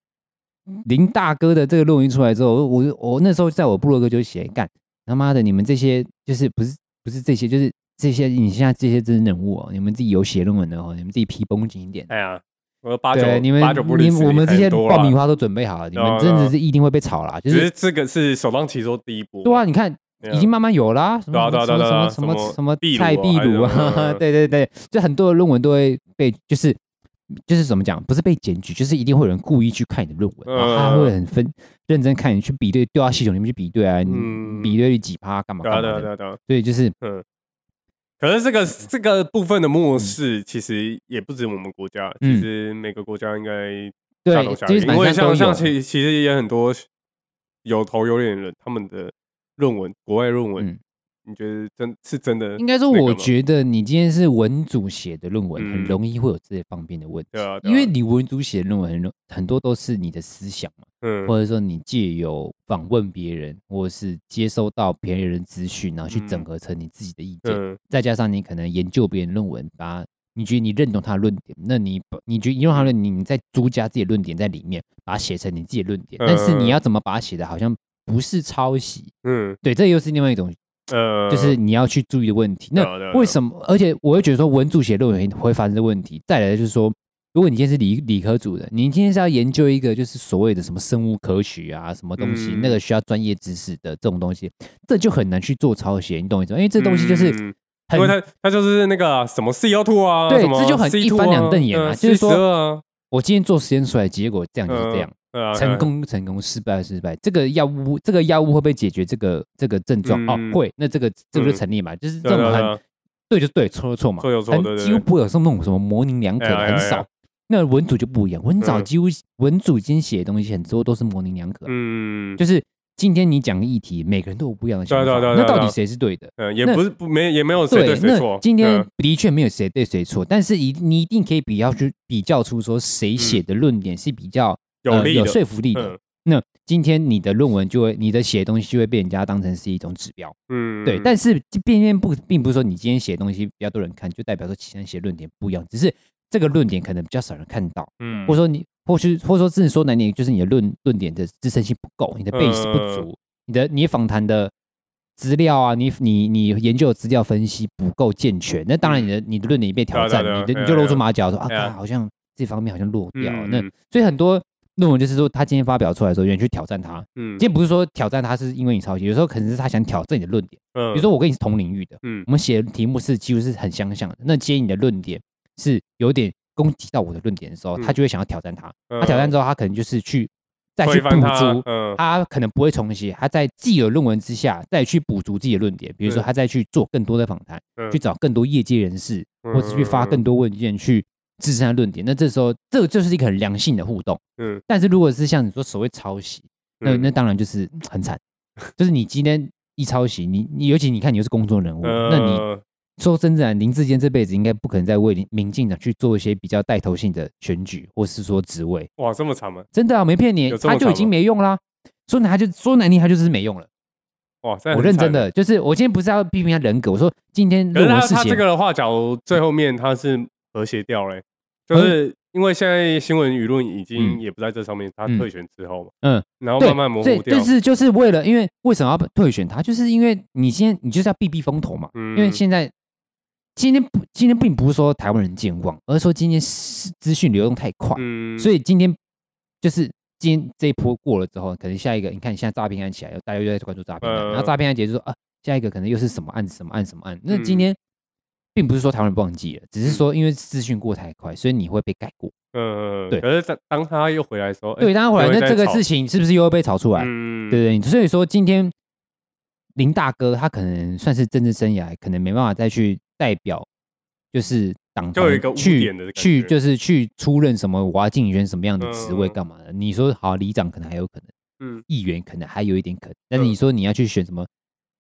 [SPEAKER 3] 林大哥的这个论文一出来之后，我我那时候在我部落格就写，干他妈的，你们这些就是不是不是这些，就是这些你现在这些真人人物哦，你们自己有写论文的哦，你们自己皮绷紧一点。
[SPEAKER 2] 哎呀，我八九
[SPEAKER 3] 对，你们
[SPEAKER 2] 八九不离
[SPEAKER 3] 你
[SPEAKER 2] 十，
[SPEAKER 3] 我们这些
[SPEAKER 2] 很多啦
[SPEAKER 3] 爆米，花都准备好了，你
[SPEAKER 2] 对啊
[SPEAKER 3] 们真
[SPEAKER 2] 对
[SPEAKER 3] 的
[SPEAKER 2] 啊
[SPEAKER 3] 是一定会被炒啦，就
[SPEAKER 2] 只
[SPEAKER 3] 是
[SPEAKER 2] 是这个是首当其冲第一步。
[SPEAKER 3] 对啊，你看
[SPEAKER 2] 对啊，
[SPEAKER 3] 已经慢慢有啦，什
[SPEAKER 2] 对啊
[SPEAKER 3] 么
[SPEAKER 2] 对啊
[SPEAKER 3] 什
[SPEAKER 2] 对啊
[SPEAKER 3] 么
[SPEAKER 2] 对
[SPEAKER 3] 什
[SPEAKER 2] 啊
[SPEAKER 3] 么
[SPEAKER 2] 什么
[SPEAKER 3] 什么什么
[SPEAKER 2] 壁
[SPEAKER 3] 菜
[SPEAKER 2] 炉啊
[SPEAKER 3] 壁炉
[SPEAKER 2] 还是什么
[SPEAKER 3] 啊，对对对，就很多的论文都会被就是就是怎么讲，不是被检举，就是一定会有人故意去看你的论文，然后他
[SPEAKER 2] 嗯
[SPEAKER 3] 会很分认真看你去比对，对到系统里面去比对啊，
[SPEAKER 2] 嗯
[SPEAKER 3] 你比对率几趴干嘛
[SPEAKER 2] 对啊
[SPEAKER 3] 干
[SPEAKER 2] 对
[SPEAKER 3] 嘛
[SPEAKER 2] 啊对
[SPEAKER 3] 的，
[SPEAKER 2] 啊对啊。
[SPEAKER 3] 所以就是
[SPEAKER 2] 可是这个这个部分的漠视，其实也不止我们国家，
[SPEAKER 3] 嗯
[SPEAKER 2] 其实每个国家应该大
[SPEAKER 3] 对
[SPEAKER 2] 同小，异，
[SPEAKER 3] 基
[SPEAKER 2] 因为
[SPEAKER 3] 本上
[SPEAKER 2] 像
[SPEAKER 3] 都有啊
[SPEAKER 2] 像。其其实也很多有头有脸的人，他们的论文，国外论文
[SPEAKER 3] 嗯，
[SPEAKER 2] 你觉得真是真的？
[SPEAKER 3] 应该说，
[SPEAKER 2] 那个
[SPEAKER 3] 我
[SPEAKER 2] 吗
[SPEAKER 3] 觉得你今天是文组写的论文，
[SPEAKER 2] 嗯
[SPEAKER 3] 很容易会有这方面的问题
[SPEAKER 2] 对啊，对啊
[SPEAKER 3] 因为你文组写的论文很容很多都是你的思想嘛，
[SPEAKER 2] 嗯
[SPEAKER 3] 或者说你借由访问别人，或者是接收到别人的资讯，然后去整
[SPEAKER 2] 嗯
[SPEAKER 3] 合成你自己的意见，
[SPEAKER 2] 嗯
[SPEAKER 3] 再加上你可能研究别人论文，把你觉得你认同他的论点，那你把你觉得你认同他
[SPEAKER 2] 嗯
[SPEAKER 3] 的论点，你再租加自己的论点在里面，把它写成你自己的论点，但是
[SPEAKER 2] 嗯
[SPEAKER 3] 你要怎么把它写的好像不是抄袭？
[SPEAKER 2] 嗯
[SPEAKER 3] 对，这又是另外一种，
[SPEAKER 2] 呃，
[SPEAKER 3] 就是你要去注意的问题。
[SPEAKER 2] 对啊对啊
[SPEAKER 3] 那
[SPEAKER 2] 对啊
[SPEAKER 3] 为什么？而且我会觉得说，文组写论文会发生这个问题。再来就是说，如果你今天是理理科组的，你今天是要研究一个就是所谓的什么生物科学啊，什么东西，
[SPEAKER 2] 嗯
[SPEAKER 3] 那个需要专业知识的这种东西，这就很难去做抄写，你懂我意思吗？因为这东西就是
[SPEAKER 2] 嗯
[SPEAKER 3] 很
[SPEAKER 2] 因为它它就是那个啊什么 C O two 啊，
[SPEAKER 3] 对
[SPEAKER 2] 什么
[SPEAKER 3] 这就很
[SPEAKER 2] C2 啊
[SPEAKER 3] 一翻两瞪眼啊
[SPEAKER 2] 嗯
[SPEAKER 3] 就是说
[SPEAKER 2] C12 啊嗯
[SPEAKER 3] 我今天做实验出来，结果这样就是这样。
[SPEAKER 2] 对啊，
[SPEAKER 3] 成功成功，失败失败，这个药物这个药物会不会解决这个这个症状？
[SPEAKER 2] 嗯
[SPEAKER 3] 哦，会，那这个这个就
[SPEAKER 2] 嗯
[SPEAKER 3] 成立嘛，就是这
[SPEAKER 2] 对啊
[SPEAKER 3] 种
[SPEAKER 2] 对啊
[SPEAKER 3] 很对就对，错就错嘛，
[SPEAKER 2] 错就错
[SPEAKER 3] 很
[SPEAKER 2] 对对
[SPEAKER 3] 几乎
[SPEAKER 2] 对
[SPEAKER 3] 不会有什么那种什么模棱两可的，
[SPEAKER 2] 哎呀
[SPEAKER 3] 很
[SPEAKER 2] 哎呀
[SPEAKER 3] 少。那文组就不一样，文藻
[SPEAKER 2] 嗯
[SPEAKER 3] 几乎文组已经写的东西很多都是模棱两可，
[SPEAKER 2] 嗯，
[SPEAKER 3] 就是今天你讲个议题，每个人都有不一样的想
[SPEAKER 2] 对啊
[SPEAKER 3] 法，
[SPEAKER 2] 对啊对啊
[SPEAKER 3] 那
[SPEAKER 2] 对啊
[SPEAKER 3] 到底谁是对的？
[SPEAKER 2] 嗯，也
[SPEAKER 3] 那
[SPEAKER 2] 不是不没也没有谁对谁错
[SPEAKER 3] 那。今天
[SPEAKER 2] 嗯
[SPEAKER 3] 的确没有谁对谁错，但是一你一定可以比较去比较出说谁写的论点是比较、
[SPEAKER 2] 嗯有
[SPEAKER 3] 呃
[SPEAKER 2] 利
[SPEAKER 3] 有
[SPEAKER 2] 的，
[SPEAKER 3] 说服力的。
[SPEAKER 2] 嗯
[SPEAKER 3] 那今天你的论文就会，你的写的东西就会被人家当成是一种指标，
[SPEAKER 2] 嗯，
[SPEAKER 3] 对。但是并并不并不是说你今天写的东西比较多人看，就代表说其他人写的论点不一样，只是这个论点可能比较少人看到，
[SPEAKER 2] 嗯
[SPEAKER 3] 或者说你或许或者说甚至说难听，就是你的论论点的支撑性不够，你的 base
[SPEAKER 2] 嗯
[SPEAKER 3] 不足，你的你访谈的资料啊，你你你研究的资料分析不够健全，那当然你的、你的论点被挑战，
[SPEAKER 2] 嗯对啊对啊
[SPEAKER 3] 你
[SPEAKER 2] 对
[SPEAKER 3] 的
[SPEAKER 2] 啊
[SPEAKER 3] 你就露出马脚说啊，
[SPEAKER 2] 对啊
[SPEAKER 3] 干好像这方面好像落掉了，
[SPEAKER 2] 嗯
[SPEAKER 3] 那
[SPEAKER 2] 嗯
[SPEAKER 3] 所以很多。论文就是说，他今天发表出来的时候，有人去挑战他。
[SPEAKER 2] 嗯
[SPEAKER 3] 今，天不是说挑战他是因为你抄袭，有时候可能是他想挑战你的论点。
[SPEAKER 2] 比
[SPEAKER 3] 比如说我跟你是同领域的，
[SPEAKER 2] 嗯
[SPEAKER 3] 我们写的题目是几乎是很相像的。那接你的论点是有点攻击到我的论点的时候，
[SPEAKER 2] 嗯
[SPEAKER 3] 他就会想要挑战他。
[SPEAKER 2] 他
[SPEAKER 3] 他挑战之后，他可能就是去再去补足，
[SPEAKER 2] 嗯
[SPEAKER 3] 他可能不会重写，他在既有论文之下再去补足自己的论点，比如说
[SPEAKER 2] 嗯
[SPEAKER 3] 他再去做更多的访谈，
[SPEAKER 2] 嗯
[SPEAKER 3] 去找更多业界人士，
[SPEAKER 2] 嗯
[SPEAKER 3] 或者去发更多文件去支撑他的论点。那这时候，这就是一个很良性的互动。
[SPEAKER 2] 嗯，
[SPEAKER 3] 但是如果是像你说所谓抄袭，那
[SPEAKER 2] 嗯
[SPEAKER 3] 那当然就是嗯很惨，就是你今天一抄袭，你你尤其你看你又是公众人物，那你
[SPEAKER 2] 呃
[SPEAKER 3] 说真的啊，林志坚这辈子应该不可能再为民民进党去做一些比较带头性的选举或是说职位，
[SPEAKER 2] 哇这么惨吗？
[SPEAKER 3] 真的啊，没骗你
[SPEAKER 2] 有，这么
[SPEAKER 3] 他就已
[SPEAKER 2] 惨
[SPEAKER 3] 经
[SPEAKER 2] 吗
[SPEAKER 3] 没用啦。说难他就说难听，他就是没用了。
[SPEAKER 2] 哇，这
[SPEAKER 3] 我认真。的，就是我今天不是要批评他人格，我说今天
[SPEAKER 2] 可是
[SPEAKER 3] 论
[SPEAKER 2] 他
[SPEAKER 3] 文事
[SPEAKER 2] 他
[SPEAKER 3] 情
[SPEAKER 2] 这，个的话，假如最后面他是和谐掉嘞，就是因为现在新闻舆论已经
[SPEAKER 3] 嗯
[SPEAKER 2] 也不在这上面，他
[SPEAKER 3] 嗯
[SPEAKER 2] 退选之后嘛，
[SPEAKER 3] 嗯，
[SPEAKER 2] 然后
[SPEAKER 3] 对，
[SPEAKER 2] 慢慢模
[SPEAKER 3] 所以
[SPEAKER 2] 糊掉
[SPEAKER 3] 但，是就是为了，因为为什么要退选他，就是因为你今天你就是要避避风头嘛。
[SPEAKER 2] 嗯，
[SPEAKER 3] 因为现在今天不今天并不是说台湾人健忘，而是说今天是资讯流动太快，
[SPEAKER 2] 嗯，
[SPEAKER 3] 所以今天就是今天这一波过了之后，可能下一个你看现在诈骗案起来，大家又在关注诈骗案，
[SPEAKER 2] 嗯
[SPEAKER 3] 然后诈骗案结束说啊，下一个可能又是什么案子什么案什么案，那
[SPEAKER 2] 嗯
[SPEAKER 3] 今天。并不是说台湾人忘记了，只是说因为资讯过太快，所以你会被盖过。
[SPEAKER 2] 嗯，嗯嗯
[SPEAKER 3] 对
[SPEAKER 2] 可是当当他又回来的时候，哎
[SPEAKER 3] 对，当然回来，
[SPEAKER 2] 就会
[SPEAKER 3] 那
[SPEAKER 2] 再
[SPEAKER 3] 这个
[SPEAKER 2] 吵
[SPEAKER 3] 事情是不是又会被炒出来？
[SPEAKER 2] 嗯，
[SPEAKER 3] 对对，所以说今天林大哥他可能算是政治生涯，可能没办法再去代表，就是党
[SPEAKER 2] 就有一个
[SPEAKER 3] 团
[SPEAKER 2] 污
[SPEAKER 3] 去
[SPEAKER 2] 点的感
[SPEAKER 3] 去
[SPEAKER 2] 觉
[SPEAKER 3] 就是去出任什么我要竞选什么样的职位
[SPEAKER 2] 嗯
[SPEAKER 3] 干嘛的？你说好里长可能还有可能，
[SPEAKER 2] 嗯
[SPEAKER 3] 议员可能还有一点可能，但是
[SPEAKER 2] 嗯
[SPEAKER 3] 你说你要去选什么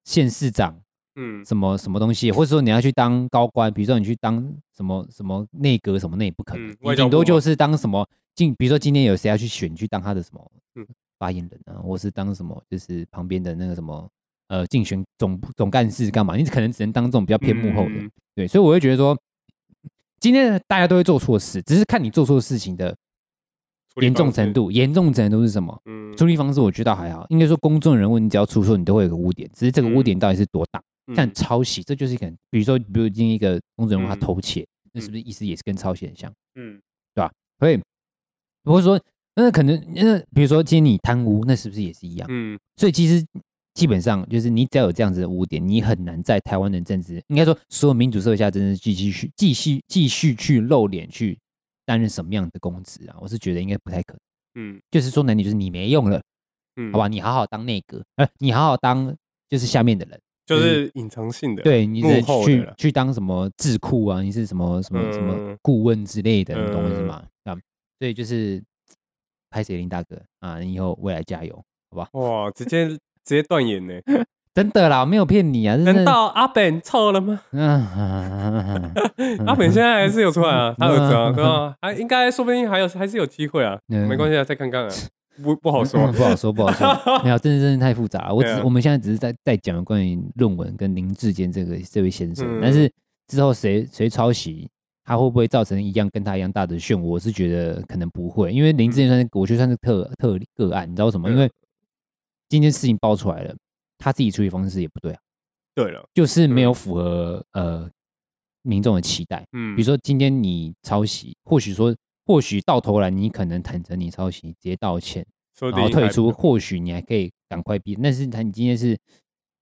[SPEAKER 3] 县市长
[SPEAKER 2] 嗯
[SPEAKER 3] 什么什么东西，或者说你要去当高官，比如说你去当什么什么内阁什么，那也不可能
[SPEAKER 2] 嗯，
[SPEAKER 3] 你
[SPEAKER 2] 外交
[SPEAKER 3] 顶
[SPEAKER 2] 部
[SPEAKER 3] 多就
[SPEAKER 2] 嘛
[SPEAKER 3] 是当什么进，比如说今天有谁要去选去当他的什么
[SPEAKER 2] 嗯
[SPEAKER 3] 发言人啊，或是当什么就是旁边的那个什么呃竞选总部总干事干嘛，你可能只能当这种比较偏幕后的，
[SPEAKER 2] 嗯
[SPEAKER 3] 对，所以我会觉得说，今天大家都会做错事，只是看你做错事情的
[SPEAKER 2] 处理
[SPEAKER 3] 严重
[SPEAKER 2] 方式
[SPEAKER 3] 程，度，严重程度是什么。
[SPEAKER 2] 嗯，
[SPEAKER 3] 处理方式我觉得还好，应该说公众人物，你只要出错，你都会有个污点，只是这个污
[SPEAKER 2] 嗯
[SPEAKER 3] 点到底是多大。
[SPEAKER 2] 嗯
[SPEAKER 3] 像抄袭，这就是一个很，比如说，比如今天一个公众人物他
[SPEAKER 2] 嗯
[SPEAKER 3] 偷窃，那
[SPEAKER 2] 嗯
[SPEAKER 3] 是不是意思也是跟抄袭很像？
[SPEAKER 2] 嗯
[SPEAKER 3] 所以，或者说，那可能那比如说今天你贪污，那是不是也是一样？
[SPEAKER 2] 嗯
[SPEAKER 3] 所以其实基本上就是你只要有这样子的污点，你很难在台湾的政治，应该说所有民主社会下，真的继续去继续继续去露脸去担任什么样的公职啊？我是觉得应该不太可能。
[SPEAKER 2] 嗯
[SPEAKER 3] 就是说难听，就是你没用了，
[SPEAKER 2] 嗯，
[SPEAKER 3] 好吧？，你好好当内阁，呃，你好好当就是下面的人。
[SPEAKER 2] 就是隐藏性的，
[SPEAKER 3] 对你只能
[SPEAKER 2] 啊幕后的
[SPEAKER 3] 去
[SPEAKER 2] 啦
[SPEAKER 3] 去当什么智库啊，你是什么什么、什么
[SPEAKER 2] 嗯
[SPEAKER 3] 顾问之类的，你懂我意思
[SPEAKER 2] 嗯
[SPEAKER 3] 吗？啊，所以就是拍谁林大哥啊，你以后未来加油，
[SPEAKER 2] 哇，直接直接断言呢，
[SPEAKER 3] 真的啦，我没有骗你啊，真
[SPEAKER 2] 难
[SPEAKER 3] 的。
[SPEAKER 2] 道阿本错了吗？
[SPEAKER 3] 嗯，
[SPEAKER 2] 阿本现在还是有出来啊，他儿子啊，
[SPEAKER 3] 嗯
[SPEAKER 2] 对吧？还应该说不定还有还是有机会啊，
[SPEAKER 3] 嗯
[SPEAKER 2] 没关系啊，再看看 啊，不不好说啊
[SPEAKER 3] 嗯。不好说，不好 说。没有，真的真的太复杂了。我只、
[SPEAKER 2] 对啊
[SPEAKER 3] 我们现在只是在在讲关于论文跟林志坚这个这位先生，
[SPEAKER 2] 嗯
[SPEAKER 3] 但是之后谁谁抄袭，他会不会造成一样跟他一样大的漩涡？我是觉得可能不会，因为林志坚算是我觉得算是特特例个案，你知道为什么？
[SPEAKER 2] 嗯
[SPEAKER 3] 因为今天事情爆出来了，他自己处理方式也不对啊，
[SPEAKER 2] 对了，
[SPEAKER 3] 就是没有符合、呃民众的期待。
[SPEAKER 2] 嗯，
[SPEAKER 3] 比如说今天你抄袭，或许说或许到头来你可能坦诚你抄袭，直接道歉。
[SPEAKER 2] 说不
[SPEAKER 3] 然后
[SPEAKER 2] 定
[SPEAKER 3] 退
[SPEAKER 2] 还
[SPEAKER 3] 出，或许你还可以赶快毕业。但是他你今天是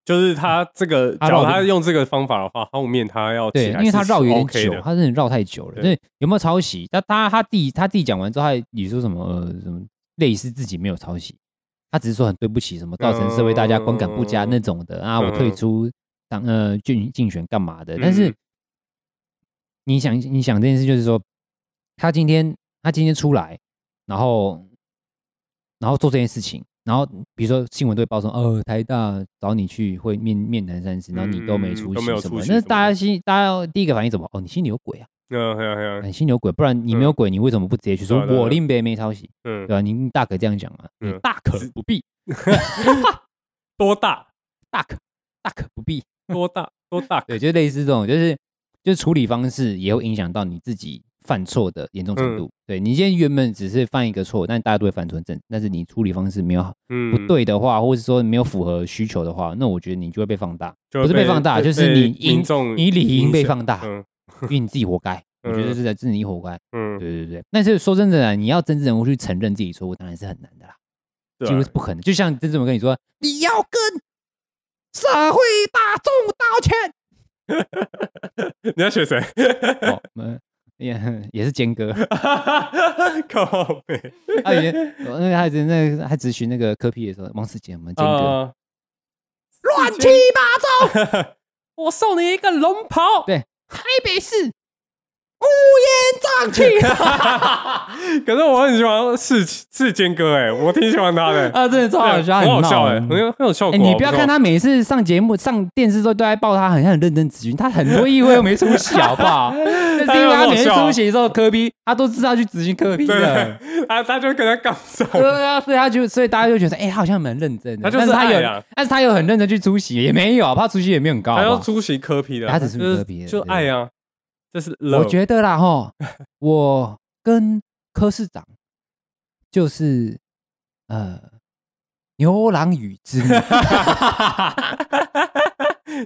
[SPEAKER 2] 就是他这个，
[SPEAKER 3] 他
[SPEAKER 2] 假如
[SPEAKER 3] 绕
[SPEAKER 2] 他
[SPEAKER 3] 的
[SPEAKER 2] 用这个方法的话，后面他要
[SPEAKER 3] 对，
[SPEAKER 2] 起来
[SPEAKER 3] 因为他
[SPEAKER 2] 啊是
[SPEAKER 3] 绕有点
[SPEAKER 2] OK
[SPEAKER 3] 久，
[SPEAKER 2] 的
[SPEAKER 3] 他真的绕太久了。
[SPEAKER 2] 对
[SPEAKER 3] 那有没有抄袭？他他他自己他自己讲完之后，他你说什么呃什么类似自己没有抄袭，他只是说很对不起，什么造成社会大家观感不佳
[SPEAKER 2] 嗯
[SPEAKER 3] 那种的啊，我退
[SPEAKER 2] 嗯
[SPEAKER 3] 出当呃竞竞选干嘛的？但是
[SPEAKER 2] 嗯
[SPEAKER 3] 你想你想这件事，就是说他今天他今天出来，然后然后做这件事情，然后比如说新闻都会报说，呃，台大找你去会面面谈三次，然后你
[SPEAKER 2] 嗯
[SPEAKER 3] 都
[SPEAKER 2] 嗯
[SPEAKER 3] 没
[SPEAKER 2] 嗯
[SPEAKER 3] 出
[SPEAKER 2] 都
[SPEAKER 3] 席
[SPEAKER 2] 没有
[SPEAKER 3] 什
[SPEAKER 2] 出
[SPEAKER 3] 么的，
[SPEAKER 2] 席
[SPEAKER 3] 那
[SPEAKER 2] 什么
[SPEAKER 3] 大家
[SPEAKER 2] 的
[SPEAKER 3] 心大家第一个反应怎么？哦，你心里有鬼啊！
[SPEAKER 2] 嗯，嘿啊嘿啊
[SPEAKER 3] 哎，心里有鬼，不然你没有鬼，你为什么不直接去说
[SPEAKER 2] 对啊对啊
[SPEAKER 3] 我林北没抄袭？
[SPEAKER 2] 嗯
[SPEAKER 3] 对，吧、啊你你大可这样讲啊，你
[SPEAKER 2] 嗯
[SPEAKER 3] 大可不必，
[SPEAKER 2] 多大
[SPEAKER 3] 大可大可不必。
[SPEAKER 2] 多大多大，
[SPEAKER 3] 对，就类似这种，就是就是处理方式也会影响到你自己犯错的严重
[SPEAKER 2] 嗯
[SPEAKER 3] 程度。对你今天原本只是犯一个错，但大家都会犯错正，但是你处理方式没有好
[SPEAKER 2] 嗯，
[SPEAKER 3] 不，对的话，或者说没有符合需求的话，那我觉得你就会被放大，
[SPEAKER 2] 就
[SPEAKER 3] 不是被放大就是
[SPEAKER 2] 被
[SPEAKER 3] 你
[SPEAKER 2] 民
[SPEAKER 3] 应
[SPEAKER 2] 众
[SPEAKER 3] 你理应被
[SPEAKER 2] 影响
[SPEAKER 3] 放大，
[SPEAKER 2] 嗯
[SPEAKER 3] 因为你自己活 该。我觉得
[SPEAKER 2] 嗯
[SPEAKER 3] 是在自己活该。
[SPEAKER 2] 嗯，
[SPEAKER 3] 对对对，但是说真的啊，你要真正人物去承认自己错误，当然是很难的啦。
[SPEAKER 2] 对
[SPEAKER 3] 几乎
[SPEAKER 2] 啊
[SPEAKER 3] 是不可能。就像曾志伟跟你说，你要跟社会大众道歉。
[SPEAKER 2] 你要学谁？
[SPEAKER 3] 哦，嗯，也也是坚哥，
[SPEAKER 2] 靠背
[SPEAKER 3] 他以 前那个他只那个他咨询那个科比的时候，王世杰我们坚哥
[SPEAKER 2] 啊！
[SPEAKER 3] 乱七八糟。
[SPEAKER 2] 我送你一个龙袍，
[SPEAKER 3] 对，台北市乌烟瘴气
[SPEAKER 2] 可是我很喜欢世世坚哥，哎，我挺喜欢他 的，
[SPEAKER 3] 啊，真的超好
[SPEAKER 2] 对
[SPEAKER 3] 笑，
[SPEAKER 2] 很好笑，
[SPEAKER 3] 哎
[SPEAKER 2] 哎，很。有很有效
[SPEAKER 3] 哎、
[SPEAKER 2] 果。
[SPEAKER 3] 你不要看
[SPEAKER 2] 他，
[SPEAKER 3] 他每次上节目、上电视之后都在报他，很像很认真咨询，他很多议会都没出席，好不好？那是因为他每次出席的时候，科比他都知道去咨询科比的。
[SPEAKER 2] 对， 他他就跟他杠上，
[SPEAKER 3] 对啊，所以他就所以大家就觉得，哎、他好像蛮认真的，
[SPEAKER 2] 他就
[SPEAKER 3] 但
[SPEAKER 2] 是
[SPEAKER 3] 是他
[SPEAKER 2] 爱
[SPEAKER 3] 有
[SPEAKER 2] 啊，
[SPEAKER 3] 但是他有很认真去出席，也没有，好不好他出席也没有很高
[SPEAKER 2] 他
[SPEAKER 3] 好
[SPEAKER 2] 要
[SPEAKER 3] 不好
[SPEAKER 2] 出席科比的，
[SPEAKER 3] 他只是
[SPEAKER 2] 就是
[SPEAKER 3] 科比的
[SPEAKER 2] 就
[SPEAKER 3] 对
[SPEAKER 2] 爱啊，这是
[SPEAKER 3] 我
[SPEAKER 2] love
[SPEAKER 3] 觉得啦，哈，我跟柯市长就是呃牛郎与织女，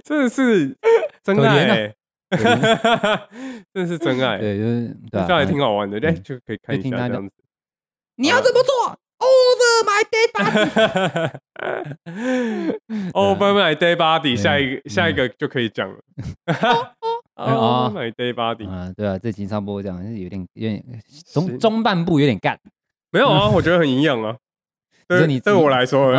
[SPEAKER 2] 真的是真
[SPEAKER 3] 可
[SPEAKER 2] 爱
[SPEAKER 3] 怜啊
[SPEAKER 2] 欸， 真的是真爱。
[SPEAKER 3] 对，就是对吧、
[SPEAKER 2] 这样也挺好玩的，哎，
[SPEAKER 3] 嗯
[SPEAKER 2] 就可以看一
[SPEAKER 3] 就听
[SPEAKER 2] 下
[SPEAKER 3] 他
[SPEAKER 2] 这
[SPEAKER 3] 的
[SPEAKER 2] 样子。
[SPEAKER 3] 你要怎么做？Over my dead body。
[SPEAKER 2] 哦 Over my day body，
[SPEAKER 3] 对
[SPEAKER 2] 下一个
[SPEAKER 3] 嗯
[SPEAKER 2] 下一个就可以讲了。 哦
[SPEAKER 3] 哦
[SPEAKER 2] Over my day body，
[SPEAKER 3] 啊、对啊，这集差不多这样，是有点有点
[SPEAKER 2] 是
[SPEAKER 3] 中中半部有点干，
[SPEAKER 2] 没有啊，我觉得很营养啊。
[SPEAKER 3] 你说
[SPEAKER 2] 对，
[SPEAKER 3] 你嗯
[SPEAKER 2] 对我来说，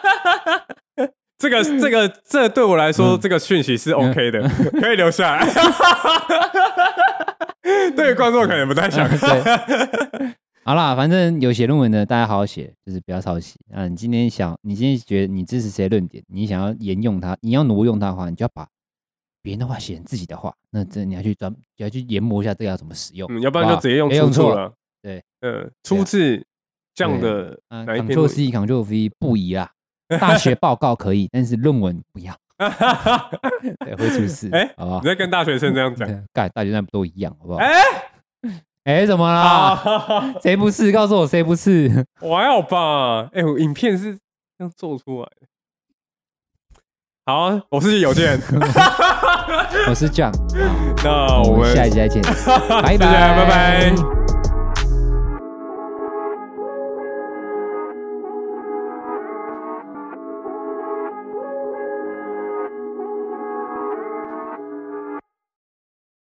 [SPEAKER 2] 这个这个这对我来说，
[SPEAKER 3] 嗯
[SPEAKER 2] 这个讯息是 OK 的，可以留下来。 对于观众可能不太想看。
[SPEAKER 3] 嗯对好啦，反正有写论文的，大家好好写，就是不要抄袭。啊，你今天想，你今天觉得你支持谁的论点，你想要沿用它，你要挪用它的话，你就要把别人的话写成自己的话，那这你要去专，你要去研磨一下这个要怎么使用，
[SPEAKER 2] 嗯，要不然就直接用
[SPEAKER 3] 好不好
[SPEAKER 2] 出
[SPEAKER 3] 用
[SPEAKER 2] 处
[SPEAKER 3] 错。
[SPEAKER 2] 了。
[SPEAKER 3] 对，
[SPEAKER 2] 嗯，出自这样
[SPEAKER 3] 对
[SPEAKER 2] 的
[SPEAKER 3] 啊
[SPEAKER 2] 哪一篇
[SPEAKER 3] ，Ctrl
[SPEAKER 2] 文章？
[SPEAKER 3] C Ctrl V 不宜啦， 大学报告可以，但是论文不要， 对，会出事。
[SPEAKER 2] 哎
[SPEAKER 3] 好不 好
[SPEAKER 2] 你？在跟大学生这样讲？
[SPEAKER 3] 对干大学生不都一样，好不好？
[SPEAKER 2] 哎
[SPEAKER 3] 哎，怎么啦？
[SPEAKER 2] 啊，
[SPEAKER 3] 谁不是？告诉我谁不是？
[SPEAKER 2] 我还好吧？哎，我影片是这样做出来的。好，我是有 健，
[SPEAKER 3] 我是 John，好
[SPEAKER 2] 那
[SPEAKER 3] 我
[SPEAKER 2] 我
[SPEAKER 3] 们
[SPEAKER 2] 们
[SPEAKER 3] 下一集再见，拜拜，
[SPEAKER 2] 拜拜。